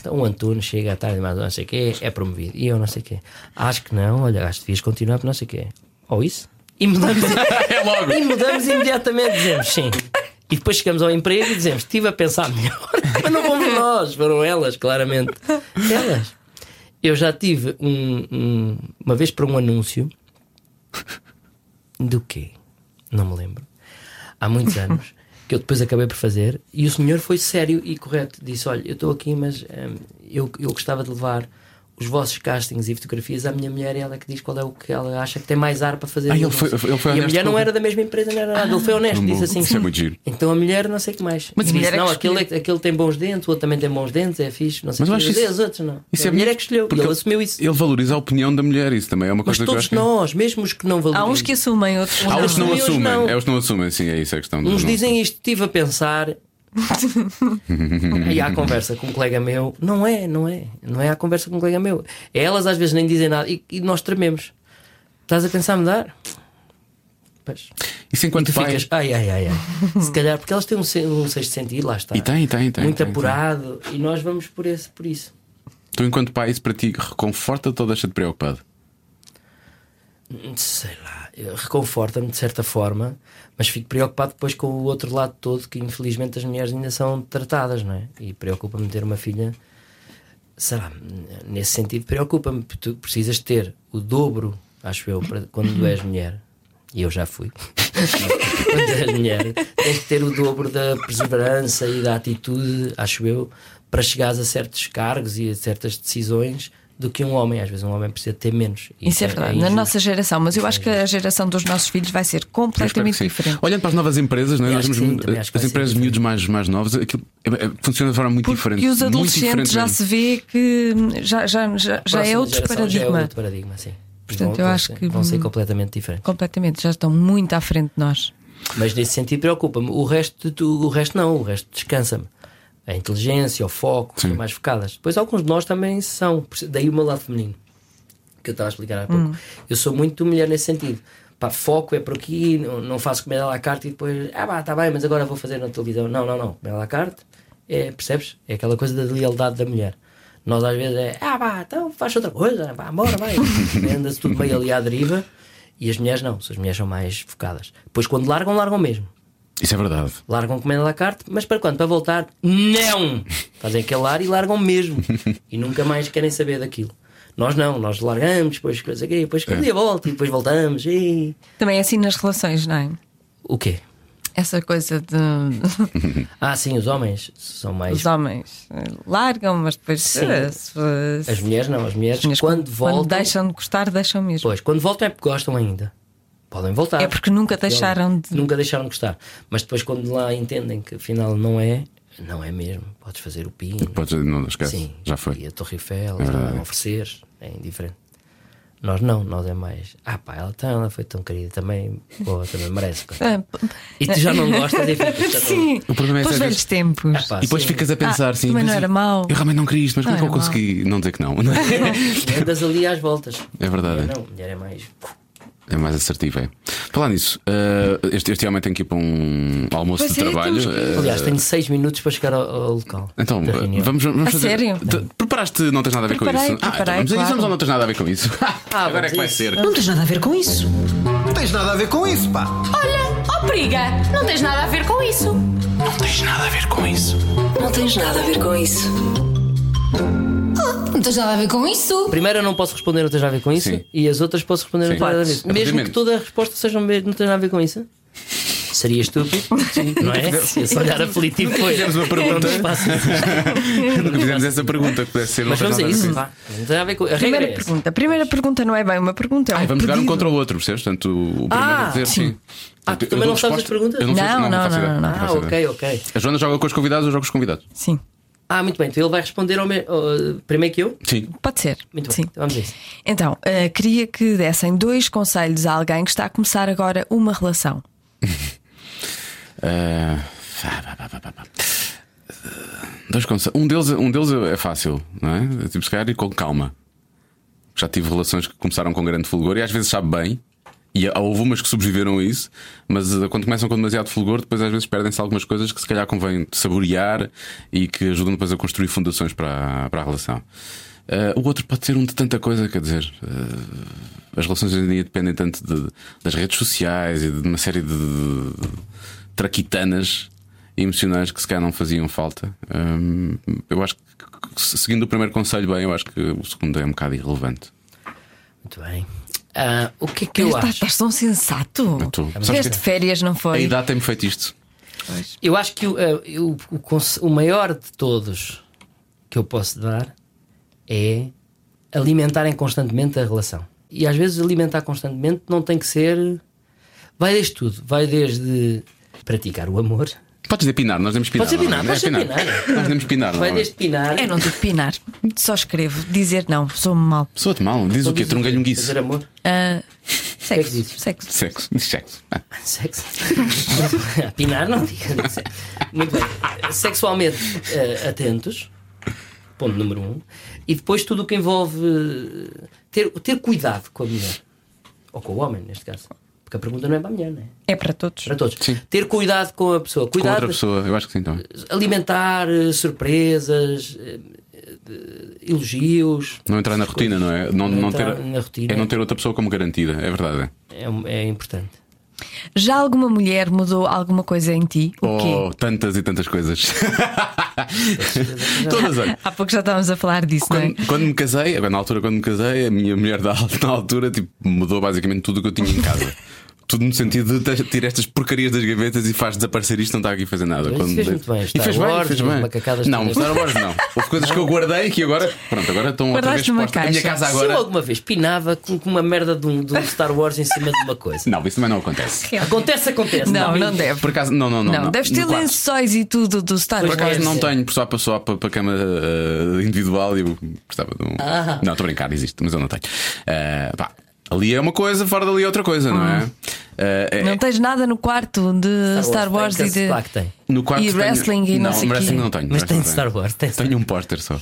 S4: Então o Antunes chega à tarde, mas não sei o quê, é promovido. E eu não sei o quê. Acho que não, olha, acho que devias continuar por não sei o quê. Ou isso. E mudamos. E mudamos imediatamente, dizemos sim. E depois chegamos ao emprego e dizemos: estive a pensar melhor. Mas não fomos nós, foram elas, claramente. Elas. Eu já tive um- um- uma vez para um anúncio. Do quê? Não me lembro. Há muitos anos. Que eu depois acabei por fazer. E o senhor foi sério e correto. Disse: Olha, eu estou aqui, mas hum, eu, eu gostava de levar. Os vossos castings e fotografias à minha mulher, e ela que diz qual é o que ela acha que tem mais ar para fazer.
S2: Ah,
S4: no
S2: ele
S4: anúncio."
S2: foi- ele foi
S4: e a
S2: honesto
S4: mulher não
S2: com-
S4: era da mesma empresa, não era nada. Ele foi honesto, disse assim:
S2: Isso é muito giro.
S4: Então a mulher, não sei o que mais.
S3: Mas
S4: E
S3: a mulher
S4: disse,
S3: é que
S4: não, aquele,
S3: escolheu.
S4: aquele tem bons dentes, o outro também tem bons dentes, é fixe, não sei
S2: Mas
S4: o
S2: eu
S4: que.
S2: acho isso-
S4: Os outros não.
S2: isso é
S4: a mulher
S2: bonito,
S4: é que escolheu,
S2: porque
S4: ele
S2: ele-
S4: assumiu isso.
S2: Ele valoriza a opinião da mulher, isso também é uma
S4: Mas
S2: coisa que eu
S4: todos
S2: acho que.
S4: nós, mesmo os que não
S3: Há
S4: valorizam.
S3: uns que assumem, outros
S2: Há os que não
S4: Os meus
S2: assumem,
S4: não.
S2: é os que não assumem, sim, é isso a questão. do-
S4: Uns
S2: não-
S4: dizem isto, estive a pensar. e há conversa com um colega meu, não é, não é, não é a conversa com um colega meu. Elas às vezes nem dizem nada e, e nós trememos. Estás a pensar em mudar? Pois.
S2: Isso enquanto
S4: Tu
S2: pai.
S4: ficas, ai, ai, ai, ai. Se calhar, porque elas têm um, se- um sexto sentido, lá está.
S2: E tem, tem, tem.
S4: muito
S2: tem,
S4: apurado e nós vamos por, esse, por isso.
S2: tem. Tu, enquanto pai, isso para ti reconforta-te ou deixa-te preocupado?
S4: Sei lá, eu- reconforta-me de certa forma, mas fico preocupado depois com o outro lado todo que infelizmente as mulheres ainda são tratadas, não é? E preocupa-me ter uma filha, sei lá, n- nesse sentido preocupa-me, porque tu precisas ter o dobro, acho eu, para- quando
S3: Uhum.
S4: tu és mulher, e eu já fui. quando tu és mulher, tens de ter o dobro da perseverança e da atitude, acho eu, para chegares a certos cargos e a certas decisões do que um homem. Às vezes um homem precisa ter menos.
S3: Isso é verdade, na
S4: injusto.
S3: nossa geração, mas eu acho que a geração dos nossos filhos vai
S2: é
S3: ser
S2: Eu espero que
S3: completamente
S2: sim.
S3: diferente.
S2: Olhando para as novas empresas, não é?
S4: Eu
S2: Nós
S4: acho que
S2: vemos,
S4: sim, também acho que
S2: as
S4: vai ser
S2: empresas de miúdos mais, mais novas, aquilo é, é, funciona de forma muito diferente.
S3: Porque os
S2: muito
S3: adolescentes
S2: diferente
S3: já
S2: mesmo.
S3: se vê que hum, já, já, já, já é
S4: Próxima
S3: outro
S4: geração já é
S3: paradigma.
S4: outro paradigma, sim.
S3: Portanto, eu
S4: vão
S3: acho
S4: ser-
S3: que
S4: vão ser
S3: hum,
S4: completamente diferentes.
S3: completamente, já estão muito à frente de nós.
S4: Mas nesse sentido preocupa-me. O resto, tu- o resto não, o resto descansa-me. A inteligência, o foco, são mais focadas. Depois alguns de nós também são, por isso- daí o meu lado feminino, que eu estava a explicar há pouco. Eu sou muito mulher nesse sentido. Pá, foco é por aqui, não, não faço comida à la carte e depois, ah pá, está bem, mas agora vou fazer na televisão. Não, não, não. Comida à la carte, é, percebes? É aquela coisa da lealdade da mulher. Nós às vezes é, ah pá, então faz outra coisa, pá, bora, vai. Anda-se tudo meio ali à deriva. E as mulheres não, as mulheres são mais focadas. Depois quando largam, largam mesmo.
S2: Isso é verdade.
S4: Largam comendo à carte, mas para quando? Para voltar? Não! Fazem aquele ar e largam mesmo. E nunca mais querem saber daquilo. Nós não, nós largamos, depois coisa aqui, depois que um dia volta e depois voltamos. E...
S3: Também é assim nas relações, não é?
S4: O quê?
S3: Essa coisa de
S4: Ah, sim, os homens são mais.
S3: os homens eh, largam, mas depois eh, se- se-
S4: As mulheres não, as mulheres,
S3: as mulheres
S4: quando voltam.
S3: deixam de gostar, deixam mesmo.
S4: Pois, quando voltam é porque gostam ainda. Podem voltar.
S3: É porque nunca deixaram de-
S4: Nunca deixaram de gostar. Mas depois, quando lá entendem que afinal não é, não é mesmo. Podes fazer o pino.
S2: Podes, não esquece.
S4: Sim,
S2: Já foi.
S4: E a Torre Eiffel, a oferecer, é indiferente. Nós não, nós é mais. Ah, pá, ela, tá, ela foi tão querida também, pô, também merece. coitada."
S3: Ah, p-
S4: E tu já não gostas e ficas. já não-
S3: Sim,
S2: O problema é
S3: pelos
S2: que às
S3: velhos
S2: vezes-
S3: tempos.
S4: Ah, pá,
S2: E depois
S4: sim.
S2: ficas a pensar,
S3: Ah,
S2: sim.
S3: também não
S2: mas
S3: era mau.
S2: Eu realmente não queria isto, mas
S3: Não
S2: como é que eu
S3: era mau.
S2: consegui não dizer que não? não é?
S4: Andas ali às voltas.
S2: É verdade.
S4: Mulher não, mulher é mais.
S2: É mais assertivo, é. Falar nisso, eh, este, este homem tem que ir para um almoço
S3: Pois
S2: de
S3: é,
S2: trabalho.
S3: temos que ir.
S2: eh,
S4: Aliás, tenho seis minutos para chegar ao, ao local.
S2: então,
S4: da
S2: eh,
S4: reunião.
S2: vamos, vamos
S3: A
S2: fazer.
S3: sério?
S2: Te- Preparaste, não tens nada a ver com
S3: Preparei,
S2: isso? Ah, então
S3: preparei,
S2: vamos a isso,
S3: claro. Ah,
S2: vamos ao não tens nada a ver com isso. Agora é
S4: vamos
S2: que
S4: a
S2: vai
S4: isso.
S2: ser.
S1: Não tens nada a ver com isso.
S5: Não tens nada a ver com isso, pá.
S6: Olha, ó periga, não tens nada a ver com isso.
S1: Não tens nada a ver com isso.
S6: Ah, Não tens nada a ver com isso.
S4: Primeiro eu não posso responder, não tens nada a ver com isso.
S2: Sim.
S4: E as outras posso responder, não
S2: Sim.
S4: tens nada a ver com isso.
S2: Claro.
S4: Mesmo que
S2: Obviamente.
S4: toda a resposta seja, não tens nada a ver com isso. Seria estúpido, não é? Esse olhar aflitivo foi.
S2: fizemos uma pergunta.
S4: Não faço isso.
S2: Nunca fizemos essa pergunta que pudesse ser. não
S4: Mas
S2: tens
S4: vamos a
S2: nada ver
S4: isso.
S2: com
S4: vá. Não tem a ver com. A regra
S3: Primeira
S4: é essa.
S3: pergunta. A primeira pergunta não é bem uma pergunta, é um
S2: Ai, vamos jogar um
S3: pedido.
S2: contra o outro, percebes? Portanto, o primeiro
S4: Ah,
S2: a dizer sim.
S4: Ah, tu também
S2: Eu dou
S4: não sabes as
S2: resposta-
S4: perguntas?
S2: Eu não, sei-
S3: Não,
S2: não,
S3: não,
S2: faço
S3: não,
S2: ideia,
S3: não, não.
S2: faço
S4: Ah,
S2: ideia.
S4: ok, ok.
S2: A Joana joga com os convidados, eu jogo com os convidados.
S3: Sim,
S4: Ah, muito bem. Então ele vai responder ao me... ao- primeiro que eu?
S2: Sim.
S3: pode ser.
S4: Muito
S3: Sim.
S4: bem. Então vamos a isso.
S3: Então, eh, queria que dessem dois conselhos a alguém que está a começar agora uma relação.
S2: Ah, pá, pá, pá, pá, pá, pá. Dois conselhos. Um deles, um deles é fácil, não é? É Tipo, se calhar ir com calma. Já tive relações que começaram com grande fulgor e às vezes sabe bem. E há- houve umas que sobreviveram a isso, mas eh, quando começam com demasiado fulgor, depois às vezes perdem-se algumas coisas que se calhar convém saborear e que ajudam depois a construir fundações para, a- para a relação. Eh, o outro pode ser um de tanta coisa, quer dizer, eh, as relações hoje em dia dependem tanto de- das redes sociais e de uma série de, traquitanas emocionais que se calhar não faziam falta. Hum, eu acho que, se- seguindo o primeiro conselho bem, eu acho que o segundo é um bocado irrelevante.
S4: Muito bem. Ah, o que é que eu
S3: Estás-
S4: acho?
S3: Estás tão sensato.
S2: Eu tô. Sabes
S3: Tiveste
S2: que-
S3: de férias, não
S2: A
S3: foi?
S2: idade tem-me feito isto.
S4: Eu acho que o, eh, eu- o, conse- o maior de todos que eu posso dar é alimentarem constantemente a relação. E às vezes alimentar constantemente não tem que ser. Vai desde tudo. Vai desde praticar o amor.
S2: Podes dizer pinar, nós demos pinar.
S4: Podes dizer
S2: não, não,
S4: pinar,
S2: não, é
S4: podes dizer pinar.
S2: Nós demos pinar.
S4: Vai
S2: não, é?
S4: desde pinar.
S3: Eu É, não digo pinar, só escrevo. Dizer não, sou-me mal.
S2: Sou-te mal, diz o quê?
S4: Fazer
S2: Trungalhunguice.
S4: amor.
S3: Ah, sexo,
S4: dizes?
S3: sexo.
S2: Sexo, diz sexo. Ah,
S4: Sexo. Pinar não diga disso. Muito bem. Sexualmente eh, atentos. Ponto número um. E depois tudo o que envolve eh, ter, ter cuidado com a mulher. Ou com o homem, neste caso. Porque a pergunta não é para a mulher, não é?
S3: É para todos.
S4: Para todos.
S2: Sim.
S4: Ter cuidado com a pessoa.
S2: com
S4: Cuidado,
S2: outra pessoa, eu acho que sim, então.
S4: alimentar eh, surpresas, eh, eh, elogios.
S2: Não entrar na rotina, não é? Não,
S4: Não
S2: não
S4: entrar
S2: ter,
S4: na rotina.
S2: É não ter outra pessoa como garantida, é verdade.
S4: É, é importante.
S3: Já alguma mulher mudou alguma coisa em ti? O quê?
S2: Oh, tantas e tantas coisas. Todas, olha.
S3: Há pouco já estávamos a falar disso, não é?
S2: Quando, quando me casei, agora, na altura quando me casei, a minha mulher da, al- na altura tipo, mudou basicamente tudo o que eu tinha em casa. tudo no sentido de tirar estas porcarias das gavetas e faz desaparecer isto, não está aqui a fazer nada.
S4: Mas isso fez muito bem, Star
S2: e fez
S4: Wars,
S2: bem, fez bem.
S4: macacadas
S2: não,
S4: todas.
S2: Star Wars não. Houve coisas que eu guardei que agora, pronto, agora estão outra vez
S3: Guardaste numa
S2: postas. A minha
S3: caixa.
S2: casa
S4: Se eu
S2: agora.
S4: alguma vez pinava com com uma merda de um, de um Star Wars em cima de uma coisa.
S2: Não, isso também não acontece.
S4: Acontece, acontece.
S3: É. Não, não deve.
S2: Por acaso, não, não, não. é,
S3: Não, deves
S2: No
S3: ter
S2: quarto.
S3: lençóis e tudo do Star
S2: Por
S3: Wars.
S2: acaso
S4: Deve
S2: não
S4: ser.
S2: tenho, só para, só para, para cama
S3: Ah.
S2: eh, individual e eu gostava de um. Não, estou a brincar, existe, mas eu não tenho. Eh, pá, Ali é uma coisa, fora dali é outra coisa, não
S4: Ah.
S2: é? Eh, é-
S3: Não tens nada no quarto de Star Wars,
S4: tem,
S3: e de.
S4: Claro que tem.
S2: no quarto
S3: e
S2: tenho-
S3: wrestling e não
S2: não
S3: sei o quê.
S2: wrestling não tenho.
S4: Mas
S2: wrestling
S4: tem de
S2: não
S4: Star Wars, tem de
S2: tenho. Tenho um póster só. um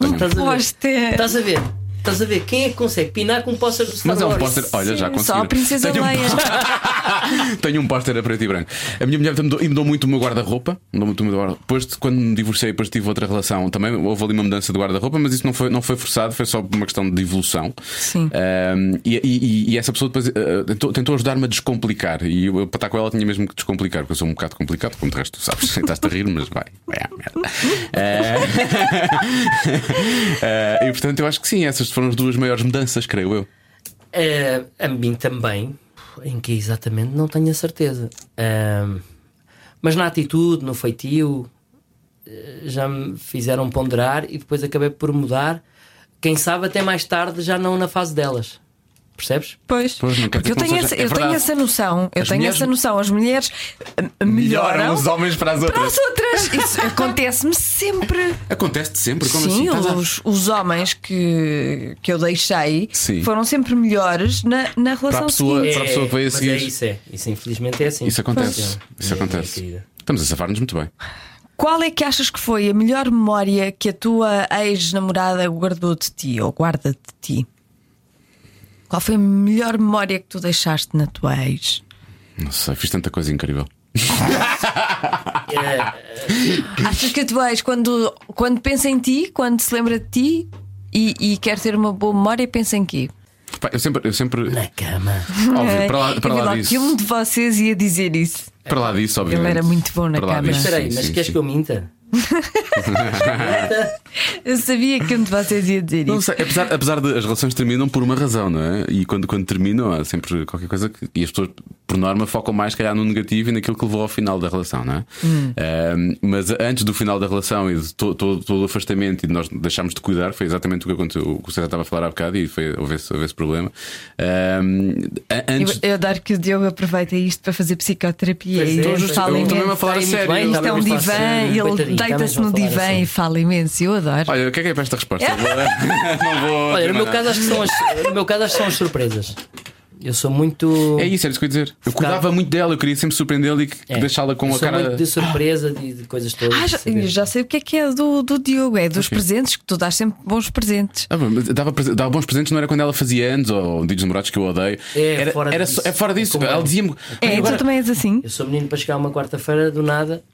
S4: Não estás a
S3: Podes ter.
S4: ver. Estás a ver? Estás a ver? Quem é que consegue pinar com um póster do Star
S2: Mas é um
S4: Wars?
S2: póster, olha, já
S3: Sim,
S2: consegui.
S3: Só a Princesa
S2: tenho,
S3: Leia.
S2: Um... tenho um póster a preto e branco. A minha mulher também mudou- e mudou muito o meu guarda-roupa. Mudou muito o meu guarda-roupa. Depois, de- quando me divorciei, depois tive outra relação. Também houve ali uma mudança de guarda-roupa, mas isso não foi, não foi forçado, foi só uma questão de evolução.
S3: Sim.
S2: Ahm, e, e- e essa pessoa depois ah, tentou, tentou ajudar-me a descomplicar. E eu, para estar com ela, tinha mesmo que descomplicar, porque eu sou um bocado complicado, como de resto tu sabes. Estás-te a rir, mas vai. vai à merda. Ah, ah, e portanto, eu acho que sim, essas foram as duas maiores mudanças, creio eu.
S4: Eh, a mim também, em que exatamente não tenho a certeza. Ahm, mas na atitude, no feitio, eh, já me fizeram ponderar e depois acabei por mudar. Quem sabe até mais tarde, já não na fase delas. Percebes?
S3: Pois,
S2: Pois, não quer dizer
S3: porque eu
S2: que não
S3: tenho,
S2: seja-
S3: essa,
S2: é
S3: eu tenho
S2: verdade.
S3: essa noção. Eu
S2: As
S3: tenho
S2: mulheres-
S3: essa noção. As mulheres eh, melhoram
S2: os homens para as
S3: para
S2: outras.
S3: as outras. Isso acontece-me sempre.
S2: Acontece sempre, como
S3: Sim,
S2: assim? Estás a-
S3: os, os homens que, que eu deixei
S2: Sim.
S3: foram sempre melhores na, na relação
S2: Para a pessoa,
S3: seguinte.
S2: para a pessoa que veio a
S4: mas é
S2: seguir.
S4: isso, é. Isso infelizmente é assim.
S2: Isso acontece.
S4: Funciona. É,
S2: Isso
S4: Minha- minha
S2: acontece.
S3: É,
S4: querida.
S2: Estamos a safar-nos muito bem.
S3: Qual é que achas que foi a melhor memória que a tua ex-namorada guardou de ti ou guarda de ti? Qual foi a melhor memória que tu deixaste na tua ex?
S2: Não sei, fiz tanta coisa incrível.
S3: Achas que a tua ex, quando, quando pensa em ti, quando se lembra de ti e, e quer ter uma boa memória, pensa em quê? É,
S2: Pá, eu sempre, eu sempre
S4: Na cama.
S2: óbvio, para lá, para
S3: Eu vi
S2: lá
S3: logo que
S2: disso.
S3: um de vocês ia dizer isso.
S2: Para lá disso, obviamente.
S3: era muito bom na
S2: Para lá
S3: cama.
S2: disso,
S4: Espera aí,
S2: sim,
S4: mas
S2: sim,
S4: queres
S2: sim.
S4: que eu minta?
S3: Eu sabia que um de vocês ia dizer
S2: Não
S3: isso.
S2: sei, apesar, apesar de as relações terminam por uma razão, não é? E quando, quando terminam há sempre qualquer coisa que. E as pessoas, por norma, focam mais, se calhar, no negativo e naquilo que levou ao final da relação, não é?
S4: Hum.
S2: Ahm, mas antes do final da relação e de to- todo, todo o afastamento e de nós deixarmos de cuidar, foi exatamente o que aconteceu, o que o César estava a falar há bocado e foi, houve, esse, houve esse problema. Ahm, a- antes.
S3: Eu, eu adoro que o Diogo aproveita isto para fazer psicoterapia
S4: Pois
S3: e
S4: é,
S3: ele
S4: pois é.
S3: fala
S2: Eu estou mesmo a
S3: imenso.
S2: falar a
S4: Está aí
S2: sério.
S4: muito
S3: Isto
S4: bem,
S3: é um
S4: Também vou falar
S3: divã
S4: assim,
S3: e ele
S4: coitadinho,
S3: deita-se
S4: também
S3: no
S4: vou falar
S3: divã
S4: assim.
S3: e fala imenso. Eu adoro.
S2: Olha, o que é que é para esta resposta? não vou.
S4: Olha, no meu
S2: afirmar
S4: caso
S2: nada.
S4: acho que são as, no meu caso acho que são as surpresas. Eu sou muito.
S2: É isso, era isso que eu ia dizer. Eu
S4: Focado.
S2: cuidava muito dela, eu queria sempre surpreendê-la e que-
S4: É.
S2: deixá-la com
S4: Eu
S2: a
S4: sou
S2: cara.
S4: muito de surpresa, de, de coisas todas.
S3: Ah, já,
S4: de saber.
S3: já sei o que é que é do, do Diogo. É dos
S2: Ok.
S3: presentes, que tu dás sempre bons presentes.
S2: Ah, mas dava, prese- dava bons presentes, não era quando ela fazia anos ou dias namorados que eu odeio.
S4: É,
S2: era,
S4: fora
S2: era
S4: disso.
S2: só- é fora disso.
S4: É como
S2: ela
S4: é.
S2: dizia-me.
S3: É, tu também és assim.
S4: Eu sou menino para chegar uma quarta-feira do nada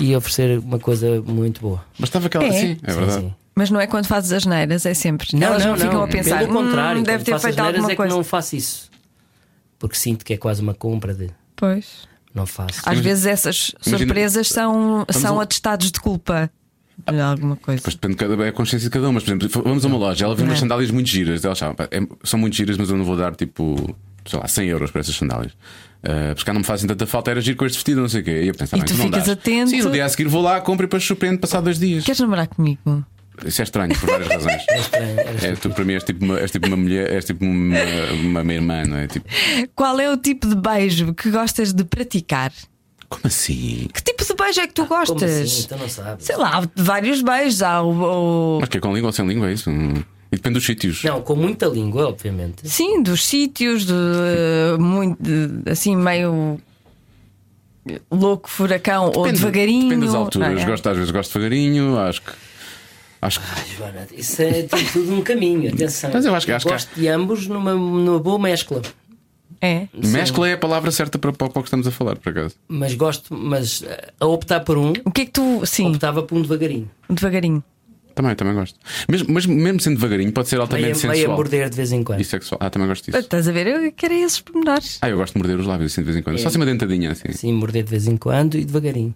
S4: e oferecer uma coisa muito boa.
S2: Mas estava aquela
S3: É.
S2: assim. É verdade.
S4: Sim, sim.
S3: Mas não é quando fazes as neiras, é sempre. Elas não, ficam a pensar.
S4: Pelo contrário,
S3: "Hum,
S4: quando
S3: deve ter
S4: faço as
S3: feito
S4: neiras
S3: alguma
S4: é
S3: coisa.
S4: que não faço isso. Porque sinto que é quase uma compra de.
S3: Pois.
S4: Não faço.
S3: Às vezes essas
S2: imagina-
S3: surpresas são, são
S2: a-
S3: atestados de culpa de alguma coisa.
S2: Depois depende de cada, é a consciência de cada um. Mas, por exemplo, vamos a uma loja, ela viu umas
S3: É.
S2: sandálias muito giras. Ela achava, "Pá, é- são muito giras, mas eu não vou dar tipo, sei lá, 100 euros para essas sandálias. Ah, porque cá não me fazem tanta falta, era giro com este vestido, não sei o quê. E eu pensava,
S3: E tu
S2: não
S3: ficas
S2: dás.
S3: atento.
S2: Sim, no dia a seguir vou lá, compro e depois surpreendo passado dois dias.
S3: Queres namorar comigo?
S2: Isso é estranho por várias razões.
S4: estranho, era
S2: É, tu, para mim és tipo, uma, és tipo uma mulher, és tipo uma, uma minha irmã, não é? Tipo,
S3: Qual é o tipo de beijo que gostas de praticar?
S2: como assim?
S3: Que tipo de beijo é que tu
S4: Como assim?
S3: gostas?
S4: Então não sabes.
S3: Sei lá, há vários beijos. Há o, o-
S2: Mas que é com língua ou sem língua, é isso? Hum. E depende dos sítios.
S4: Não, com muita língua, obviamente.
S3: Sim, dos sítios, de, muito, de- assim, meio louco furacão ou
S2: Depende-
S3: devagarinho.
S2: Depende das alturas.
S3: não é?
S2: Gosto, às vezes gosto devagarinho, acho que. Acho que.
S4: Joana, isso é tem tudo um caminho, atenção.
S2: Mas eu acho que- acho que-
S4: gosto de ambos numa, numa boa mescla.
S3: É.
S2: Mescla é a palavra certa para, para, para o que estamos a falar, por acaso.
S4: Mas gosto, mas eh, a optar por um,
S3: O que é que tu. Sim,
S2: tá?
S4: optava por um devagarinho.
S3: devagarinho.
S2: Também, também gosto. Mesmo, mas mesmo sendo devagarinho, pode ser
S4: Meio,
S2: altamente
S4: meio a
S2: sensual
S4: morder de vez em quando.
S2: e sexual. Ah, também gosto disso.
S3: Estás a ver? Eu quero é esses pormenores.
S2: Ah, eu gosto de morder os lábios assim de vez em quando.
S3: É.
S2: Só assim uma dentadinha assim.
S4: Sim, morder de vez em quando e devagarinho.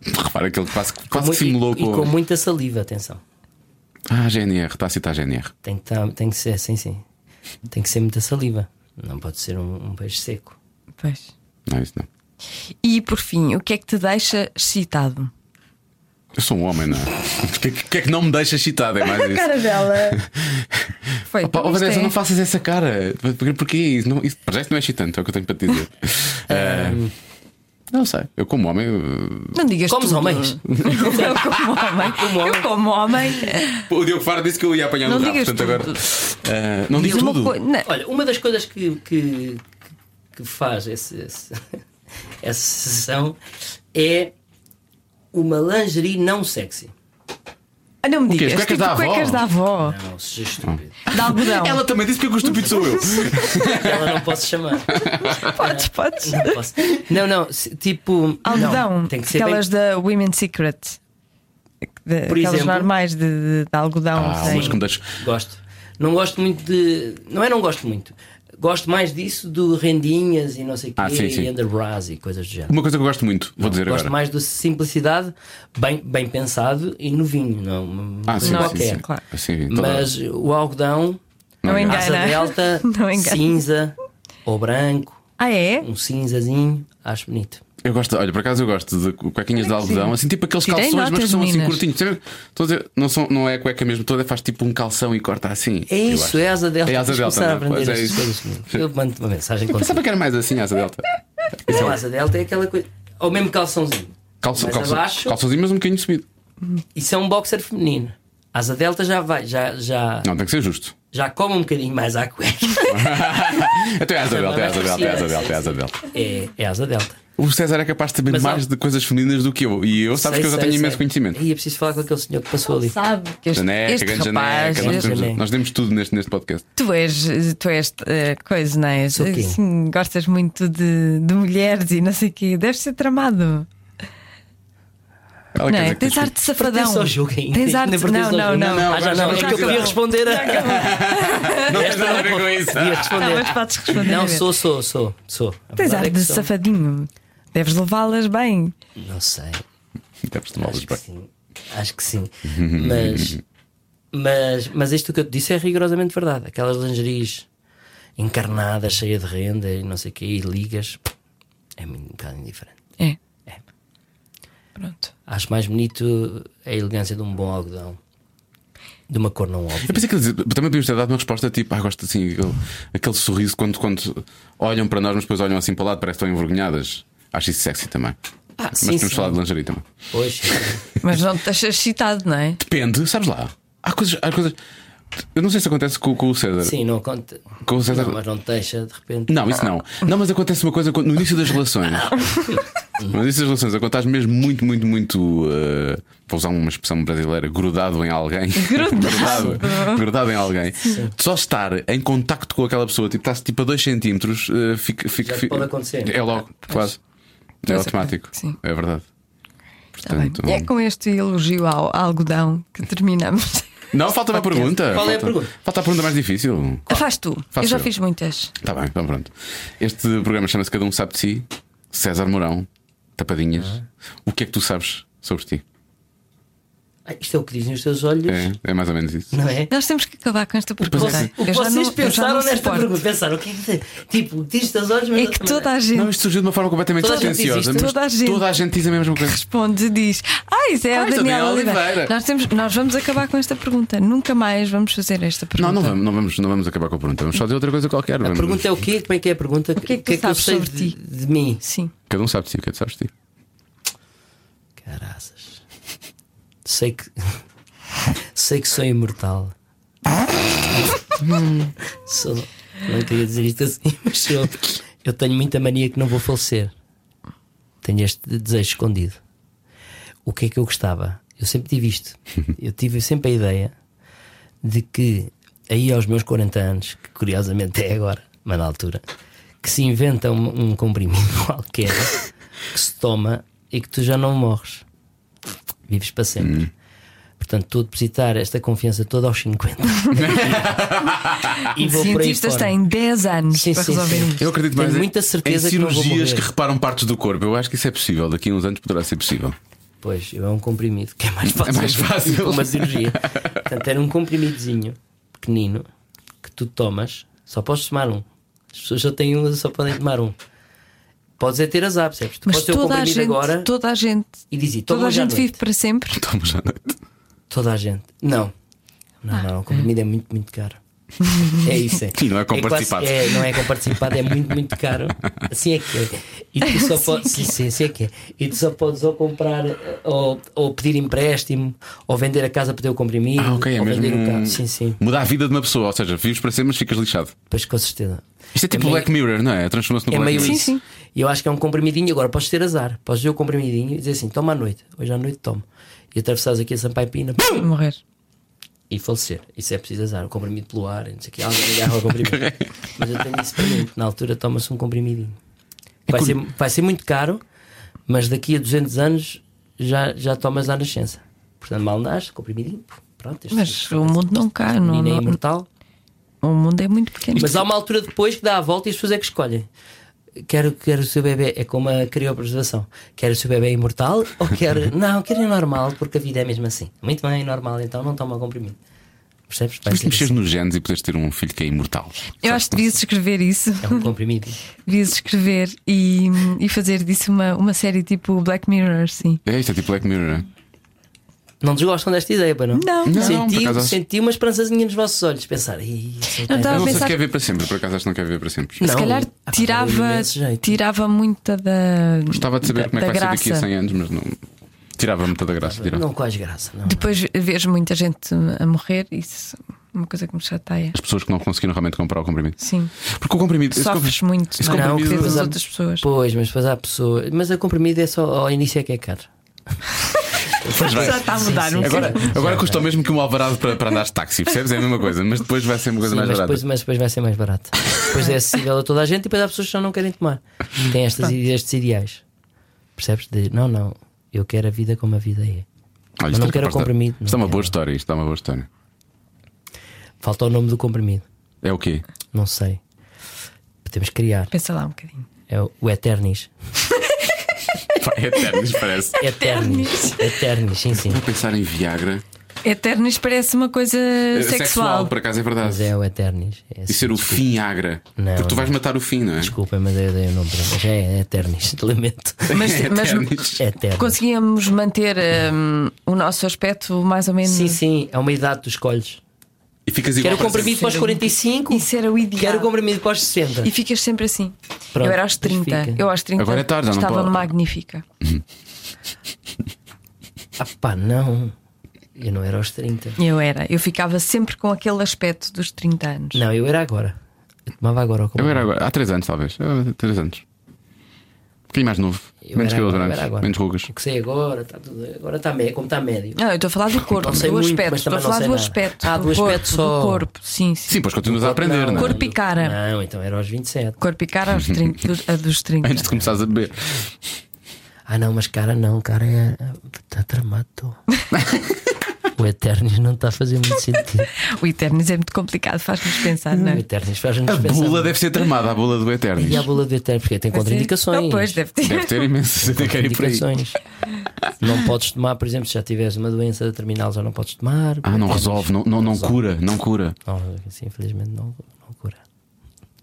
S2: Repara aquele que quase, quase
S4: Mui-
S2: que simulou
S4: e, e com
S2: com.
S4: muita saliva, atenção.
S2: Ah, GNR, está a citar GNR.
S4: Tem que, tá- tem que ser, sim, sim. Tem que ser muita saliva. Não pode ser um, um beijo seco.
S3: Pois.
S2: Não, é isso não.
S3: E por fim, o que é que te deixa excitado?
S2: Eu sou um homem, não é? O que, que é que não me deixa excitado? É mais isso.
S3: dela. Foi.
S2: Opa,
S3: então
S2: oh, Vanessa,
S3: isto é.
S2: não faças essa cara. Porquê? Isso não, isso, para já isto não é excitante, é o que eu tenho para te dizer. Eh, Não sei. Eu, como homem, eh, eu-
S3: Não digas
S4: Comes
S3: tudo.
S4: homens?
S3: Eu como homem.
S4: Como homem.
S3: Eu como homem.
S2: O Diogo Faro disse que eu ia apanhar
S3: Não
S2: no rabo,
S3: digas
S2: portanto
S3: tudo.
S2: agora. Ah, não digo
S3: Diz uma
S2: tudo.
S3: coi- Não.
S4: Olha, uma das coisas que, que, que faz esse, esse- essa sessão é uma lingerie não sexy.
S3: Ah, Não me
S2: quê?
S3: digas.
S2: As cuecas
S3: tipo
S2: da avó?
S3: cuecas da avó.
S4: Não, seja estúpido.
S3: De algodão.
S2: Ela também disse que o estúpido sou eu.
S4: Ela não posso chamar.
S3: Podes, podes.
S4: Não, posso. não, não, se- tipo.
S3: Algodão.
S4: Não, tem que ser bem.
S3: aquelas da Women's Secret. De-
S4: Por
S3: aquelas
S4: exemplo?
S3: normais de, de- de algodão.
S2: Ah,
S3: sem-
S2: mas que me deixo.
S4: Gosto. Não gosto muito de. Não é, não gosto muito. Gosto mais disso do rendinhas e não sei o quê,
S2: Ah, sim, sim.
S4: e underbras e coisas do género.
S2: Uma coisa que eu gosto muito, vou dizer
S4: Gosto
S2: agora.
S4: mais de simplicidade, bem, bem pensado e novinho, não? uma
S2: Ah, sim,
S4: coisa
S2: sim,
S4: qualquer.
S2: sim.
S3: claro.
S2: Sim, então, toda-
S4: é, Mas o algodão,
S3: Não
S2: engana.
S4: asa
S3: engana.
S4: delta,
S3: Não engana.
S4: cinza ou branco,
S3: Ah, é?
S4: um cinzazinho, acho bonito.
S2: Eu gosto, olha, por acaso eu gosto de cuequinhas de algodão, assim tipo aqueles
S3: Tirei
S2: calções, mas que
S3: notas,
S2: são assim
S3: meninas.
S2: curtinhos. Sabe? Estou a dizer, não, são, não é a cueca mesmo toda, faz tipo um calção e corta assim.
S4: É
S2: eu
S4: isso,
S2: acho.
S4: é asa delta.
S2: É asa
S4: Tens de
S2: delta.
S4: começar a
S2: não é? Pois
S4: aprender
S2: é
S4: essas
S2: isso.
S4: coisas comigo. Eu mando uma mensagem com
S2: Pensava que era mais assim, asa delta.
S4: Não, asa delta é aquela coisa. Ou mesmo calçãozinho.
S2: Calção,
S4: Mais
S2: calção,
S4: abaixo.
S2: calçãozinho, mas um bocadinho subido.
S4: Isso é um boxer feminino. Asa delta já vai, já, já,
S2: Não, tem que ser justo.
S4: já come um bocadinho mais à cueca.
S2: Até a asa delta, é a asa delta, é a asa delta, é a asa delta.
S4: É, é asa delta.
S2: O César é capaz de saber
S4: Mas,
S2: mais
S4: ó,
S2: de coisas femininas do que eu. E eu sabes
S4: Sei,
S2: que eu já
S4: sei,
S2: tenho imenso
S4: sei.
S2: conhecimento.
S4: E é preciso falar com aquele senhor que passou ali.
S3: Sabe que este,
S2: Janeca,
S3: este
S2: é grande
S3: rapaz.
S2: janeca. Nós
S4: este-
S2: temos,
S4: janeca.
S2: nós temos tudo neste, neste podcast.
S3: Tu és, tu és eh, coisa, não é?
S4: Sou o quê?
S3: Sim, gostas muito de, de mulheres e não sei o quê. Deves ser tramado.
S2: Ela
S3: não
S2: quer
S4: Né,
S3: é?
S2: dizer que
S3: Tens
S2: tens-
S3: arte de safradão.
S4: Pertence ao jogo ainda.
S3: Tens arte
S4: Ainda pertence
S3: não,
S4: ao
S3: não,
S4: jogo.
S3: não,
S4: Ah, já não,
S3: agora
S4: é que eu
S3: já
S4: queria
S3: não.
S4: responder a.
S2: Não tens nada a ver com isso.
S4: Queria
S3: Ah,
S4: responder.
S3: mas podes responder.
S4: Não, sou, sou, sou. sou. A
S3: Tens
S4: verdade
S3: arte
S4: é que
S3: de
S4: sou.
S3: safadinho. Deves levá-las bem.
S4: Não sei.
S2: Deves tomar
S4: Acho
S2: luz
S4: que
S2: é bem.
S4: sim. Acho que sim. Mas, mas, mas isto que eu te disse é rigorosamente verdade. Aquelas lingeries encarnadas, cheia de renda e não sei o quê, e ligas, é um bocado indiferente.
S3: É.
S4: É.
S3: Pronto.
S4: Acho mais bonito a elegância de um bom algodão. De uma cor não óbvia.
S2: Eu pensei que eles também podíamos ter dado uma resposta tipo, ah, gosto assim, aquele, aquele sorriso quando, quando olham para nós, mas depois olham assim para o lado, parece que estão envergonhadas. Acho isso sexy também.
S4: Ah,
S2: mas
S4: sim,
S2: podemos
S4: sim.
S2: falar de lingerie também.
S4: Pois.
S3: Mas não te achas excitado, não é?
S2: Depende, sabes lá. Há coisas. Há coisas eu não sei se acontece com, com o César.
S4: Sim, não conta.
S2: Com o César.
S4: Não, mas não te deixa de repente.
S2: Não, isso não. Não, mas acontece uma coisa quando- no início das relações. No início das relações, quando estás mesmo muito, muito, muito. eh, vou usar uma expressão brasileira, grudado em alguém. Grudado. grudado, em alguém. Só estar em contacto com aquela pessoa, tipo, estás tipo a 2 centímetros, eh, fica, fica,
S4: Já te
S2: fica-
S4: pode acontecer.
S2: É logo, quase. É
S3: Pois é,
S2: automático.
S3: sim.
S2: É verdade.
S3: Tá bem.
S2: Portanto,
S3: É com este elogio ao algodão que terminamos.
S2: Não, falta uma pergunta.
S4: Qual é a
S2: Falta-
S4: pergunta?
S2: Falta a pergunta mais difícil.
S3: Faz tu.
S2: Faço
S3: eu já
S2: eu.
S3: fiz muitas.
S2: Está bem, então pronto. Este programa chama-se Cada Um Sabe de Si, César Mourão, Tapadinhas. O que é que tu sabes sobre ti?
S4: Ah, isto é o que dizem os teus olhos,
S2: É, é mais ou menos isso.
S4: não é?
S3: Nós temos que acabar com esta pergunta.
S4: Vocês, o que
S3: Eu já
S4: vocês
S3: não- eu já
S4: pensaram
S3: não
S4: nesta
S3: suporto.
S4: pergunta? Pensaram, o que é que. Tipo, diz-te as olhos, mas.
S3: É que toda a gente
S2: Não, isto surgiu de uma forma completamente
S4: Toda a gente
S2: despretensiosa,
S4: diz
S2: mas
S3: isto. Toda a gente.
S2: toda a gente diz a mesma coisa.
S3: responde e diz: Ah, isso é
S2: Ah,
S3: a
S2: isso é
S3: Daniela
S2: Daniela
S3: Oliveira.
S2: Oliveira.
S3: Nós, temos, nós vamos acabar com esta pergunta. Nunca mais vamos fazer esta
S2: Não,
S3: pergunta.
S2: não vamos, não, vamos, não vamos acabar com a pergunta. Vamos só dizer outra coisa qualquer.
S4: A
S2: Vamos-
S4: pergunta é o quê? Como é que é a pergunta? O
S3: que é que tu
S4: eu
S3: sabes
S4: sei
S3: sobre
S4: de,
S3: ti?
S4: de mim?
S3: Sim.
S2: Cada um sabe de si, o que é que tu sabes de ti?
S4: Caraças. Sei que. Sei que sou imortal. sou. Não queria dizer isto assim, mas sou. Eu tenho muita mania que não vou falecer. Tenho este desejo escondido. O que é que eu gostava? Eu sempre tive isto. Eu tive sempre a ideia de que, aí aos meus 40 anos, que curiosamente é agora, mas na altura, que se inventa um, um comprimido qualquer que se toma e que tu já não morres. Vives para sempre.
S2: Hum.
S4: Portanto, estou a depositar esta confiança toda aos 50. e
S3: Os
S4: vou por aí
S3: cientistas
S4: fora.
S3: têm 10 anos
S4: Sim,
S3: para
S4: sim,
S3: resolver
S4: sim.
S3: isto.
S2: Eu acredito
S4: Tenho
S2: mais em-
S4: muita certeza
S2: em
S4: que não vou
S2: cirurgias que
S4: morrer.
S2: reparam partes do corpo. Eu acho que isso é possível. Daqui a uns anos poderá ser possível.
S4: Pois, eu é um comprimido, que é mais fácil.
S2: É mais fácil.
S4: do que Uma cirurgia. Portanto, era um comprimidozinho pequenino que tu tomas, só podes tomar um. As pessoas só têm um, só podem tomar um. Podes é ter azar, percebes? Tu
S3: Mas
S4: podes ter o
S3: toda a,
S4: comprimido
S3: gente,
S4: agora
S3: toda a gente,
S4: e dizer,
S3: toda
S4: toma
S3: a
S4: hoje à
S3: gente
S4: noite.
S3: vive para
S2: Então,
S3: sempre.
S2: Estamos à noite.
S4: Toda a gente. Não. Não, não, o comprimido é muito, muito caro. É isso, é.
S2: Sim, não é com
S4: quase-
S2: participado.
S4: é, não é com participado, é muito, muito caro. Assim é que é. E tu só podes, sim, sim, assim é que é. E tu só podes ou comprar, eh, ou, ou pedir empréstimo, ou vender a casa para ter o comprimido,
S2: Ah, ok, é
S4: ou
S2: mesmo.
S4: vender o
S2: um-
S4: carro. Sim, sim.
S2: Muda a vida de uma pessoa, ou seja, vives para sempre, mas ficas lixado.
S4: Pois com certeza.
S2: Isto é tipo
S4: meio-
S2: Black Mirror, não é? Transforma-se no
S4: É
S2: Black
S4: meio
S2: Mirror.
S4: isso.
S3: Sim, sim.
S4: E eu acho que é um comprimidinho. Agora podes ter azar. Podes ver o comprimidinho e dizer assim: toma à noite. Hoje à noite tomo. E atravessares aqui a Sampaio Pina pum,
S3: Morrer.
S4: e falecer. Isso é preciso azar. O comprimido pelo ar. e Não sei o que. Alguém agarra o comprimido. Mas eu tenho isso para mim. Na altura toma-se um comprimidinho. Vai, ser, vai ser muito caro, mas daqui a 200 anos já, já tomas à nascença. Portanto, mal nasce, comprimidinho. pum, Pronto, este
S3: Mas o mundo não cai, não,
S4: menino é
S3: não-
S4: imortal.
S3: o mundo é muito pequeno.
S4: Mas há uma altura depois que dá a volta e as pessoas é que escolhem. Quero, quero o seu bebê, é como a criopreservação. Quero o seu bebê imortal ou quero. Não, quero é normal, porque a vida é mesmo assim. Muito bem, é normal, então não toma comprimido. Percebes? Vai
S2: Mas
S4: ser
S2: mexes
S4: assim.
S2: nos genes e podes ter um filho que é imortal.
S3: Eu acho que devias escrever isso.
S4: É um comprimido.
S3: Devias escrever e, e fazer disso uma, uma série tipo Black Mirror, sim.
S2: É isto, é tipo Black Mirror.
S4: Não desgostam desta ideia, para não?
S3: Não, não.
S2: por
S4: senti,
S2: acaso-
S4: senti uma esperançazinha nos vossos olhos. Pensar, "Ih, isso
S3: Não
S2: Eu
S4: é
S3: estava
S2: não sei
S3: a
S2: se
S3: pensar.
S2: quer ver para sempre, por acaso acho que não quer ver para sempre.
S4: Não.
S3: Então, Se calhar
S4: Ah, dá
S3: tirava,
S4: imenso jeito.
S3: tirava muita da.
S2: Gostava de saber
S3: da,
S2: como é que
S3: da
S2: vai
S3: graça.
S2: ser daqui a 100 anos, mas não. Tirava me toda a graça.
S4: bem."
S2: Tirava.
S4: Não, quase graça. Não.
S3: Depois vejo muita gente a morrer, isso é uma coisa que me chateia.
S2: As pessoas que não conseguiram realmente comprar o comprimido.
S3: Sim.
S2: Porque o comprimido. esse
S3: Sofres
S2: compri-
S3: muito,
S2: esse
S3: não é?
S2: comprimido-
S3: Vês as
S4: Mas há-
S3: outras pessoas.
S4: Pois, mas depois há pessoas. Mas a comprimido é só. Ao início é que é caro.
S3: Já está a mudar, não é?
S2: Agora, agora
S4: Já, já.
S2: custou mesmo que um alvarado para, para andares de táxi, percebes? É a mesma coisa, mas depois vai ser uma coisa
S4: Sim,
S2: é mais
S4: mas,
S2: barata.
S4: depois, mas depois vai ser mais barato. Depois é acessível a toda a gente e depois há pessoas que já não querem tomar. Tem estas, estes ideais. Percebes? De, não, não, eu quero a vida como a vida é.
S2: Olha,
S4: mas não
S2: é
S4: quero
S2: capaz de-
S4: comprimido, não
S2: Isto é uma
S4: quero.
S2: boa história, isto é uma boa história.
S4: Falta o nome do comprimido.
S2: É o quê?
S4: Não sei. Podemos criar.
S3: Pensa lá um bocadinho.
S4: É o, o Eternis.
S2: É eterno, parece.
S4: Eternis. Eternis, sim, sim.
S2: Vou pensar em Viagra.
S3: Eternis parece uma coisa
S2: É,
S3: sexual.
S2: por acaso é
S4: Mas
S2: verdade.
S4: é o Eternis. É
S2: E
S4: assim.
S2: ser o fim agra.
S4: Não,
S2: Porque tu vais
S4: não.
S2: matar o fim, não é?
S4: Desculpa, mas eu dei o nome para mas É Eternis. Te lamento.
S3: Mas,
S2: É
S3: mas
S2: eternis.
S4: Eternis.
S3: conseguíamos manter hum, o nosso aspecto mais ou menos.
S4: Sim, sim. É uma idade dos escolhes.
S2: E ficas igual.
S4: Quero o comprimido para os 45.
S3: Isso era o ideal.
S4: Quero o comprimido para os 60.
S3: E ficas sempre assim.
S4: Pronto,
S3: eu era aos
S4: mas
S3: 30.
S4: fica.
S3: Eu aos 30
S2: Agora é tarde, já não
S3: estava
S2: pode-
S3: magnífica.
S4: Ah pá, não. Eu não era aos 30.
S3: Eu era. Eu ficava sempre com aquele aspecto dos 30 anos.
S4: Não, eu era agora. Eu tomava agora o
S2: Eu era
S4: comprimido.
S2: agora, há 3 anos, talvez. Há 3 anos. Um bocadinho mais novo.
S4: Eu
S2: menos
S4: era
S2: cabelos
S4: agora, eu
S2: brancos.
S4: era agora.
S2: Menos rugas.
S4: O que sei agora, tá tudo, agora está médio, como está médio.
S3: Não, eu estou a falar do corpo,
S4: Não sei
S3: do
S4: muito,
S3: aspecto.
S4: mas
S3: Estou
S4: também
S3: a
S4: não
S3: falar
S4: sei
S3: do
S4: nada.
S3: aspecto.
S4: Ah, do
S3: corpo,
S4: aspecto só.
S3: Do corpo, sim, sim.
S2: Sim, pois continuas a aprender, não,
S4: Não,
S2: é?
S3: Corpo e cara.
S4: Não, então era aos 27.
S3: Corpo e cara aos 30, dos, a dos 30.
S2: Antes de começares a beber.
S4: Ah não, mas cara não, cara é. Está tramado. tô. o Eternis não está a fazer muito sentido.
S3: O Eternis é muito complicado, faz-nos pensar, não
S4: O
S3: é?
S4: Eternis faz-nos
S2: A
S4: pensar.
S2: bula deve ser tramada, a bula do
S4: E a
S2: Eternis.
S4: bula do Eternis, porque tem contraindicações.
S3: Não, pois, deve ter.
S2: Deve ter imenso. Eu quero ir por aí.
S4: Contraindicações. Não podes tomar, por exemplo, se já tiveres uma doença terminal, já não podes tomar.
S2: Ah, não
S4: Eternis.
S2: resolve, não, não, não
S4: Resolve.
S2: cura, não cura.
S4: Não, assim, infelizmente não, não cura.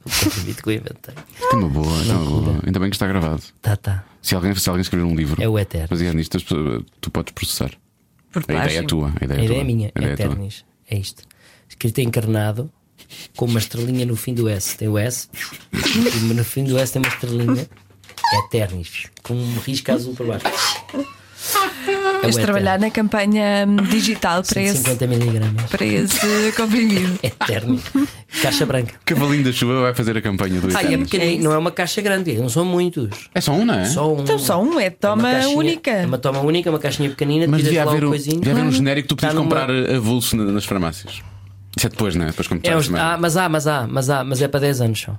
S4: O convite que eu inventei.
S2: Isto é uma boa, isto é uma boa. Ainda bem que está gravado.
S4: Tá, tá.
S2: Se alguém, se alguém escrever um livro
S4: É o Eterno.
S2: baseado nisto, as pessoas- tu podes processar.
S3: Por
S2: A ideia é
S3: plágio.
S2: tua. A ideia,
S4: A ideia
S2: tua.
S4: é minha,
S2: A ideia é tua.
S4: Eternis. É, isto. Escrito encarnado, com uma estrelinha no fim do S. Tem o S, e no fim do S tem uma estrelinha. É Eternis. Com um risco azul por baixo. É o
S3: Vamos
S4: Eterno.
S3: trabalhar na campanha hum, digital para esse,
S4: 150 miligramas.
S3: para esse comprimido.
S4: Eternis. Caixa branca.
S2: Cavalinho da Chuva vai fazer a campanha do
S4: Ah, e é
S2: Eternos.
S4: pequenino, não é uma caixa grande, não são muitos.
S2: É só um, não é?
S4: Só um.
S3: Então só um é de
S4: É uma
S3: toma
S4: caixinha-
S3: única.
S4: É uma toma única, uma caixinha pequenina,
S2: Mas devia
S4: tiras lá
S2: haver,
S4: um
S2: um,
S4: coisinho.
S2: devia haver um genérico que tu
S4: Está
S2: podias
S4: numa-
S2: comprar eh, avulso na- nas farmácias. Isso é depois, não é? Depois quando
S4: É,
S2: estás
S4: os- ah,
S2: também.
S4: mas há, mas há, mas há, mas é para 10 anos só.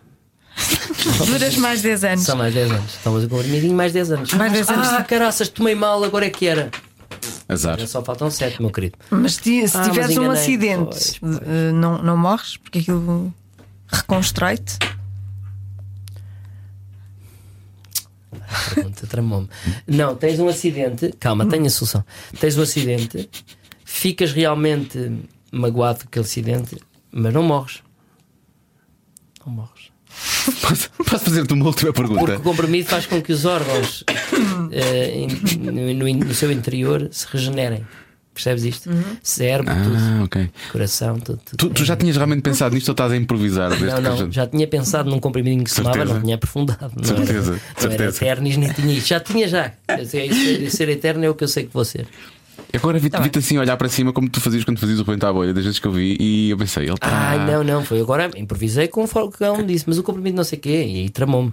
S3: Duras mais 10 anos.
S4: São mais 10 anos. Estão a comprimidinho mais 10 anos.
S3: Mais 10 anos.
S4: Ah, caraças, tomei mal, agora é que era.
S2: Azar.
S4: Já só faltam 7, meu querido.
S3: Mas ti- se
S4: Ah, mas
S3: tiveres um
S4: enganei.
S3: acidente,
S4: Pois, pois.
S3: eh, não, não morres, porque aquilo reconstrói-te.
S4: Pergunta, tramou-me. Não, tens um acidente. Calma, tenho a solução. Tens um acidente, ficas realmente magoado com aquele acidente, mas não morres. Não morres.
S2: Posso, posso fazer-te uma última
S4: Porque
S2: pergunta?
S4: o comprimido faz com que os órgãos eh, in- no, no in- no seu interior se regenerem. Percebes isto? Cérebro, tudo.
S2: Ah, ok.
S4: Coração, tudo. tudo.
S2: Tu, tu já tinhas realmente pensado nisto ou estás a improvisar? desde
S4: Não,
S2: que
S4: não, já tinha pensado num comprimidinho que se tomava,
S2: Certeza.
S4: não tinha aprofundado. Não
S2: Certeza,
S4: era, não era
S2: certeza.
S4: eternis, nem tinha isto. Já tinha já. Quer dizer, Ser, ser eterno é o que eu sei que vou ser.
S2: Eu agora
S4: Tá
S2: vi-te vi-te assim olhar para cima como tu fazias quando fazias o rebentar à bolha, das vezes que eu vi, e eu pensei, ele está.
S4: Ai, não, não, foi agora. Improvisei com o Falcão, disse, mas o comprimido não sei o quê, e aí tramou-me.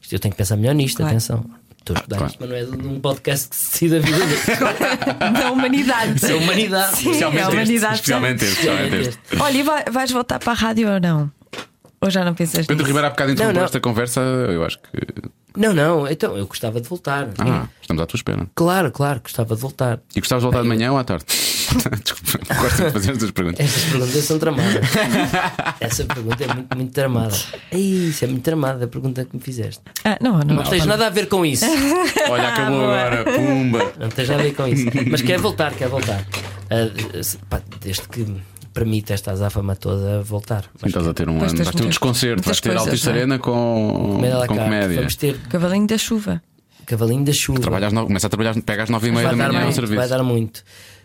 S4: Isto eu tenho que pensar melhor nisto,
S7: Claro.
S4: atenção. Estou a estudar
S2: claro.
S4: isto, mas não é de um podcast que se decide a vida dele.
S7: da humanidade.
S4: Da humanidade.
S7: Sim,
S2: Especialmente
S7: é a
S2: este,
S7: humanidade.
S2: Especialmente este. Especialmente este.
S7: Olha, e vai- vais voltar para a rádio ou não? Ou já não pensas
S2: Pedro
S7: nisso?
S2: Ribeiro, há bocado interrompeu
S4: não.
S2: esta conversa, eu acho que.
S4: Não, não, então eu gostava de voltar.
S2: Ah, estamos à tua espera.
S4: Claro, claro, gostava de voltar.
S2: E gostavas de voltar de manhã ou à tarde? Desculpa, gosto de fazer estas perguntas.
S4: Estas perguntas são tramadas. Essa pergunta é muito, muito tramada. Ei, Isso é muito tramada a pergunta que me fizeste.
S7: Ah, não, não.
S4: Não, tens nada a ver com isso.
S7: É.
S2: Olha, acabou agora, pumba.
S4: Não tens nada a ver com isso. Mas quer voltar, quer voltar. Ah, se- pá, desde que permita esta azáfama toda voltar.
S2: Sim, Estás a ter um
S7: Pois tens
S2: ano, vais ter um
S7: muitas-
S2: desconcerto, vais
S7: muitas
S2: ter Altice
S7: coisas, não é?
S2: Arena com,
S4: Comédia à la
S2: com
S4: carte.
S2: comédia.
S4: Vamos ter
S7: Cavalinho da chuva.
S4: cavalinho da chuva.
S2: Trabalhas, no- começa a trabalhar, pega às nove e meia
S4: vai
S2: da
S4: dar
S2: manhã ao
S4: muito,
S2: serviço.
S4: vai dar muito.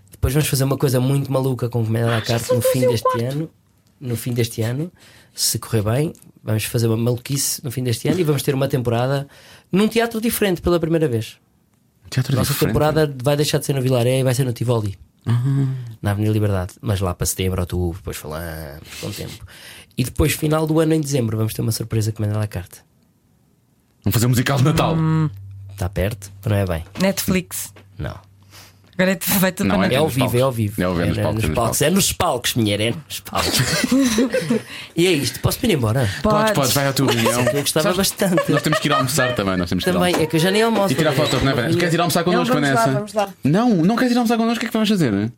S4: Depois vamos fazer uma coisa muito maluca com comédia à la carte no fim deste ano. No fim deste ano, se correr bem, vamos fazer uma maluquice no fim deste ano e vamos ter uma temporada num teatro diferente pela primeira vez.
S2: Teatro
S4: Nossa
S2: diferente. Ah.
S4: temporada vai deixar de ser no Vilaré e vai ser no Tivoli. Na Avenida Liberdade, mas lá para setembro, outubro, depois falamos com tempo. E depois, final do ano, em dezembro, vamos ter uma surpresa com a carta.
S2: Vamos fazer um musical de Natal.
S7: Hum,
S4: Está perto? Não é bem?
S7: Netflix.
S4: Não.
S7: Agora é- vai tudo
S2: Não,
S7: para
S2: é-
S7: Netflix.
S4: É ao
S2: nos
S4: vivo,
S2: palcos.
S4: é ao vivo.
S2: É ao vivo, nos palcos, é nos palcos.
S4: É nos palcos, mulher, é nos palcos. e é isto, posso ir embora?
S2: Podes, podes, vai à tua reunião.
S4: Eu gostava bastante.
S2: Nós temos que ir almoçar também, nós temos que ir
S4: Também,
S2: almoçar.
S4: é que eu já nem almoço.
S2: E tirar fotos, não é, Vanessa? Queres ir almoçar connosco,
S7: vamos lá,
S2: Vanessa?
S7: vamos lá.
S2: Não, não queres ir almoçar connosco, o que é que vais fazer?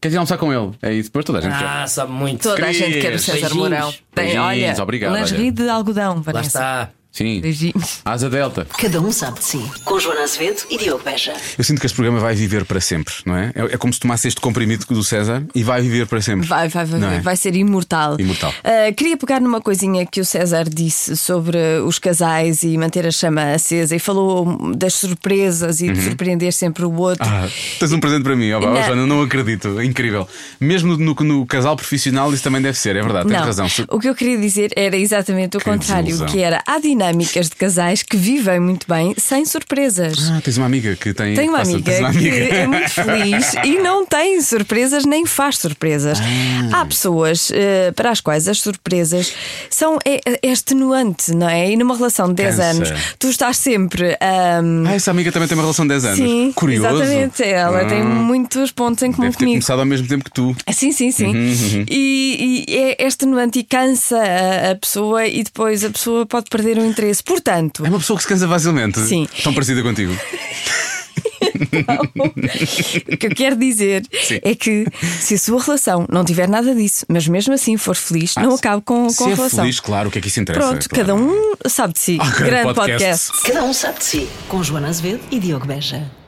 S2: Queres ir almoçar com ele? É isso, depois toda a gente quer.
S4: Ah, sabe muito.
S7: Toda a gente quer o
S2: Beijinhos,
S7: César Mourão. Tem,
S2: beijinhos,
S7: olha,
S2: obrigado,
S7: lingerie
S2: olha.
S7: de algodão,
S4: Lá
S7: Vanessa.
S4: está.
S2: Sim.
S7: Beijinhos.
S2: Asa Delta.
S1: Cada um sabe de si. Com Joana Azevedo e Diogo Beja.
S8: Eu sinto que este programa vai viver para sempre, não é? É, é como se tomasse este comprimido do César e vai viver para sempre.
S3: Vai, vai, vai,
S8: Não
S3: vai,
S8: é?
S3: vai ser imortal.
S8: Imortal.
S3: Ah, queria pegar numa coisinha que o César disse sobre os casais e manter a chama acesa e falou das surpresas e de surpreender sempre o outro.
S8: Uhum. Ah, tens um presente para mim, ó,
S3: Não.
S8: não. Joana, não acredito, é incrível. Mesmo no, no casal profissional, isso também deve ser, é verdade, tens
S3: Não.
S8: razão. Se-
S3: O que eu queria dizer era exatamente o
S8: Que
S3: contrário,
S8: desilusão.
S3: que era há dinâmicas de casais que vivem muito bem sem surpresas.
S8: Ah, tens uma amiga que tem.
S3: Tenho uma
S8: passa-
S3: amiga
S8: tens uma
S3: que
S8: amiga.
S3: é muito feliz e não tem surpresas nem faz surpresas.
S8: Ah.
S3: Há pessoas eh, para as quais as surpresas são é, é extenuante, não é? E numa relação de 10
S8: Cansa.
S3: anos, tu estás sempre. ahm,
S8: Ah, essa amiga também tem uma relação de 10 anos.
S3: sim,
S8: Curioso.
S3: exatamente. Ela
S8: Ah,
S3: tem muitos pontos em comum
S8: Deve Uhum, ter
S3: comigo.
S8: começado ao mesmo tempo que tu.
S3: Sim, sim, sim. E, e é extenuante e cansa a, a pessoa, e depois a pessoa pode perder o interesse. Portanto,
S8: É uma pessoa que se cansa facilmente.
S3: Sim.
S8: Tão parecida contigo.
S3: O que eu quero dizer é que se a sua relação não tiver nada disso, mas mesmo assim for feliz, não acabe com,
S8: Ah, Se
S3: com a
S8: é
S3: relação.
S8: feliz, claro, o que é que isso interessa?
S3: Pronto,
S8: Claro.
S3: cada um sabe de si.
S8: Ah,
S3: Grande podcast.
S1: Cada um sabe de si. Com Joana Azevedo e Diogo Beja.